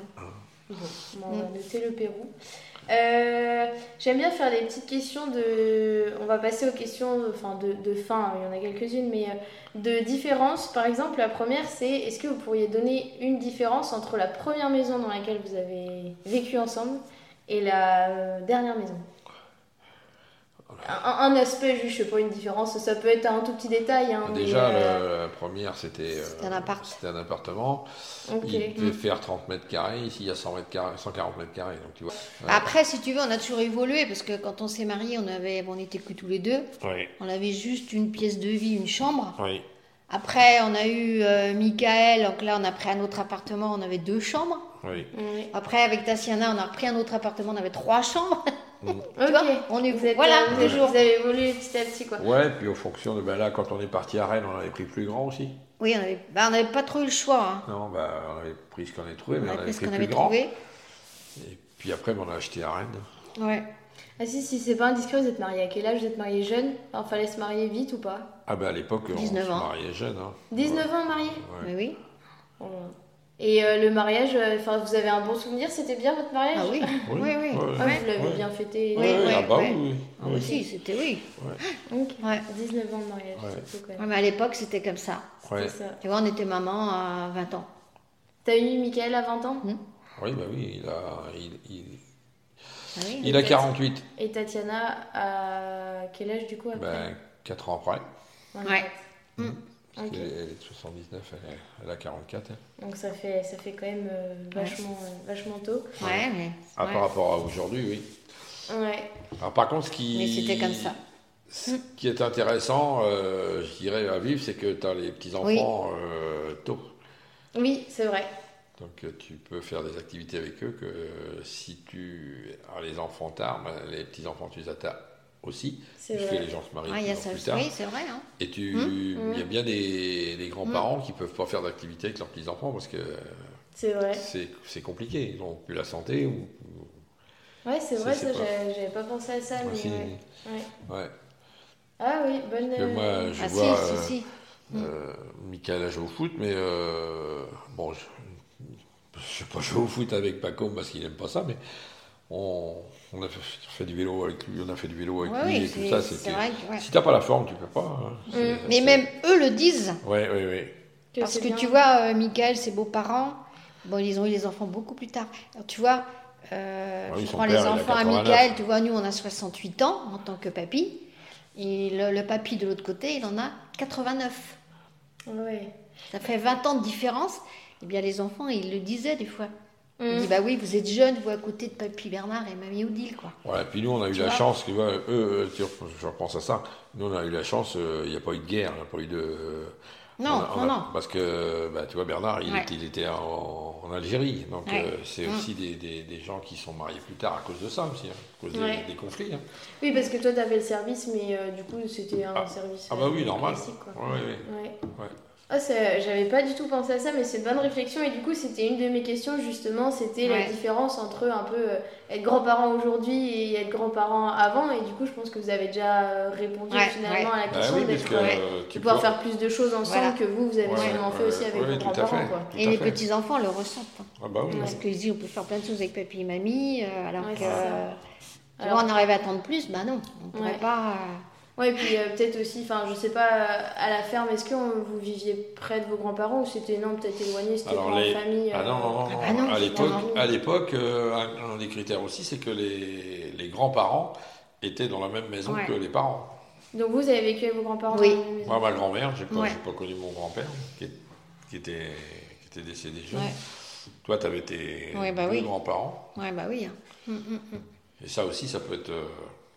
[SPEAKER 2] Bon, bon, on va noter le Pérou. Euh, J'aime bien faire des petites questions de. On va passer aux questions enfin de, de fin, hein, il y en a quelques-unes, mais euh, de différence. Par exemple, la première, c'est est-ce que vous pourriez donner une différence entre la première maison dans laquelle vous avez vécu ensemble et la euh, dernière maison un, un aspect, juste, je sais pas, une différence, ça peut être un tout petit détail. hein, mais,
[SPEAKER 3] Déjà,
[SPEAKER 2] euh,
[SPEAKER 3] le- la première, c'était euh,
[SPEAKER 4] Ah, C'était un appart. Mm.
[SPEAKER 3] c'était un appartement.
[SPEAKER 2] ok.
[SPEAKER 3] Il devait faire 30 mètres carrés. Ici, il y a 100 mètres carrés, 140 mètres carrés. Donc, tu vois.
[SPEAKER 4] Après, si tu veux, on a toujours évolué parce que quand on s'est mariés, on avait, bon, on était que tous les deux.
[SPEAKER 3] Oui,
[SPEAKER 4] On avait juste une pièce de vie, une chambre.
[SPEAKER 3] oui.
[SPEAKER 4] Après, on a eu euh, Michael, donc là, on a pris un autre appartement, on avait deux chambres.
[SPEAKER 3] oui.
[SPEAKER 2] Ouais.
[SPEAKER 4] Après, avec Tatiana, on a repris un autre appartement, on avait trois chambres.
[SPEAKER 2] Ok.
[SPEAKER 4] Tu vois, on est
[SPEAKER 2] Vous êtes-
[SPEAKER 4] voilà,
[SPEAKER 2] vous, êtes-
[SPEAKER 4] toujours.
[SPEAKER 2] vous avez évolué petit à petit, quoi.
[SPEAKER 3] Ouais, puis en fonction de. Ben là, quand on est parti à Rennes, on avait pris plus grand aussi.
[SPEAKER 4] Oui, on n'avait bah, on avait pas trop eu le choix. hein.
[SPEAKER 3] Non, ben, on avait pris ce qu'on avait trouvé, mais
[SPEAKER 4] Ouais,
[SPEAKER 3] on avait
[SPEAKER 4] parce
[SPEAKER 3] pris
[SPEAKER 4] qu'on
[SPEAKER 3] plus
[SPEAKER 4] avait
[SPEAKER 3] grand.
[SPEAKER 4] trouvé.
[SPEAKER 3] Et puis après, ben, on a acheté à Rennes.
[SPEAKER 4] Ouais.
[SPEAKER 2] Ah si, si c'est pas indiscret, vous êtes marié à quel âge Vous êtes marié jeune Enfin, fallait se marier vite ou pas
[SPEAKER 3] Ah ben à l'époque, on
[SPEAKER 4] 19
[SPEAKER 3] se
[SPEAKER 4] ans.
[SPEAKER 3] mariait jeune. Hein.
[SPEAKER 2] 19 ans marié
[SPEAKER 3] Ouais.
[SPEAKER 4] Mais oui.
[SPEAKER 2] Oh. Et euh, le mariage, euh, enfin, vous avez un bon souvenir C'était bien votre mariage
[SPEAKER 4] Ah oui, oui, oui.
[SPEAKER 3] ouais,
[SPEAKER 4] oui.
[SPEAKER 2] Ah, Vous l'avez
[SPEAKER 3] Ouais.
[SPEAKER 2] bien fêté.
[SPEAKER 4] Oui,
[SPEAKER 3] Ouais,
[SPEAKER 4] oui,
[SPEAKER 3] ah bah
[SPEAKER 4] ouais.
[SPEAKER 3] oui,
[SPEAKER 4] Ah,
[SPEAKER 3] oui.
[SPEAKER 4] si, c'était oui.
[SPEAKER 2] Donc,
[SPEAKER 4] Ouais.
[SPEAKER 2] 19 ans de mariage,
[SPEAKER 3] Ouais.
[SPEAKER 2] c'est tout, quand
[SPEAKER 4] Ouais,
[SPEAKER 2] même.
[SPEAKER 4] mais à l'époque, c'était comme ça.
[SPEAKER 3] Ouais.
[SPEAKER 2] C'est ça.
[SPEAKER 4] Tu vois, on était maman à 20 ans.
[SPEAKER 2] T'as eu Michael à 20 ans
[SPEAKER 3] Oui, bah oui, il a, il, il-
[SPEAKER 4] Ah oui.
[SPEAKER 3] il a 48,
[SPEAKER 2] et Tatiana à quel âge du coup après
[SPEAKER 3] ben, 4 ans après. Ben.
[SPEAKER 4] Ouais.
[SPEAKER 3] Parce
[SPEAKER 2] Ok.
[SPEAKER 3] qu'elle est- elle est de 79, elle, est- elle a 44. elle.
[SPEAKER 2] Donc ça fait, ça fait quand même euh, vachement, euh, vachement tôt.
[SPEAKER 4] Ouais, mais.
[SPEAKER 3] Ah,
[SPEAKER 4] ouais.
[SPEAKER 3] Par rapport à aujourd'hui, oui.
[SPEAKER 2] Ouais.
[SPEAKER 3] Alors, par contre, ce qui.
[SPEAKER 4] Mais c'était comme ça.
[SPEAKER 3] Ce qui est intéressant, euh, je dirais, à vivre, c'est que tu as les petits-enfants euh, tôt.
[SPEAKER 2] Oui, c'est vrai.
[SPEAKER 3] Donc euh, tu peux faire des activités avec eux que euh, si tu as les enfants tard, ben, les petits-enfants tu les as tard aussi,
[SPEAKER 2] C'est
[SPEAKER 3] puisque les
[SPEAKER 2] vrai.
[SPEAKER 3] gens se marient
[SPEAKER 4] Ah, il
[SPEAKER 3] de
[SPEAKER 4] y a
[SPEAKER 3] plus en
[SPEAKER 4] ça
[SPEAKER 3] plus
[SPEAKER 4] aussi. Hum,
[SPEAKER 3] tard.
[SPEAKER 4] Oui, c'est vrai. Hein.
[SPEAKER 3] Et tu, il y a bien des, des
[SPEAKER 4] Hum.
[SPEAKER 3] grands-parents qui peuvent pas faire d'activité avec leurs petits-enfants parce que euh,
[SPEAKER 2] C'est vrai.
[SPEAKER 3] c'est c'est compliqué, ils n'ont plus la santé. Ou, ou-
[SPEAKER 2] Ouais, c'est
[SPEAKER 3] Ça,
[SPEAKER 2] vrai,
[SPEAKER 3] c'est
[SPEAKER 2] ça,
[SPEAKER 3] pas-
[SPEAKER 2] j'avais j'avais pas pensé à
[SPEAKER 4] Ah
[SPEAKER 2] ça.
[SPEAKER 3] Moi,
[SPEAKER 2] Mais
[SPEAKER 3] si-
[SPEAKER 2] ouais. Ouais.
[SPEAKER 3] ouais.
[SPEAKER 2] Ah oui, bonne.
[SPEAKER 3] Que
[SPEAKER 2] euh,
[SPEAKER 3] moi, je
[SPEAKER 4] Ah, si,
[SPEAKER 3] vois, euh,
[SPEAKER 4] si, si.
[SPEAKER 3] Euh, Michael a joué au foot, mais euh, bon, je ne vais pas jouer au foot avec Paco parce qu'il n'aime pas ça, mais on, on a fait, fait du vélo avec lui, on a fait du vélo avec
[SPEAKER 4] Ouais,
[SPEAKER 3] lui
[SPEAKER 4] oui,
[SPEAKER 3] et tout
[SPEAKER 4] c'est-
[SPEAKER 3] ça.
[SPEAKER 4] c'est
[SPEAKER 3] c'était-
[SPEAKER 4] vrai que- ouais.
[SPEAKER 3] Si t'as pas la forme, tu peux pas. hein. C'est-
[SPEAKER 4] Mais
[SPEAKER 3] c'est-
[SPEAKER 4] même eux le disent.
[SPEAKER 3] Ouais, ouais, ouais.
[SPEAKER 4] Parce
[SPEAKER 2] c'est
[SPEAKER 4] que
[SPEAKER 2] bien.
[SPEAKER 4] tu vois, euh, Michael, ses beaux-parents, bon, ils ont eu les enfants beaucoup plus tard. Alors, tu vois, euh,
[SPEAKER 3] Ah oui,
[SPEAKER 4] tu
[SPEAKER 3] son
[SPEAKER 4] prends
[SPEAKER 3] père,
[SPEAKER 4] les
[SPEAKER 3] il a
[SPEAKER 4] enfants à
[SPEAKER 3] 89.
[SPEAKER 4] Michael, tu vois, nous, on a 68 ans en tant que papy. Et le, le papy de l'autre côté, il en a 89.
[SPEAKER 2] Ouais.
[SPEAKER 4] Ça fait 20 ans de différence. Eh bien, les enfants, ils le disaient des fois. Ils
[SPEAKER 2] Mm.
[SPEAKER 4] disaient, bah oui, vous êtes jeunes, vous à côté de papy Bernard et mamie Odile, quoi.
[SPEAKER 3] Voilà, puis nous, on a eu
[SPEAKER 4] Tu
[SPEAKER 3] la
[SPEAKER 4] vois
[SPEAKER 3] chance, tu vois, eux, euh, tu rep- je repense à ça, nous, on a eu la chance, euh, il n'y a pas eu de guerre, il n'y a pas eu de. euh,
[SPEAKER 4] Non,
[SPEAKER 3] on a- on
[SPEAKER 4] non,
[SPEAKER 3] a-
[SPEAKER 4] non.
[SPEAKER 3] Parce que, bah, tu vois, Bernard, il,
[SPEAKER 4] Ouais.
[SPEAKER 3] était, il était en, en Algérie, donc
[SPEAKER 4] Ouais.
[SPEAKER 3] euh, c'est
[SPEAKER 4] Mm.
[SPEAKER 3] aussi des, des- des gens qui sont mariés plus tard à cause de ça aussi, hein, à cause des,
[SPEAKER 2] Ouais.
[SPEAKER 3] des conflits. hein.
[SPEAKER 2] Oui, parce que toi, t'avais le service, mais euh, du coup, c'était un
[SPEAKER 3] Ah.
[SPEAKER 2] service.
[SPEAKER 3] Ah bah
[SPEAKER 2] euh,
[SPEAKER 3] oui, normal.
[SPEAKER 2] classique, quoi.
[SPEAKER 3] Ouais, ouais, ouais.
[SPEAKER 2] Ouais.
[SPEAKER 3] Ouais.
[SPEAKER 2] Ah, ça- j'avais pas du tout pensé à ça, mais c'est une bonne réflexion. Et du coup, c'était une de mes questions, justement, c'était la
[SPEAKER 4] Ouais.
[SPEAKER 2] différence entre un peu euh, être grand-parent aujourd'hui et être grand-parent avant. Et du coup, je pense que vous avez déjà euh, répondu
[SPEAKER 4] Ouais,
[SPEAKER 2] finalement à la
[SPEAKER 3] Bah
[SPEAKER 2] question
[SPEAKER 3] oui, parce
[SPEAKER 2] d'être,
[SPEAKER 3] que
[SPEAKER 2] euh,
[SPEAKER 3] euh,
[SPEAKER 2] de
[SPEAKER 3] tu peux
[SPEAKER 2] pouvoir faire plus de choses ensemble
[SPEAKER 4] Voilà.
[SPEAKER 2] que vous, vous avez
[SPEAKER 3] Ouais,
[SPEAKER 2] sûrement
[SPEAKER 3] ouais,
[SPEAKER 2] fait aussi avec
[SPEAKER 3] ouais,
[SPEAKER 2] vos
[SPEAKER 3] tout à
[SPEAKER 2] grands-parents.
[SPEAKER 3] fait.
[SPEAKER 2] quoi.
[SPEAKER 3] Tout
[SPEAKER 4] Et
[SPEAKER 3] à
[SPEAKER 4] les
[SPEAKER 3] fait.
[SPEAKER 4] petits-enfants le ressentent. hein.
[SPEAKER 3] Ah bah oui.
[SPEAKER 2] Ouais.
[SPEAKER 4] Parce qu'ils disent, on peut faire plein de choses avec papy et mamie, euh, alors
[SPEAKER 2] Ouais,
[SPEAKER 4] que.
[SPEAKER 2] c'est ça.
[SPEAKER 4] euh, tu
[SPEAKER 2] Alors-
[SPEAKER 4] vois, on arrive à attendre plus, bah non, on ne pourrait
[SPEAKER 2] Ouais.
[SPEAKER 4] pas. euh,
[SPEAKER 2] Ouais, et puis euh, peut-être aussi, enfin, je sais pas, euh, à la ferme, est-ce que on- vous viviez près de vos grands-parents ou c'était non, peut-être éloigné, c'était
[SPEAKER 3] Alors,
[SPEAKER 2] pas
[SPEAKER 3] les-
[SPEAKER 2] en famille
[SPEAKER 3] Ah
[SPEAKER 2] euh,
[SPEAKER 3] non, non, non,
[SPEAKER 4] Ah bah non,
[SPEAKER 3] non. à
[SPEAKER 4] c'est
[SPEAKER 3] l'époque,
[SPEAKER 2] pas normal.
[SPEAKER 3] à l'époque, euh, un, un des critères aussi, c'est que les, les grands-parents étaient dans la même maison
[SPEAKER 4] Ouais.
[SPEAKER 3] que les parents.
[SPEAKER 2] euh. Donc vous avez vécu avec vos grands-parents
[SPEAKER 4] Oui.
[SPEAKER 2] dans la même maison
[SPEAKER 3] Moi, ma grand-mère, j'ai pas,
[SPEAKER 4] Ouais.
[SPEAKER 3] j'ai pas connu mon grand-père qui, est- qui était qui était décédé jeune.
[SPEAKER 4] Ouais.
[SPEAKER 3] Toi, t'avais tes
[SPEAKER 4] Ouais, bah
[SPEAKER 3] deux
[SPEAKER 4] oui.
[SPEAKER 3] grands-parents,
[SPEAKER 4] Ouais, bah oui. hein.
[SPEAKER 2] Mm,
[SPEAKER 4] Hum, hum, hum.
[SPEAKER 3] et ça aussi, ça peut être euh,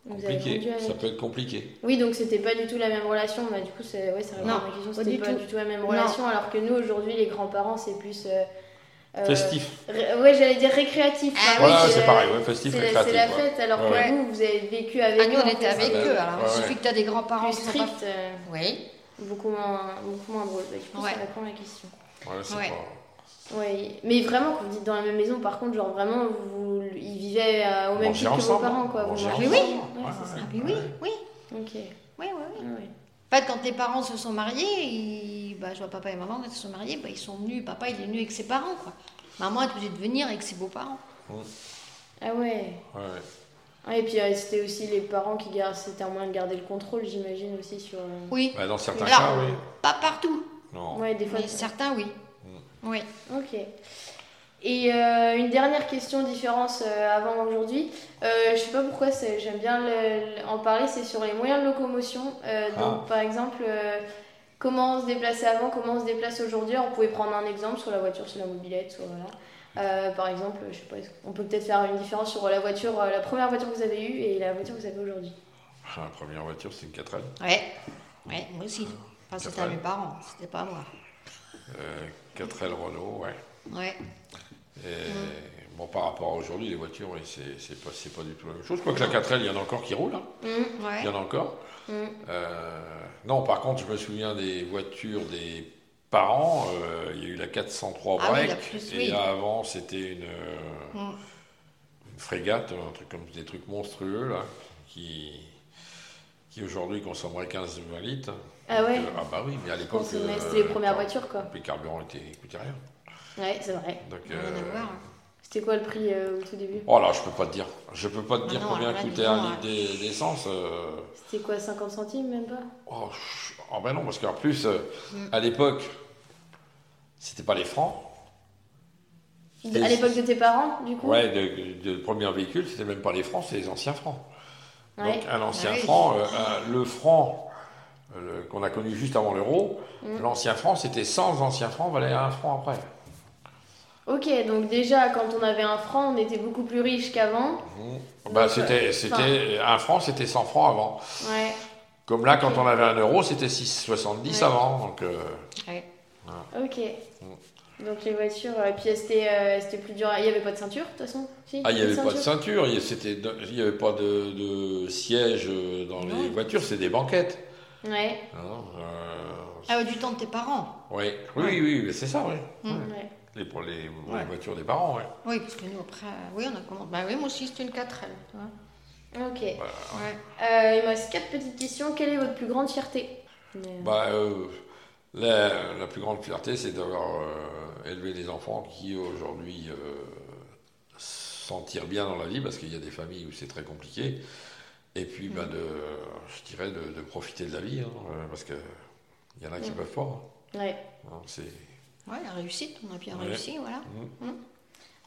[SPEAKER 2] Vous avez grandi
[SPEAKER 3] compliqué.
[SPEAKER 2] avec.
[SPEAKER 3] Ça peut être compliqué.
[SPEAKER 2] Oui, donc c'était pas du tout la même relation. Bah, du coup, c'est ouais, ça répond
[SPEAKER 4] Non,
[SPEAKER 2] à ma question.
[SPEAKER 4] pas
[SPEAKER 2] C'était
[SPEAKER 4] du
[SPEAKER 2] pas
[SPEAKER 4] tout.
[SPEAKER 2] du tout la même
[SPEAKER 4] Non.
[SPEAKER 2] relation. Alors que nous, aujourd'hui, les grands-parents, c'est plus. euh, euh,
[SPEAKER 3] Festif.
[SPEAKER 2] ré- ouais, j'allais dire récréatif.
[SPEAKER 4] Ah
[SPEAKER 2] Enfin,
[SPEAKER 4] oui,
[SPEAKER 3] Voilà,
[SPEAKER 2] oui,
[SPEAKER 3] c'est
[SPEAKER 2] euh,
[SPEAKER 3] pareil, ouais, festif,
[SPEAKER 2] C'est la, c'est
[SPEAKER 3] récréatif.
[SPEAKER 2] la
[SPEAKER 3] ouais.
[SPEAKER 2] fête, alors que
[SPEAKER 3] Ouais.
[SPEAKER 2] vous, vous avez vécu avec
[SPEAKER 4] Ah, nous, on
[SPEAKER 2] en
[SPEAKER 4] était
[SPEAKER 2] fait,
[SPEAKER 4] avec
[SPEAKER 3] bah,
[SPEAKER 4] eux, alors il
[SPEAKER 3] ouais,
[SPEAKER 4] suffit que tu as des grands-parents
[SPEAKER 2] plus
[SPEAKER 4] qui sont pas-
[SPEAKER 2] strict, euh,
[SPEAKER 4] Oui.
[SPEAKER 2] beaucoup moins, beaucoup moins drôle. Bah, du coup,
[SPEAKER 4] Ouais.
[SPEAKER 2] ça répond à la question.
[SPEAKER 3] Ouais, c'est
[SPEAKER 4] Ouais.
[SPEAKER 3] pas-
[SPEAKER 2] Ouais, mais vraiment, quand vous dites dans la même maison, par contre, genre vraiment, vous, ils vivaient euh, au même
[SPEAKER 3] Manger
[SPEAKER 2] titre que vos
[SPEAKER 3] ensemble,
[SPEAKER 2] parents, quoi. Vous
[SPEAKER 3] manger
[SPEAKER 4] Mais
[SPEAKER 2] mangez
[SPEAKER 4] oui,
[SPEAKER 3] ensemble,
[SPEAKER 2] ouais,
[SPEAKER 3] ouais,
[SPEAKER 2] c'est ça.
[SPEAKER 4] Ah, mais oui, oui,
[SPEAKER 2] Ok. Ah
[SPEAKER 4] oui, oui. oui.
[SPEAKER 2] Ouais.
[SPEAKER 4] En fait, quand les parents se sont mariés, ils- bah, je vois papa et maman, quand ils se sont mariés, bah, ils sont venus, papa il est venu avec ses parents, quoi. Maman est obligée de venir avec ses beaux-parents.
[SPEAKER 2] Ah ouais.
[SPEAKER 3] ouais, ouais.
[SPEAKER 2] Ah, et puis euh, c'était aussi les parents qui gardent, c'était un moyen de garder le contrôle, j'imagine aussi sur. euh,
[SPEAKER 4] Oui,
[SPEAKER 3] Bah, dans certains
[SPEAKER 4] Alors-
[SPEAKER 3] cas, oui.
[SPEAKER 4] pas partout,
[SPEAKER 3] Non.
[SPEAKER 2] Ouais, des fois.
[SPEAKER 4] mais certains, oui.
[SPEAKER 3] Mm.
[SPEAKER 4] Oui.
[SPEAKER 2] Ok. Et euh, une dernière question différence euh, avant aujourd'hui. Euh, je sais pas pourquoi c'est- j'aime bien le- le- en parler, c'est sur les moyens de locomotion. Euh,
[SPEAKER 3] Ah.
[SPEAKER 2] donc par exemple, euh, comment on se déplaçait avant, comment on se déplace aujourd'hui. Alors, On pouvait prendre un exemple sur la voiture, sur la mobilette, soit voilà. Euh, par exemple, je sais pas, est-ce- on peut peut-être faire une différence sur la voiture, euh, la première voiture que vous avez eue et la voiture que vous avez aujourd'hui.
[SPEAKER 3] La première voiture, c'est une 4L.
[SPEAKER 4] Ouais. Ouais, moi aussi. Enfin, c'était à
[SPEAKER 3] Après.
[SPEAKER 4] mes parents, c'était pas à moi.
[SPEAKER 3] Euh, 4L Renault, ouais.
[SPEAKER 4] Ouais.
[SPEAKER 3] Et, Bon, par rapport à aujourd'hui, les voitures, oui, c'est c'est pas, c'est pas du tout la même chose. Quoique la 4L, il y en a encore qui roulent. hein.
[SPEAKER 4] Ouais.
[SPEAKER 3] Il y en a encore. Euh, non, par contre, je me souviens des voitures des parents. euh, il y a eu la 403
[SPEAKER 4] Ah oui,
[SPEAKER 3] break.
[SPEAKER 4] la plus,
[SPEAKER 3] et
[SPEAKER 4] oui.
[SPEAKER 3] avant, c'était une, euh,
[SPEAKER 4] Mm.
[SPEAKER 3] une frégate, un truc comme des trucs monstrueux, là, qui, qui aujourd'hui consommerait 15 20 litres.
[SPEAKER 2] Ah ouais.
[SPEAKER 3] Euh, ah bah oui, mais à l'époque.
[SPEAKER 2] C'était
[SPEAKER 3] euh,
[SPEAKER 2] les premières
[SPEAKER 3] quand-
[SPEAKER 2] voitures quoi.
[SPEAKER 3] Les carburants étaient, coûtaient rien.
[SPEAKER 2] Ouais, c'est vrai.
[SPEAKER 3] Donc,
[SPEAKER 4] Rien à
[SPEAKER 3] euh,
[SPEAKER 4] voir, hein.
[SPEAKER 2] C'était quoi le prix euh, au tout début
[SPEAKER 3] oh là, je peux pas te dire. Je peux pas te
[SPEAKER 4] Ah
[SPEAKER 3] dire
[SPEAKER 4] non,
[SPEAKER 3] combien
[SPEAKER 4] là, du
[SPEAKER 3] coûtait
[SPEAKER 4] coup,
[SPEAKER 3] un litre
[SPEAKER 4] ouais.
[SPEAKER 3] d'e- d'essence. euh,
[SPEAKER 2] C'était quoi, 50 centimes, même pas
[SPEAKER 3] Oh, ch- oh ben non, parce qu'en plus, euh,
[SPEAKER 4] Mm.
[SPEAKER 3] à l'époque, c'était pas les francs. C'était-
[SPEAKER 2] À l'époque de tes parents, du coup
[SPEAKER 3] Ouais, de, de premier véhicule, c'était même pas les francs, c'est les anciens francs.
[SPEAKER 2] Ouais.
[SPEAKER 3] Donc un ancien
[SPEAKER 4] Ah oui.
[SPEAKER 3] franc, euh, un- le franc euh, le- qu'on a connu juste avant l'euro,
[SPEAKER 2] Mm.
[SPEAKER 3] l'ancien franc, c'était 100 anciens francs, valait un franc après.
[SPEAKER 2] Ok, donc déjà, quand on avait un franc, on était beaucoup plus riche qu'avant.
[SPEAKER 4] Mm.
[SPEAKER 3] Bah,
[SPEAKER 2] euh,
[SPEAKER 3] c'était, c'était, un franc, c'était 100 francs avant.
[SPEAKER 2] Ouais.
[SPEAKER 3] Comme là, quand on avait un euro, c'était 6,70
[SPEAKER 2] Ouais.
[SPEAKER 3] avant. Donc, euh,
[SPEAKER 4] Ouais.
[SPEAKER 2] Ok. Donc les voitures, et puis c'était euh, c'était plus dur. Il n'y avait pas de ceinture, de toute façon Si,
[SPEAKER 3] Ah, il n'y avait
[SPEAKER 2] une
[SPEAKER 3] pas de ceinture, il y- c'était de- il n'y avait pas de, de siège euh, dans les
[SPEAKER 4] Non.
[SPEAKER 3] voitures, c'est des banquettes.
[SPEAKER 2] Ouais.
[SPEAKER 3] hein, euh,
[SPEAKER 4] Ah, ouais, du temps de tes parents.
[SPEAKER 3] ouais. Oui, oui, oui, mais c'est ça, oui.
[SPEAKER 4] Mm.
[SPEAKER 3] Ouais.
[SPEAKER 2] ouais.
[SPEAKER 3] Les, pour les, pour les
[SPEAKER 4] Ouais.
[SPEAKER 3] voitures des parents, ouais.
[SPEAKER 4] Oui, parce que nous, après, euh, oui, on a commandé. Bah oui, moi aussi, c'était une 4L. tu vois.
[SPEAKER 2] Ok.
[SPEAKER 4] Ouais.
[SPEAKER 2] Euh, il me reste quatre petites questions. Quelle est votre plus grande fierté Mais, euh,
[SPEAKER 3] Bah, euh, la, la plus grande fierté, c'est d'avoir euh, élevé des enfants qui, aujourd'hui, euh, s'en tirent bien dans la vie, parce qu'il y a des familles où c'est très compliqué. Et puis, bah, de, je dirais, de, de profiter de la vie, hein, euh, parce qu'il y en a qui
[SPEAKER 2] Mm.
[SPEAKER 3] peuvent pas.
[SPEAKER 2] Ouais.
[SPEAKER 3] hein, c'est... mm.
[SPEAKER 4] Ouais, la réussite, on a bien
[SPEAKER 3] Ouais.
[SPEAKER 4] réussi, voilà.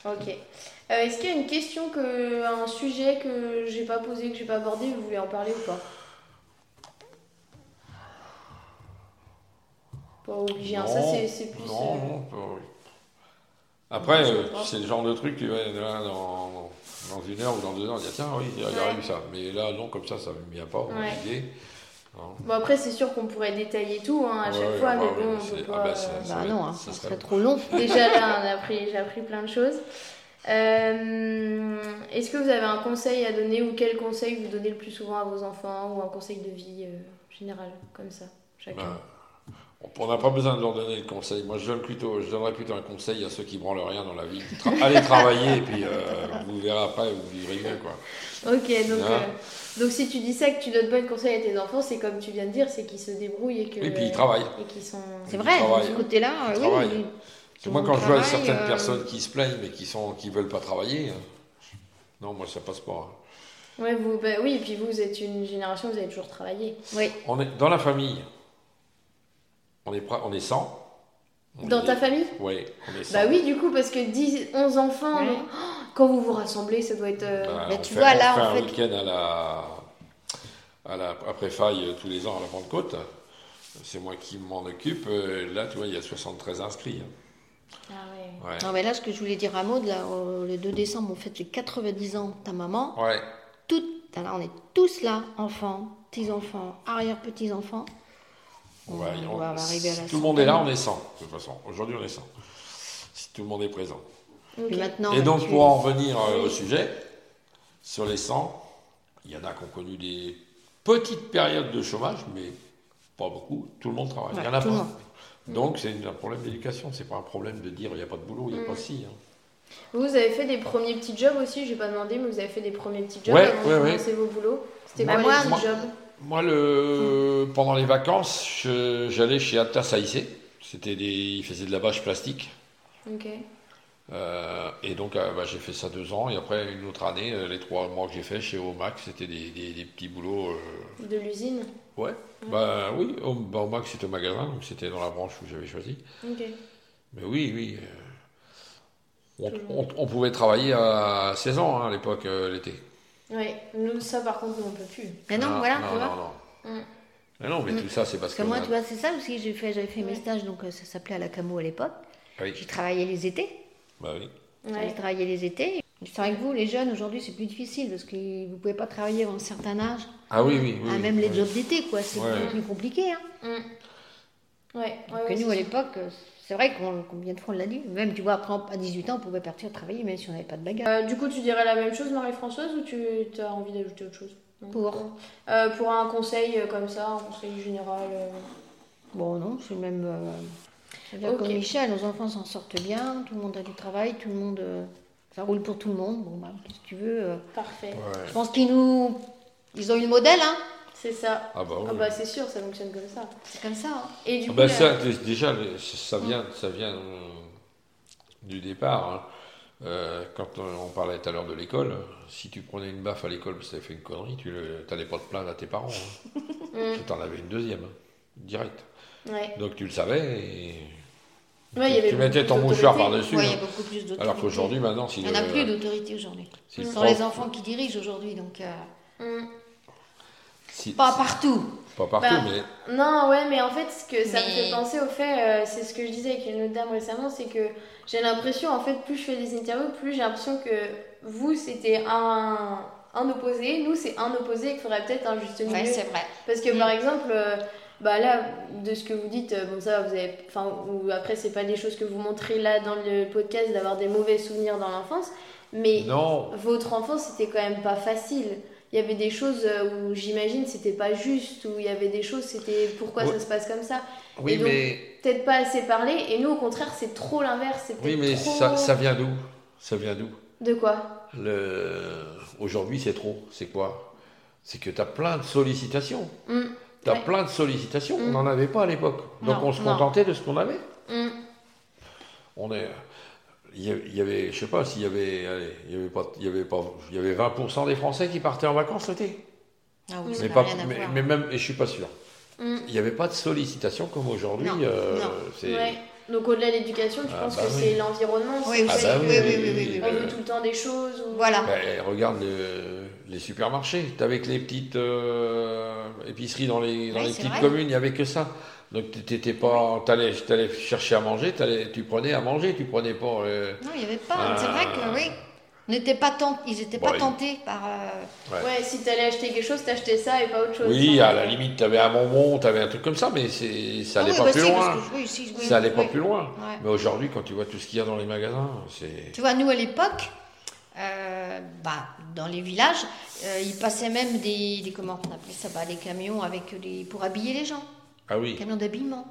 [SPEAKER 2] Ok. Euh, Est-ce qu'il y a une question, que, un sujet que j'ai pas posé, que j'ai pas abordé, vous voulez en parler ou pas Pas obligé, hein. ça
[SPEAKER 3] Non,
[SPEAKER 2] c'est- c'est plus.
[SPEAKER 3] Non,
[SPEAKER 2] euh,
[SPEAKER 3] non, pas- oui. Après,
[SPEAKER 2] Non, je
[SPEAKER 3] euh,
[SPEAKER 2] sais pas.
[SPEAKER 3] c'est le genre de truc qui va être là dans, dans une heure ou dans deux heures, dire tiens, oui, il y a- il y aurait
[SPEAKER 2] Ouais.
[SPEAKER 3] eu ça. Mais là, non, comme ça, ça ne vient pas,
[SPEAKER 2] Ouais.
[SPEAKER 3] l'idée. Hein.
[SPEAKER 2] Bon après c'est sûr qu'on pourrait détailler tout hein, à
[SPEAKER 3] Ouais,
[SPEAKER 2] chaque
[SPEAKER 3] ouais,
[SPEAKER 2] fois,
[SPEAKER 3] bah
[SPEAKER 2] mais
[SPEAKER 3] oui,
[SPEAKER 2] bon,
[SPEAKER 3] mais
[SPEAKER 2] on peut
[SPEAKER 3] c'est-
[SPEAKER 2] pas.
[SPEAKER 3] ah bah, ça-
[SPEAKER 2] euh,
[SPEAKER 3] ça-
[SPEAKER 4] Bah non, hein,
[SPEAKER 3] ça
[SPEAKER 4] ça
[SPEAKER 3] serait-
[SPEAKER 4] serait trop long.
[SPEAKER 2] Déjà là, on a appris, j'ai appris plein de choses. Euh, Est-ce que vous avez un conseil à donner ou quel conseil vous donnez le plus souvent à vos enfants ou un conseil de vie euh, général comme ça chacun
[SPEAKER 3] Ben, on n'a pas besoin de leur donner le conseil. Moi, je, donne plutôt, je donnerais plutôt un conseil à ceux qui branlent rien dans la vie. Tra- allez travailler, et puis euh, vous verrez après, vous vivrez mieux. Quoi.
[SPEAKER 2] Ok, donc,
[SPEAKER 3] Ah.
[SPEAKER 2] euh, donc si tu dis ça que tu donnes pas de conseil à tes enfants, c'est comme tu viens de dire, c'est qu'ils se débrouillent et que
[SPEAKER 3] Et puis, ils travaillent.
[SPEAKER 2] et qu'ils sont.
[SPEAKER 4] C'est
[SPEAKER 3] Du
[SPEAKER 4] vrai,
[SPEAKER 3] travail.
[SPEAKER 4] de ce côté-là,
[SPEAKER 3] Du
[SPEAKER 4] euh,
[SPEAKER 3] travail.
[SPEAKER 4] oui.
[SPEAKER 3] Parce que moi,
[SPEAKER 4] Ton
[SPEAKER 3] quand je vois
[SPEAKER 4] travail,
[SPEAKER 3] certaines
[SPEAKER 4] euh,
[SPEAKER 3] personnes qui se plaignent, mais qui ne qui veulent pas travailler, euh, non, moi, ça passe pas. hein.
[SPEAKER 2] Ouais, vous, bah oui, et puis vous, vous êtes une génération, vous avez toujours travaillé.
[SPEAKER 4] Oui,
[SPEAKER 3] On est dans la famille. On est pra- on est 100. On
[SPEAKER 2] Dans
[SPEAKER 3] est-
[SPEAKER 2] ta famille
[SPEAKER 3] Ouais, on est 100.
[SPEAKER 2] Bah oui, du coup, parce que 10, 11 enfants,
[SPEAKER 4] Ouais.
[SPEAKER 2] donc, oh, quand vous vous rassemblez, ça doit être. euh,
[SPEAKER 3] Bah,
[SPEAKER 4] Mais
[SPEAKER 3] on
[SPEAKER 4] tu
[SPEAKER 3] fait-
[SPEAKER 4] vois,
[SPEAKER 3] on
[SPEAKER 4] là,
[SPEAKER 3] fait
[SPEAKER 4] en
[SPEAKER 3] un
[SPEAKER 4] fait-
[SPEAKER 3] week-end à la à la après faille euh, tous les ans à la Pentecôte. C'est moi qui m'en occupe. Euh, Là, tu vois, il y a 73 inscrits. hein.
[SPEAKER 2] Ah ouais.
[SPEAKER 3] Ouais.
[SPEAKER 4] non mais là, ce que je voulais dire à Maud, là, euh, le 2 décembre, on fête les 90 ans de ta maman.
[SPEAKER 3] Ouais.
[SPEAKER 4] Toutes, là, on est tous là, enfants, petits-enfants, arrière-petits-enfants.
[SPEAKER 3] On va-
[SPEAKER 4] On
[SPEAKER 3] on-
[SPEAKER 4] va arriver à la
[SPEAKER 3] si tout le monde est là,
[SPEAKER 4] centaine.
[SPEAKER 3] on est 100. De toute façon, aujourd'hui, on est 100. Si tout le monde est présent.
[SPEAKER 2] Ok.
[SPEAKER 4] Et maintenant,
[SPEAKER 3] Et
[SPEAKER 4] bah,
[SPEAKER 3] donc,
[SPEAKER 4] tu-
[SPEAKER 3] pour en revenir euh, au sujet, sur les 100, il y en a qui ont connu des petites périodes de chômage, mais pas beaucoup. Tout le monde travaille. il y en a
[SPEAKER 4] Ouais, tout le
[SPEAKER 3] pas.
[SPEAKER 4] monde.
[SPEAKER 3] Donc, c'est un problème d'éducation. C'est pas un problème de dire il n'y a pas de boulot, il n'y a
[SPEAKER 2] Mm.
[SPEAKER 3] pas ci. hein.
[SPEAKER 2] Vous vous avez fait des premiers petits jobs aussi, j'ai pas demandé, mais vous avez fait des premiers petits jobs
[SPEAKER 3] Ouais,
[SPEAKER 2] avant
[SPEAKER 3] ouais,
[SPEAKER 2] de
[SPEAKER 3] ouais.
[SPEAKER 2] commencer vos boulots. C'était
[SPEAKER 4] Bah,
[SPEAKER 2] quoi
[SPEAKER 4] moi,
[SPEAKER 2] les petits
[SPEAKER 3] moi-
[SPEAKER 2] jobs
[SPEAKER 3] Moi, le... pendant les vacances, je- j'allais chez Atlas AIC. C'était des... Ils faisaient de la bâche plastique.
[SPEAKER 2] Ok.
[SPEAKER 3] Euh, et donc, euh, bah, j'ai fait ça deux ans. Et après, une autre année, euh, les trois mois que j'ai fait chez Omax, c'était des, des- des petits boulots. euh,
[SPEAKER 2] De l'usine
[SPEAKER 3] Ouais, bah oui, au, bah, au Max c'était au magasin, donc c'était dans la branche où j'avais choisi.
[SPEAKER 2] Ok.
[SPEAKER 3] Mais oui, oui. euh, on,
[SPEAKER 2] Toujours.
[SPEAKER 3] on- on pouvait travailler à 16 ans hein, à l'époque, euh, l'été.
[SPEAKER 2] Ouais, nous, ça par contre, nous on peut plus.
[SPEAKER 4] Mais non,
[SPEAKER 3] Ah,
[SPEAKER 4] voilà,
[SPEAKER 3] non,
[SPEAKER 4] tu vois.
[SPEAKER 3] non, non.
[SPEAKER 2] Mm.
[SPEAKER 3] Mais non, mais
[SPEAKER 4] Mm.
[SPEAKER 3] tout ça, c'est parce
[SPEAKER 4] Parce
[SPEAKER 3] que.
[SPEAKER 4] que moi,
[SPEAKER 3] on a-
[SPEAKER 4] tu vois, c'est ça aussi, j'ai fait, j'avais fait mes
[SPEAKER 2] Ouais.
[SPEAKER 4] stages, donc euh, ça s'appelait à la Camo à l'époque. J'ai
[SPEAKER 3] Ah Oui,
[SPEAKER 4] travaillé les étés.
[SPEAKER 3] bah oui.
[SPEAKER 4] J'ai
[SPEAKER 2] Ouais.
[SPEAKER 4] travaillé les étés. C'est vrai que vous, les jeunes, aujourd'hui, c'est plus difficile parce que vous pouvez pas travailler avant un certain âge.
[SPEAKER 3] Ah oui, oui. oui
[SPEAKER 4] Ah,
[SPEAKER 3] oui,
[SPEAKER 4] même les
[SPEAKER 3] oui.
[SPEAKER 4] jobs d'été, quoi, c'est
[SPEAKER 3] Ouais.
[SPEAKER 4] beaucoup plus compliqué. Hein.
[SPEAKER 2] Mm. Ouais, ouais,
[SPEAKER 4] que
[SPEAKER 2] ouais,
[SPEAKER 4] nous,
[SPEAKER 2] c'est
[SPEAKER 4] à
[SPEAKER 2] sûr.
[SPEAKER 4] l'époque, euh, c'est vrai qu'on combien de fois on l'a dit. Même, tu vois, après, à 18 ans, on pouvait partir travailler même si on n'avait pas de bagage.
[SPEAKER 2] Euh, du coup, tu dirais la même chose, Marie-Françoise, ou tu as envie d'ajouter autre chose Non.
[SPEAKER 4] Pour
[SPEAKER 2] Euh, Pour un conseil euh, comme ça, un conseil général. euh,
[SPEAKER 4] Bon, non, c'est le même. euh, c'est bien
[SPEAKER 2] Ok.
[SPEAKER 4] comme Michel, nos enfants s'en sortent bien, tout le monde a du travail, tout le monde. euh, ça roule pour tout le monde. Bon, bah, qu'est-ce que tu veux euh,
[SPEAKER 2] Parfait.
[SPEAKER 3] Ouais.
[SPEAKER 4] Je pense qu'ils nous. Ils ont eu le modèle, hein
[SPEAKER 2] C'est ça.
[SPEAKER 3] Ah bah oui.
[SPEAKER 2] Ah bah c'est sûr, ça fonctionne comme ça.
[SPEAKER 4] C'est comme ça, hein
[SPEAKER 2] Et du
[SPEAKER 3] Ah
[SPEAKER 2] coup, Mm.
[SPEAKER 3] bah
[SPEAKER 2] la-
[SPEAKER 3] ça, d- déjà, le- ça vient, ça vient euh, du départ. hein. Euh, quand on parlait tout à l'heure de l'école, si tu prenais une baffe à l'école parce que t'avais fait une connerie, tu n'allais pas te plaindre à tes parents. hein.
[SPEAKER 2] Mm.
[SPEAKER 3] T'en avais une deuxième, hein, direct.
[SPEAKER 2] Ouais.
[SPEAKER 3] Donc tu le savais et
[SPEAKER 2] Ouais, il y avait
[SPEAKER 3] tu mettais
[SPEAKER 2] beaucoup
[SPEAKER 3] ton
[SPEAKER 2] d'autorité.
[SPEAKER 3] mouchoir par-dessus.
[SPEAKER 4] Ouais, il y a
[SPEAKER 3] hein.
[SPEAKER 4] beaucoup plus d'autorité.
[SPEAKER 3] Alors qu'aujourd'hui, maintenant, si
[SPEAKER 4] Il
[SPEAKER 3] le-
[SPEAKER 4] n'y en a plus d'autorité aujourd'hui.
[SPEAKER 3] si le
[SPEAKER 4] Ce sont
[SPEAKER 3] prof-
[SPEAKER 4] les enfants qui dirigent aujourd'hui, donc euh,
[SPEAKER 2] Mm.
[SPEAKER 3] si-
[SPEAKER 4] pas partout.
[SPEAKER 3] pas partout,
[SPEAKER 2] Bah,
[SPEAKER 3] mais
[SPEAKER 2] Non, ouais, mais en fait, ce que ça me
[SPEAKER 4] Mais-
[SPEAKER 2] fait penser au fait, euh, c'est ce que je disais avec une autre dame récemment, c'est que j'ai l'impression, en fait, plus je fais des interviews, plus j'ai l'impression que vous, c'était un, un opposé, nous, c'est un opposé, et qu'il faudrait peut-être un juste milieu.
[SPEAKER 4] Ouais, c'est vrai.
[SPEAKER 2] Parce que,
[SPEAKER 4] Mm.
[SPEAKER 2] par exemple, euh, bah là, de ce que vous dites, euh, bon, ça, vous avez. Enfin, ou après, c'est pas des choses que vous montrez là dans le podcast, d'avoir des mauvais souvenirs dans l'enfance, mais
[SPEAKER 3] non,
[SPEAKER 2] votre enfance, c'était quand même pas facile. Il y avait des choses euh, où j'imagine c'était pas juste, où il y avait des choses, c'était pourquoi
[SPEAKER 3] Ouais.
[SPEAKER 2] ça se passe comme ça.
[SPEAKER 3] oui,
[SPEAKER 2] Et donc,
[SPEAKER 3] mais,
[SPEAKER 2] Peut-être pas assez parlé, et nous au contraire, c'est trop l'inverse. C'est
[SPEAKER 3] oui,
[SPEAKER 2] peut-être
[SPEAKER 3] mais
[SPEAKER 2] trop-
[SPEAKER 3] ça, ça vient d'où Ça vient d'où
[SPEAKER 2] De quoi
[SPEAKER 3] Le... Aujourd'hui, c'est trop. C'est quoi C'est que tu as plein de sollicitations.
[SPEAKER 2] Hum,
[SPEAKER 3] Tu as
[SPEAKER 2] Ouais.
[SPEAKER 3] plein de sollicitations.
[SPEAKER 2] Mm.
[SPEAKER 3] On n'en avait pas à l'époque. Donc
[SPEAKER 4] Non,
[SPEAKER 3] on se
[SPEAKER 4] non.
[SPEAKER 3] contentait de ce qu'on avait.
[SPEAKER 2] hum.
[SPEAKER 3] On est. Il y avait- il y avait, je sais pas s'il y avait, allez, il y avait pas, il y avait pas, il y avait 20% des Français qui partaient en vacances l'été.
[SPEAKER 4] Ah oui,
[SPEAKER 2] Mais
[SPEAKER 4] ça
[SPEAKER 3] Mais
[SPEAKER 4] n'a
[SPEAKER 3] pas,
[SPEAKER 4] rien à
[SPEAKER 3] mais,
[SPEAKER 4] voir.
[SPEAKER 3] mais même, et je suis pas sûr.
[SPEAKER 2] Mm.
[SPEAKER 3] Il n'y avait pas de sollicitation comme aujourd'hui.
[SPEAKER 4] Non,
[SPEAKER 3] euh,
[SPEAKER 4] non.
[SPEAKER 3] c'est-
[SPEAKER 2] Ouais. Donc au-delà de l'éducation, tu
[SPEAKER 3] Ah,
[SPEAKER 2] penses
[SPEAKER 3] bah
[SPEAKER 2] que
[SPEAKER 3] oui.
[SPEAKER 2] c'est l'environnement
[SPEAKER 4] Oui,
[SPEAKER 2] c'est
[SPEAKER 4] aussi.
[SPEAKER 3] Ah
[SPEAKER 2] le fait
[SPEAKER 3] bah
[SPEAKER 2] que
[SPEAKER 3] oui, euh,
[SPEAKER 4] oui, oui, oui, oui.
[SPEAKER 2] On veut
[SPEAKER 3] le-
[SPEAKER 2] tout le temps des choses. ou-
[SPEAKER 4] Voilà.
[SPEAKER 3] Ben, regarde le- les supermarchés. T'avais que les petites euh, épiceries dans les, dans
[SPEAKER 4] Ouais,
[SPEAKER 3] les
[SPEAKER 4] c'est
[SPEAKER 3] petites
[SPEAKER 4] vrai.
[SPEAKER 3] communes, il n'y avait que ça. Donc t'étais- t'étais pas, t'allais, t'allais chercher à manger, t'allais- tu prenais à manger, tu prenais pas. euh,
[SPEAKER 4] Non, il n'y avait pas.
[SPEAKER 3] Ah. Bah,
[SPEAKER 4] C'est vrai que oui. on n'était pas tent- Ils n'étaient
[SPEAKER 3] Bon,
[SPEAKER 4] pas
[SPEAKER 3] ils-
[SPEAKER 4] tentés par. euh,
[SPEAKER 2] Ouais, si t'allais acheter quelque chose, t'achetais ça et pas autre chose.
[SPEAKER 3] Oui,
[SPEAKER 2] Enfin,
[SPEAKER 3] à la limite, t'avais un bonbon, t'avais un truc comme ça, mais c'est, ça
[SPEAKER 4] Ah
[SPEAKER 3] allait
[SPEAKER 4] oui,
[SPEAKER 3] pas
[SPEAKER 4] bah
[SPEAKER 3] plus
[SPEAKER 4] si,
[SPEAKER 3] loin.
[SPEAKER 4] parce que- oui, si, oui,
[SPEAKER 3] Ça allait pas
[SPEAKER 4] oui.
[SPEAKER 3] plus loin.
[SPEAKER 4] Ouais.
[SPEAKER 3] Mais aujourd'hui, quand tu vois tout ce qu'il y a dans les magasins, c'est.
[SPEAKER 4] Tu vois, nous à l'époque, euh, bah, dans les villages, euh, ils passaient même des, des comment on appelait ça, bah, les camions avec les pour habiller les gens,
[SPEAKER 3] Ah oui.
[SPEAKER 4] les camions d'habillement.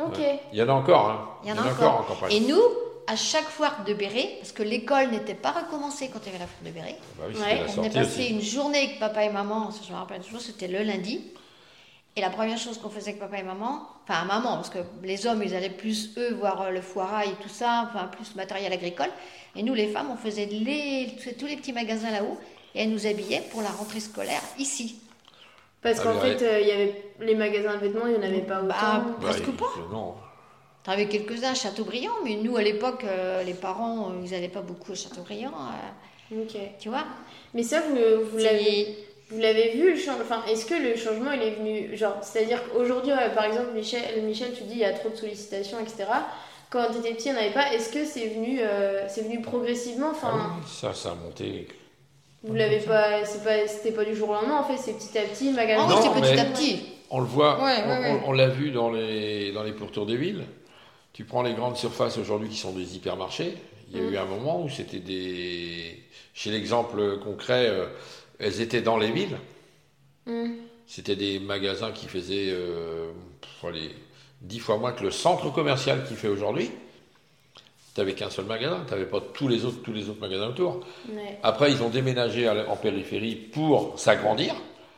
[SPEAKER 2] Ok.
[SPEAKER 3] Ouais. Il y en a encore, hein.
[SPEAKER 4] Il y en a encore.
[SPEAKER 3] en campagne.
[SPEAKER 4] Et nous, à chaque foire de Béret, parce que l'école n'était pas recommencée quand il y avait la foire de Béret,
[SPEAKER 3] Bah oui, c'était
[SPEAKER 2] Ouais,
[SPEAKER 3] la
[SPEAKER 4] on est
[SPEAKER 3] sortie
[SPEAKER 4] passé
[SPEAKER 3] aussi.
[SPEAKER 4] une journée avec papa et maman, ça, je me rappelle toujours, c'était le lundi. Et la première chose qu'on faisait avec papa et maman, enfin maman, parce que les hommes, ils allaient plus, eux, voir euh, le foirail et tout ça, enfin plus le matériel agricole. Et nous, les femmes, on faisait les, tous les petits magasins là-haut et elles nous habillaient pour la rentrée scolaire ici.
[SPEAKER 2] Parce
[SPEAKER 3] Ah,
[SPEAKER 2] qu'en
[SPEAKER 3] mais
[SPEAKER 2] fait, euh, il y avait les magasins de vêtements, il y en avait pas autant.
[SPEAKER 4] Bah, presque
[SPEAKER 3] Ouais,
[SPEAKER 4] pas.
[SPEAKER 3] Non.
[SPEAKER 4] T'en avais quelques-uns à Châteaubriand, mais nous, à l'époque, euh, les parents, euh, ils n'allaient pas beaucoup à Châteaubriand, euh,
[SPEAKER 2] Ok.
[SPEAKER 4] tu vois.
[SPEAKER 2] Mais ça, vous, vous l'avez
[SPEAKER 4] C'est-
[SPEAKER 2] Vous l'avez vu, le change- enfin, est-ce que le changement il est venu genre, c'est-à-dire qu'aujourd'hui, euh, par exemple, Michel, Michel, tu dis il y a trop de sollicitations, etc. Quand tu étais petit, il n'y en avait pas. Est-ce que c'est venu, euh, c'est venu progressivement
[SPEAKER 3] Ah
[SPEAKER 2] Enfin,
[SPEAKER 3] oui, ça, ça a monté.
[SPEAKER 2] vous l'avez pas, c'est pas, c'était pas du jour au lendemain en fait, c'est petit à petit, magasin.
[SPEAKER 4] En
[SPEAKER 3] Euh, Non,
[SPEAKER 4] gros, c'est petit
[SPEAKER 3] mais-
[SPEAKER 4] à petit.
[SPEAKER 3] On le voit,
[SPEAKER 4] Ouais, ouais,
[SPEAKER 3] on,
[SPEAKER 4] ouais.
[SPEAKER 3] on- on l'a vu dans les, dans les pourtours des villes. Tu prends les grandes surfaces aujourd'hui qui sont des hypermarchés. Il y a
[SPEAKER 2] Mm.
[SPEAKER 3] eu un moment où c'était des. Chez l'exemple concret, euh, elles étaient dans les villes.
[SPEAKER 2] Mm.
[SPEAKER 3] C'était des magasins qui faisaient euh, pff, allez, 10 fois moins que le centre commercial qui fait aujourd'hui. T'avais qu'un seul magasin, t'avais pas tous les autres, tous les autres magasins autour.
[SPEAKER 2] Ouais.
[SPEAKER 3] Après, ils ont déménagé à la- en périphérie pour s'agrandir.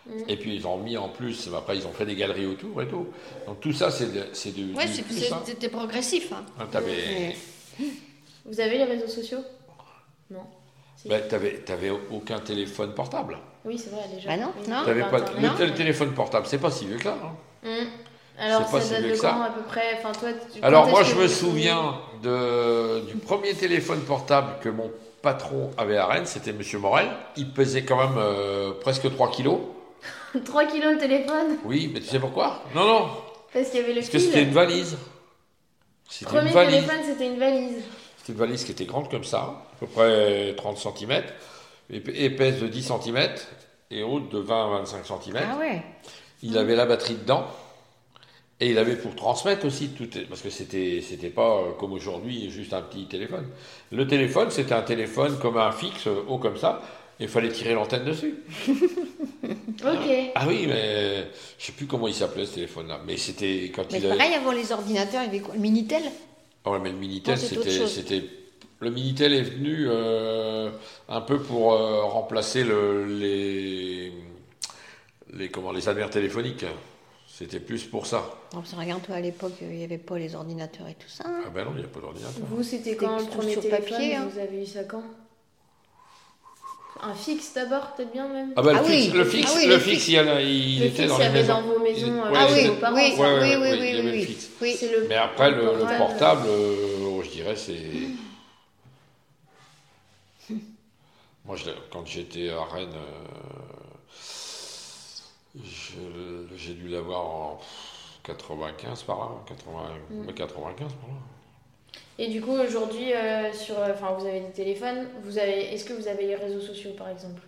[SPEAKER 2] Mm.
[SPEAKER 3] Et puis, ils ont mis en plus, après, ils ont fait des galeries autour et tout. Donc, tout ça, c'est de- c'est du.
[SPEAKER 4] Ouais,
[SPEAKER 3] du
[SPEAKER 4] c'est-
[SPEAKER 3] plus,
[SPEAKER 4] c'est-
[SPEAKER 3] hein.
[SPEAKER 4] c'était progressif. hein.
[SPEAKER 3] Hein, t'avais-
[SPEAKER 4] Mais-
[SPEAKER 2] Vous avez les réseaux sociaux Non. Si.
[SPEAKER 3] ben, t'avais- t'avais aucun téléphone portable.
[SPEAKER 2] Oui, c'est vrai déjà.
[SPEAKER 4] Bah non,
[SPEAKER 2] Oui.
[SPEAKER 4] non.
[SPEAKER 3] T'avais
[SPEAKER 2] Enfin,
[SPEAKER 3] pas,
[SPEAKER 2] Ah, ben, t'en as
[SPEAKER 3] le
[SPEAKER 2] un,
[SPEAKER 3] tel
[SPEAKER 2] ouais.
[SPEAKER 3] téléphone portable, c'est pas si vieux que ça. hein.
[SPEAKER 2] Mm. Alors
[SPEAKER 3] C'est pas
[SPEAKER 2] ça
[SPEAKER 3] si
[SPEAKER 2] date
[SPEAKER 3] vieux
[SPEAKER 2] de
[SPEAKER 3] que ça.
[SPEAKER 2] quand à peu près Enfin toi. tu- quand
[SPEAKER 3] Alors
[SPEAKER 2] est-ce
[SPEAKER 3] moi
[SPEAKER 2] que
[SPEAKER 3] je
[SPEAKER 2] vous-
[SPEAKER 3] me souviens de, du premier téléphone portable que mon patron avait à Rennes, c'était Monsieur Morel. Il pesait quand même euh, presque 3 kilos.
[SPEAKER 2] 3 kilos le téléphone
[SPEAKER 3] Oui, mais tu sais pourquoi Non, non,
[SPEAKER 2] parce qu'il y avait le
[SPEAKER 3] parce que
[SPEAKER 2] fil.
[SPEAKER 3] c'était une valise. C'était
[SPEAKER 2] Premier
[SPEAKER 3] une valise.
[SPEAKER 2] téléphone, c'était une valise.
[SPEAKER 3] C'était une valise qui était grande comme ça, à peu près 30 cm, épaisse de 10 cm et haute de 20 à 25 cm.
[SPEAKER 4] Ah ouais.
[SPEAKER 3] Il avait la batterie dedans. Et il avait pour transmettre aussi tout, est- parce que c'était c'était pas euh, comme aujourd'hui juste un petit téléphone. Le téléphone c'était un téléphone comme un fixe euh, haut comme ça, et il fallait tirer l'antenne dessus.
[SPEAKER 2] Ok.
[SPEAKER 3] Ah oui, mais je sais plus comment il s'appelait ce téléphone-là, mais c'était quand
[SPEAKER 4] Mais
[SPEAKER 3] il avait.
[SPEAKER 4] pareil, avant les ordinateurs, il y avait quoi Le Minitel
[SPEAKER 3] Ah ouais, mais le minitel
[SPEAKER 4] Non, c'est autre
[SPEAKER 3] c'était
[SPEAKER 4] chose.
[SPEAKER 3] c'était le minitel est venu euh, un peu pour euh, remplacer le, les les comment les annuaires téléphoniques. C'était plus pour ça.
[SPEAKER 4] Non, parce que regarde-toi, à l'époque, il n'y avait pas les ordinateurs et tout ça.
[SPEAKER 3] Ah ben non, il n'y a pas d'ordinateur.
[SPEAKER 2] Vous, c'était
[SPEAKER 4] C'était
[SPEAKER 2] quand le
[SPEAKER 4] tout
[SPEAKER 2] premier
[SPEAKER 4] sur
[SPEAKER 2] téléphone
[SPEAKER 4] papier, hein.
[SPEAKER 2] Vous avez eu ça quand Un fixe d'abord, peut-être bien même
[SPEAKER 3] Ah ben
[SPEAKER 4] Ah
[SPEAKER 3] le
[SPEAKER 4] oui.
[SPEAKER 3] fixe, le fixe,
[SPEAKER 4] Ah oui,
[SPEAKER 3] le
[SPEAKER 4] le
[SPEAKER 3] fixe,
[SPEAKER 4] fixe.
[SPEAKER 3] il, y en a- il
[SPEAKER 2] Le
[SPEAKER 3] était
[SPEAKER 2] fixe,
[SPEAKER 3] dans
[SPEAKER 2] il y
[SPEAKER 3] les
[SPEAKER 2] avait
[SPEAKER 3] maisons.
[SPEAKER 2] dans vos maisons,
[SPEAKER 3] Il-
[SPEAKER 2] euh,
[SPEAKER 3] ouais,
[SPEAKER 4] ah oui,
[SPEAKER 2] chez
[SPEAKER 4] oui,
[SPEAKER 2] vos parents,
[SPEAKER 4] oui,
[SPEAKER 2] ça.
[SPEAKER 3] Ouais, ouais,
[SPEAKER 4] oui,
[SPEAKER 3] ouais,
[SPEAKER 4] oui,
[SPEAKER 3] il y
[SPEAKER 4] oui,
[SPEAKER 3] avait le
[SPEAKER 4] oui.
[SPEAKER 3] fixe.
[SPEAKER 4] oui.
[SPEAKER 2] C'est le
[SPEAKER 3] Mais après, le, le
[SPEAKER 2] portable.
[SPEAKER 3] portable, euh, je dirais, c'est. Moi, je l'ai- quand j'étais à Rennes, euh, je- j'ai dû l'avoir en 95 par là, 80,
[SPEAKER 2] Mm.
[SPEAKER 3] ouais, 95 par là.
[SPEAKER 2] Et du coup, aujourd'hui, euh, sur, euh, enfin, vous avez des téléphones. Vous avez, est-ce que vous avez les réseaux sociaux, par exemple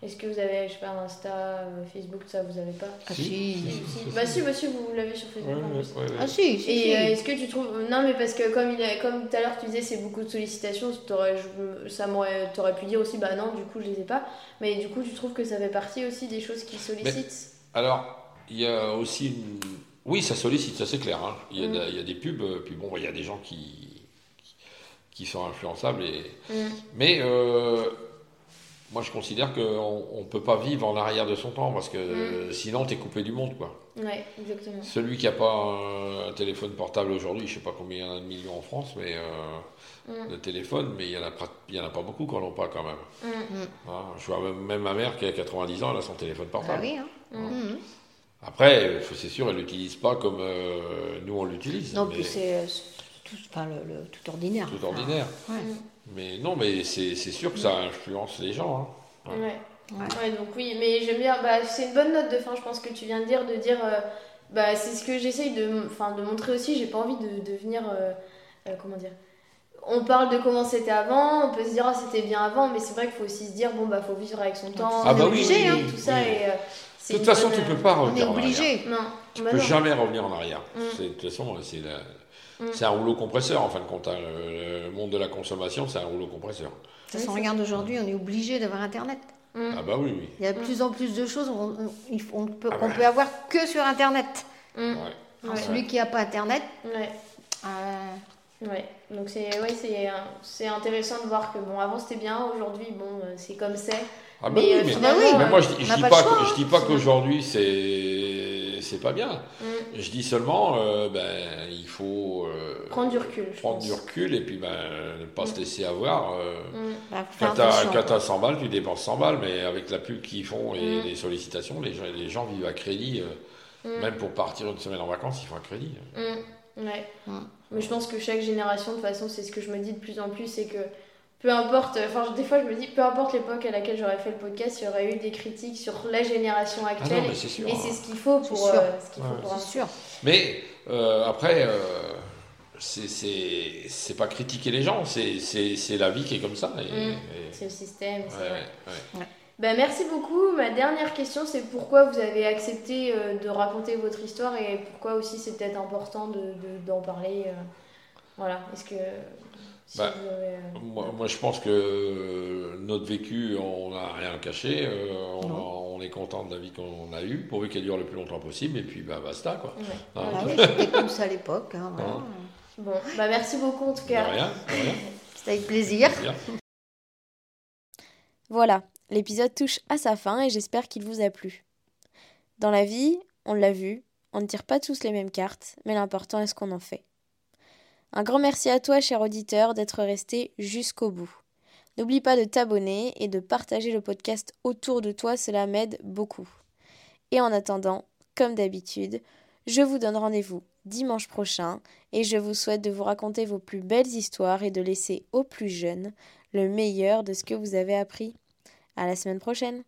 [SPEAKER 2] Est-ce que vous avez, je sais pas, Insta, euh, Facebook, tout ça, vous avez pas
[SPEAKER 4] Ah si.
[SPEAKER 2] Si, si. Bah si, bah si, vous l'avez sur
[SPEAKER 3] Ouais,
[SPEAKER 2] Facebook. en
[SPEAKER 3] ouais,
[SPEAKER 2] plus.
[SPEAKER 3] ouais, ouais.
[SPEAKER 4] Ah si, si, si.
[SPEAKER 2] Et euh, est-ce que tu trouves Non, mais parce que comme il a- comme tout à l'heure tu disais, c'est beaucoup de sollicitations. T'aurais, je- ça m'aurait, t'aurais pu dire aussi, bah non, du coup, je les ai pas. Mais du coup, tu trouves que ça fait partie aussi des choses qui sollicitent
[SPEAKER 3] Alors, il y a aussi. une- Oui, ça sollicite, ça c'est clair. hein. Il, y a
[SPEAKER 2] Mm.
[SPEAKER 3] de- il y a des pubs, euh, puis bon, il y a des gens qui, qui sont influençables et.
[SPEAKER 2] Mm.
[SPEAKER 3] Mais euh, moi, je considère qu'on ne peut pas vivre en arrière de son temps parce que
[SPEAKER 4] Mm.
[SPEAKER 3] euh, sinon, tu es coupé du monde. quoi.
[SPEAKER 2] Ouais, exactement.
[SPEAKER 3] Celui qui n'a pas un, un téléphone portable aujourd'hui, je ne sais pas combien il y en a de millions en France mais euh,
[SPEAKER 2] Mm.
[SPEAKER 3] de téléphones, mais il n'y en, a prat- il y en a pas beaucoup qui n'en ont pas quand même.
[SPEAKER 2] Mm.
[SPEAKER 3] hein. Je vois même, même ma mère qui a 90 ans, elle a son téléphone
[SPEAKER 4] Ah
[SPEAKER 3] portable.
[SPEAKER 4] oui, hein.
[SPEAKER 2] Mm.
[SPEAKER 4] Mhm.
[SPEAKER 3] Après, euh, c'est sûr, elle l'utilise pas comme euh, nous on l'utilise.
[SPEAKER 4] Non,
[SPEAKER 3] mais
[SPEAKER 4] puis c'est euh, c'est tout, enfin, le, le- tout ordinaire.
[SPEAKER 3] tout
[SPEAKER 4] Enfin,
[SPEAKER 3] ordinaire.
[SPEAKER 4] ouais.
[SPEAKER 3] Mais non, mais c'est c'est sûr que ça influence les gens. hein.
[SPEAKER 2] Ouais.
[SPEAKER 4] Ouais.
[SPEAKER 2] Ouais, donc oui, mais j'aime bien. Bah, c'est une bonne note de fin, je pense que tu viens de dire, de dire. euh, bah, c'est ce que j'essaye de, enfin, de montrer aussi. J'ai pas envie de devenir. euh, euh, comment dire On parle de comment c'était avant. On peut se dire, ah, c'était bien avant, mais c'est vrai qu'il faut aussi se dire, bon, bah, faut vivre avec son temps.
[SPEAKER 3] Ah bah
[SPEAKER 2] faut
[SPEAKER 3] oui,
[SPEAKER 2] bouger,
[SPEAKER 3] oui,
[SPEAKER 2] hein,
[SPEAKER 3] oui,
[SPEAKER 2] tout ça.
[SPEAKER 3] oui.
[SPEAKER 2] Et, euh, c'est
[SPEAKER 3] De toute
[SPEAKER 2] une
[SPEAKER 3] façon,
[SPEAKER 2] bonne,
[SPEAKER 3] tu
[SPEAKER 2] euh,
[SPEAKER 3] peux pas
[SPEAKER 4] On est
[SPEAKER 3] revenir en arrière.
[SPEAKER 4] obligé.
[SPEAKER 2] Non,
[SPEAKER 3] Tu
[SPEAKER 2] bah
[SPEAKER 3] peux
[SPEAKER 2] non.
[SPEAKER 3] jamais revenir en arrière.
[SPEAKER 2] Mm.
[SPEAKER 3] C'est- De toute façon, c'est la-
[SPEAKER 2] Mm.
[SPEAKER 3] c'est un rouleau compresseur en fin de compte. hein. Le, le monde de la consommation, c'est un rouleau compresseur.
[SPEAKER 4] Ça, si on regarde aujourd'hui, on est obligé d'avoir Internet.
[SPEAKER 2] Mm.
[SPEAKER 3] Ah bah oui, oui.
[SPEAKER 4] Il y a de
[SPEAKER 2] Mm.
[SPEAKER 4] plus en plus de choses qu'on on- il faut- on peut,
[SPEAKER 3] Ah
[SPEAKER 4] qu'on
[SPEAKER 3] ouais.
[SPEAKER 4] peut avoir que sur Internet.
[SPEAKER 2] Mm.
[SPEAKER 3] Ouais.
[SPEAKER 4] Alors,
[SPEAKER 2] Ouais.
[SPEAKER 4] Celui qui n'a pas Internet,
[SPEAKER 2] Ouais.
[SPEAKER 4] euh,
[SPEAKER 2] Ouais, donc c'est ouais, c'est euh, c'est intéressant de voir que bon avant c'était bien, aujourd'hui bon euh, c'est comme c'est.
[SPEAKER 3] Ah bah
[SPEAKER 2] Mais,
[SPEAKER 3] oui,
[SPEAKER 2] euh,
[SPEAKER 3] mais,
[SPEAKER 2] finalement,
[SPEAKER 4] Bah oui.
[SPEAKER 3] mais moi, je, dis-
[SPEAKER 4] on
[SPEAKER 3] je
[SPEAKER 4] n'a
[SPEAKER 3] dis
[SPEAKER 4] pas
[SPEAKER 3] pas,
[SPEAKER 4] le choix,
[SPEAKER 3] que- je dis pas
[SPEAKER 2] hein.
[SPEAKER 3] qu'aujourd'hui, c'est c'est pas bien.
[SPEAKER 2] Mm.
[SPEAKER 3] Je dis seulement, euh, ben, il faut euh,
[SPEAKER 2] Prendre du recul. Je
[SPEAKER 3] prendre
[SPEAKER 2] pense.
[SPEAKER 3] du recul et puis ben, ne pas se laisser avoir. euh,
[SPEAKER 2] Mm.
[SPEAKER 4] bah, faut faire
[SPEAKER 3] Quand t'as
[SPEAKER 4] attention.
[SPEAKER 3] quand t'as 100 balles, tu dépenses 100 balles, mais avec la pub qu'ils font et
[SPEAKER 2] Mm.
[SPEAKER 3] les sollicitations, les gens, les gens vivent à crédit. euh,
[SPEAKER 2] Mm.
[SPEAKER 3] Même pour partir une semaine en vacances, ils font un crédit. hein.
[SPEAKER 2] Mm. Ouais.
[SPEAKER 4] Mm.
[SPEAKER 2] Mais je pense que chaque génération, de toute façon, c'est ce que je me dis de plus en plus, c'est que peu importe, euh, enfin je- des fois je me dis, peu importe l'époque à laquelle j'aurais fait le podcast, il y aurait eu des critiques sur la génération
[SPEAKER 3] Ah non,
[SPEAKER 2] actuelle.
[SPEAKER 3] mais c'est sûr.
[SPEAKER 2] et
[SPEAKER 3] hein.
[SPEAKER 2] c'est ce qu'il faut pour
[SPEAKER 4] C'est sûr.
[SPEAKER 2] euh, ce qu'il faut
[SPEAKER 3] Ouais.
[SPEAKER 2] pour un-
[SPEAKER 4] C'est sûr.
[SPEAKER 3] Mais euh, après, euh, c'est- c'est c'est pas critiquer les gens, c'est- c'est c'est la vie qui est comme ça. et-
[SPEAKER 2] Mm.
[SPEAKER 3] et-
[SPEAKER 2] c'est le système. c'est-
[SPEAKER 3] ouais, ouais, ouais.
[SPEAKER 2] Bah, merci beaucoup. Ma dernière question, c'est pourquoi vous avez accepté euh, de raconter votre histoire et pourquoi aussi c'est peut-être important d'en de, d'en parler. euh, voilà, est-ce que. si
[SPEAKER 3] Bah,
[SPEAKER 2] vous avez, euh,
[SPEAKER 3] Moi, moi, je pense que euh, notre vécu, on n'a rien caché. euh, on,
[SPEAKER 4] Non.
[SPEAKER 3] on est content de la vie qu'on a eue, pourvu qu'elle dure le plus longtemps possible, et puis bah, basta. Quoi.
[SPEAKER 2] ouais.
[SPEAKER 3] Ah,
[SPEAKER 4] Ah
[SPEAKER 2] Ok.
[SPEAKER 4] oui, c'était comme ça à l'époque. hein, voilà.
[SPEAKER 3] Hein.
[SPEAKER 2] Bon, bah, merci beaucoup en tout
[SPEAKER 3] De
[SPEAKER 2] cas.
[SPEAKER 3] rien, de rien.
[SPEAKER 4] C'était avec plaisir.
[SPEAKER 3] Plaisir.
[SPEAKER 1] Voilà, l'épisode touche à sa fin et j'espère qu'il vous a plu. Dans la vie, on l'a vu, on ne tire pas tous les mêmes cartes, mais l'important est ce qu'on en fait. Un grand merci à toi, cher auditeur, d'être resté jusqu'au bout. N'oublie pas de t'abonner et de partager le podcast autour de toi, cela m'aide beaucoup. Et en attendant, comme d'habitude, je vous donne rendez-vous dimanche prochain et je vous souhaite de vous raconter vos plus belles histoires et de laisser aux plus jeunes le meilleur de ce que vous avez appris. À la semaine prochaine!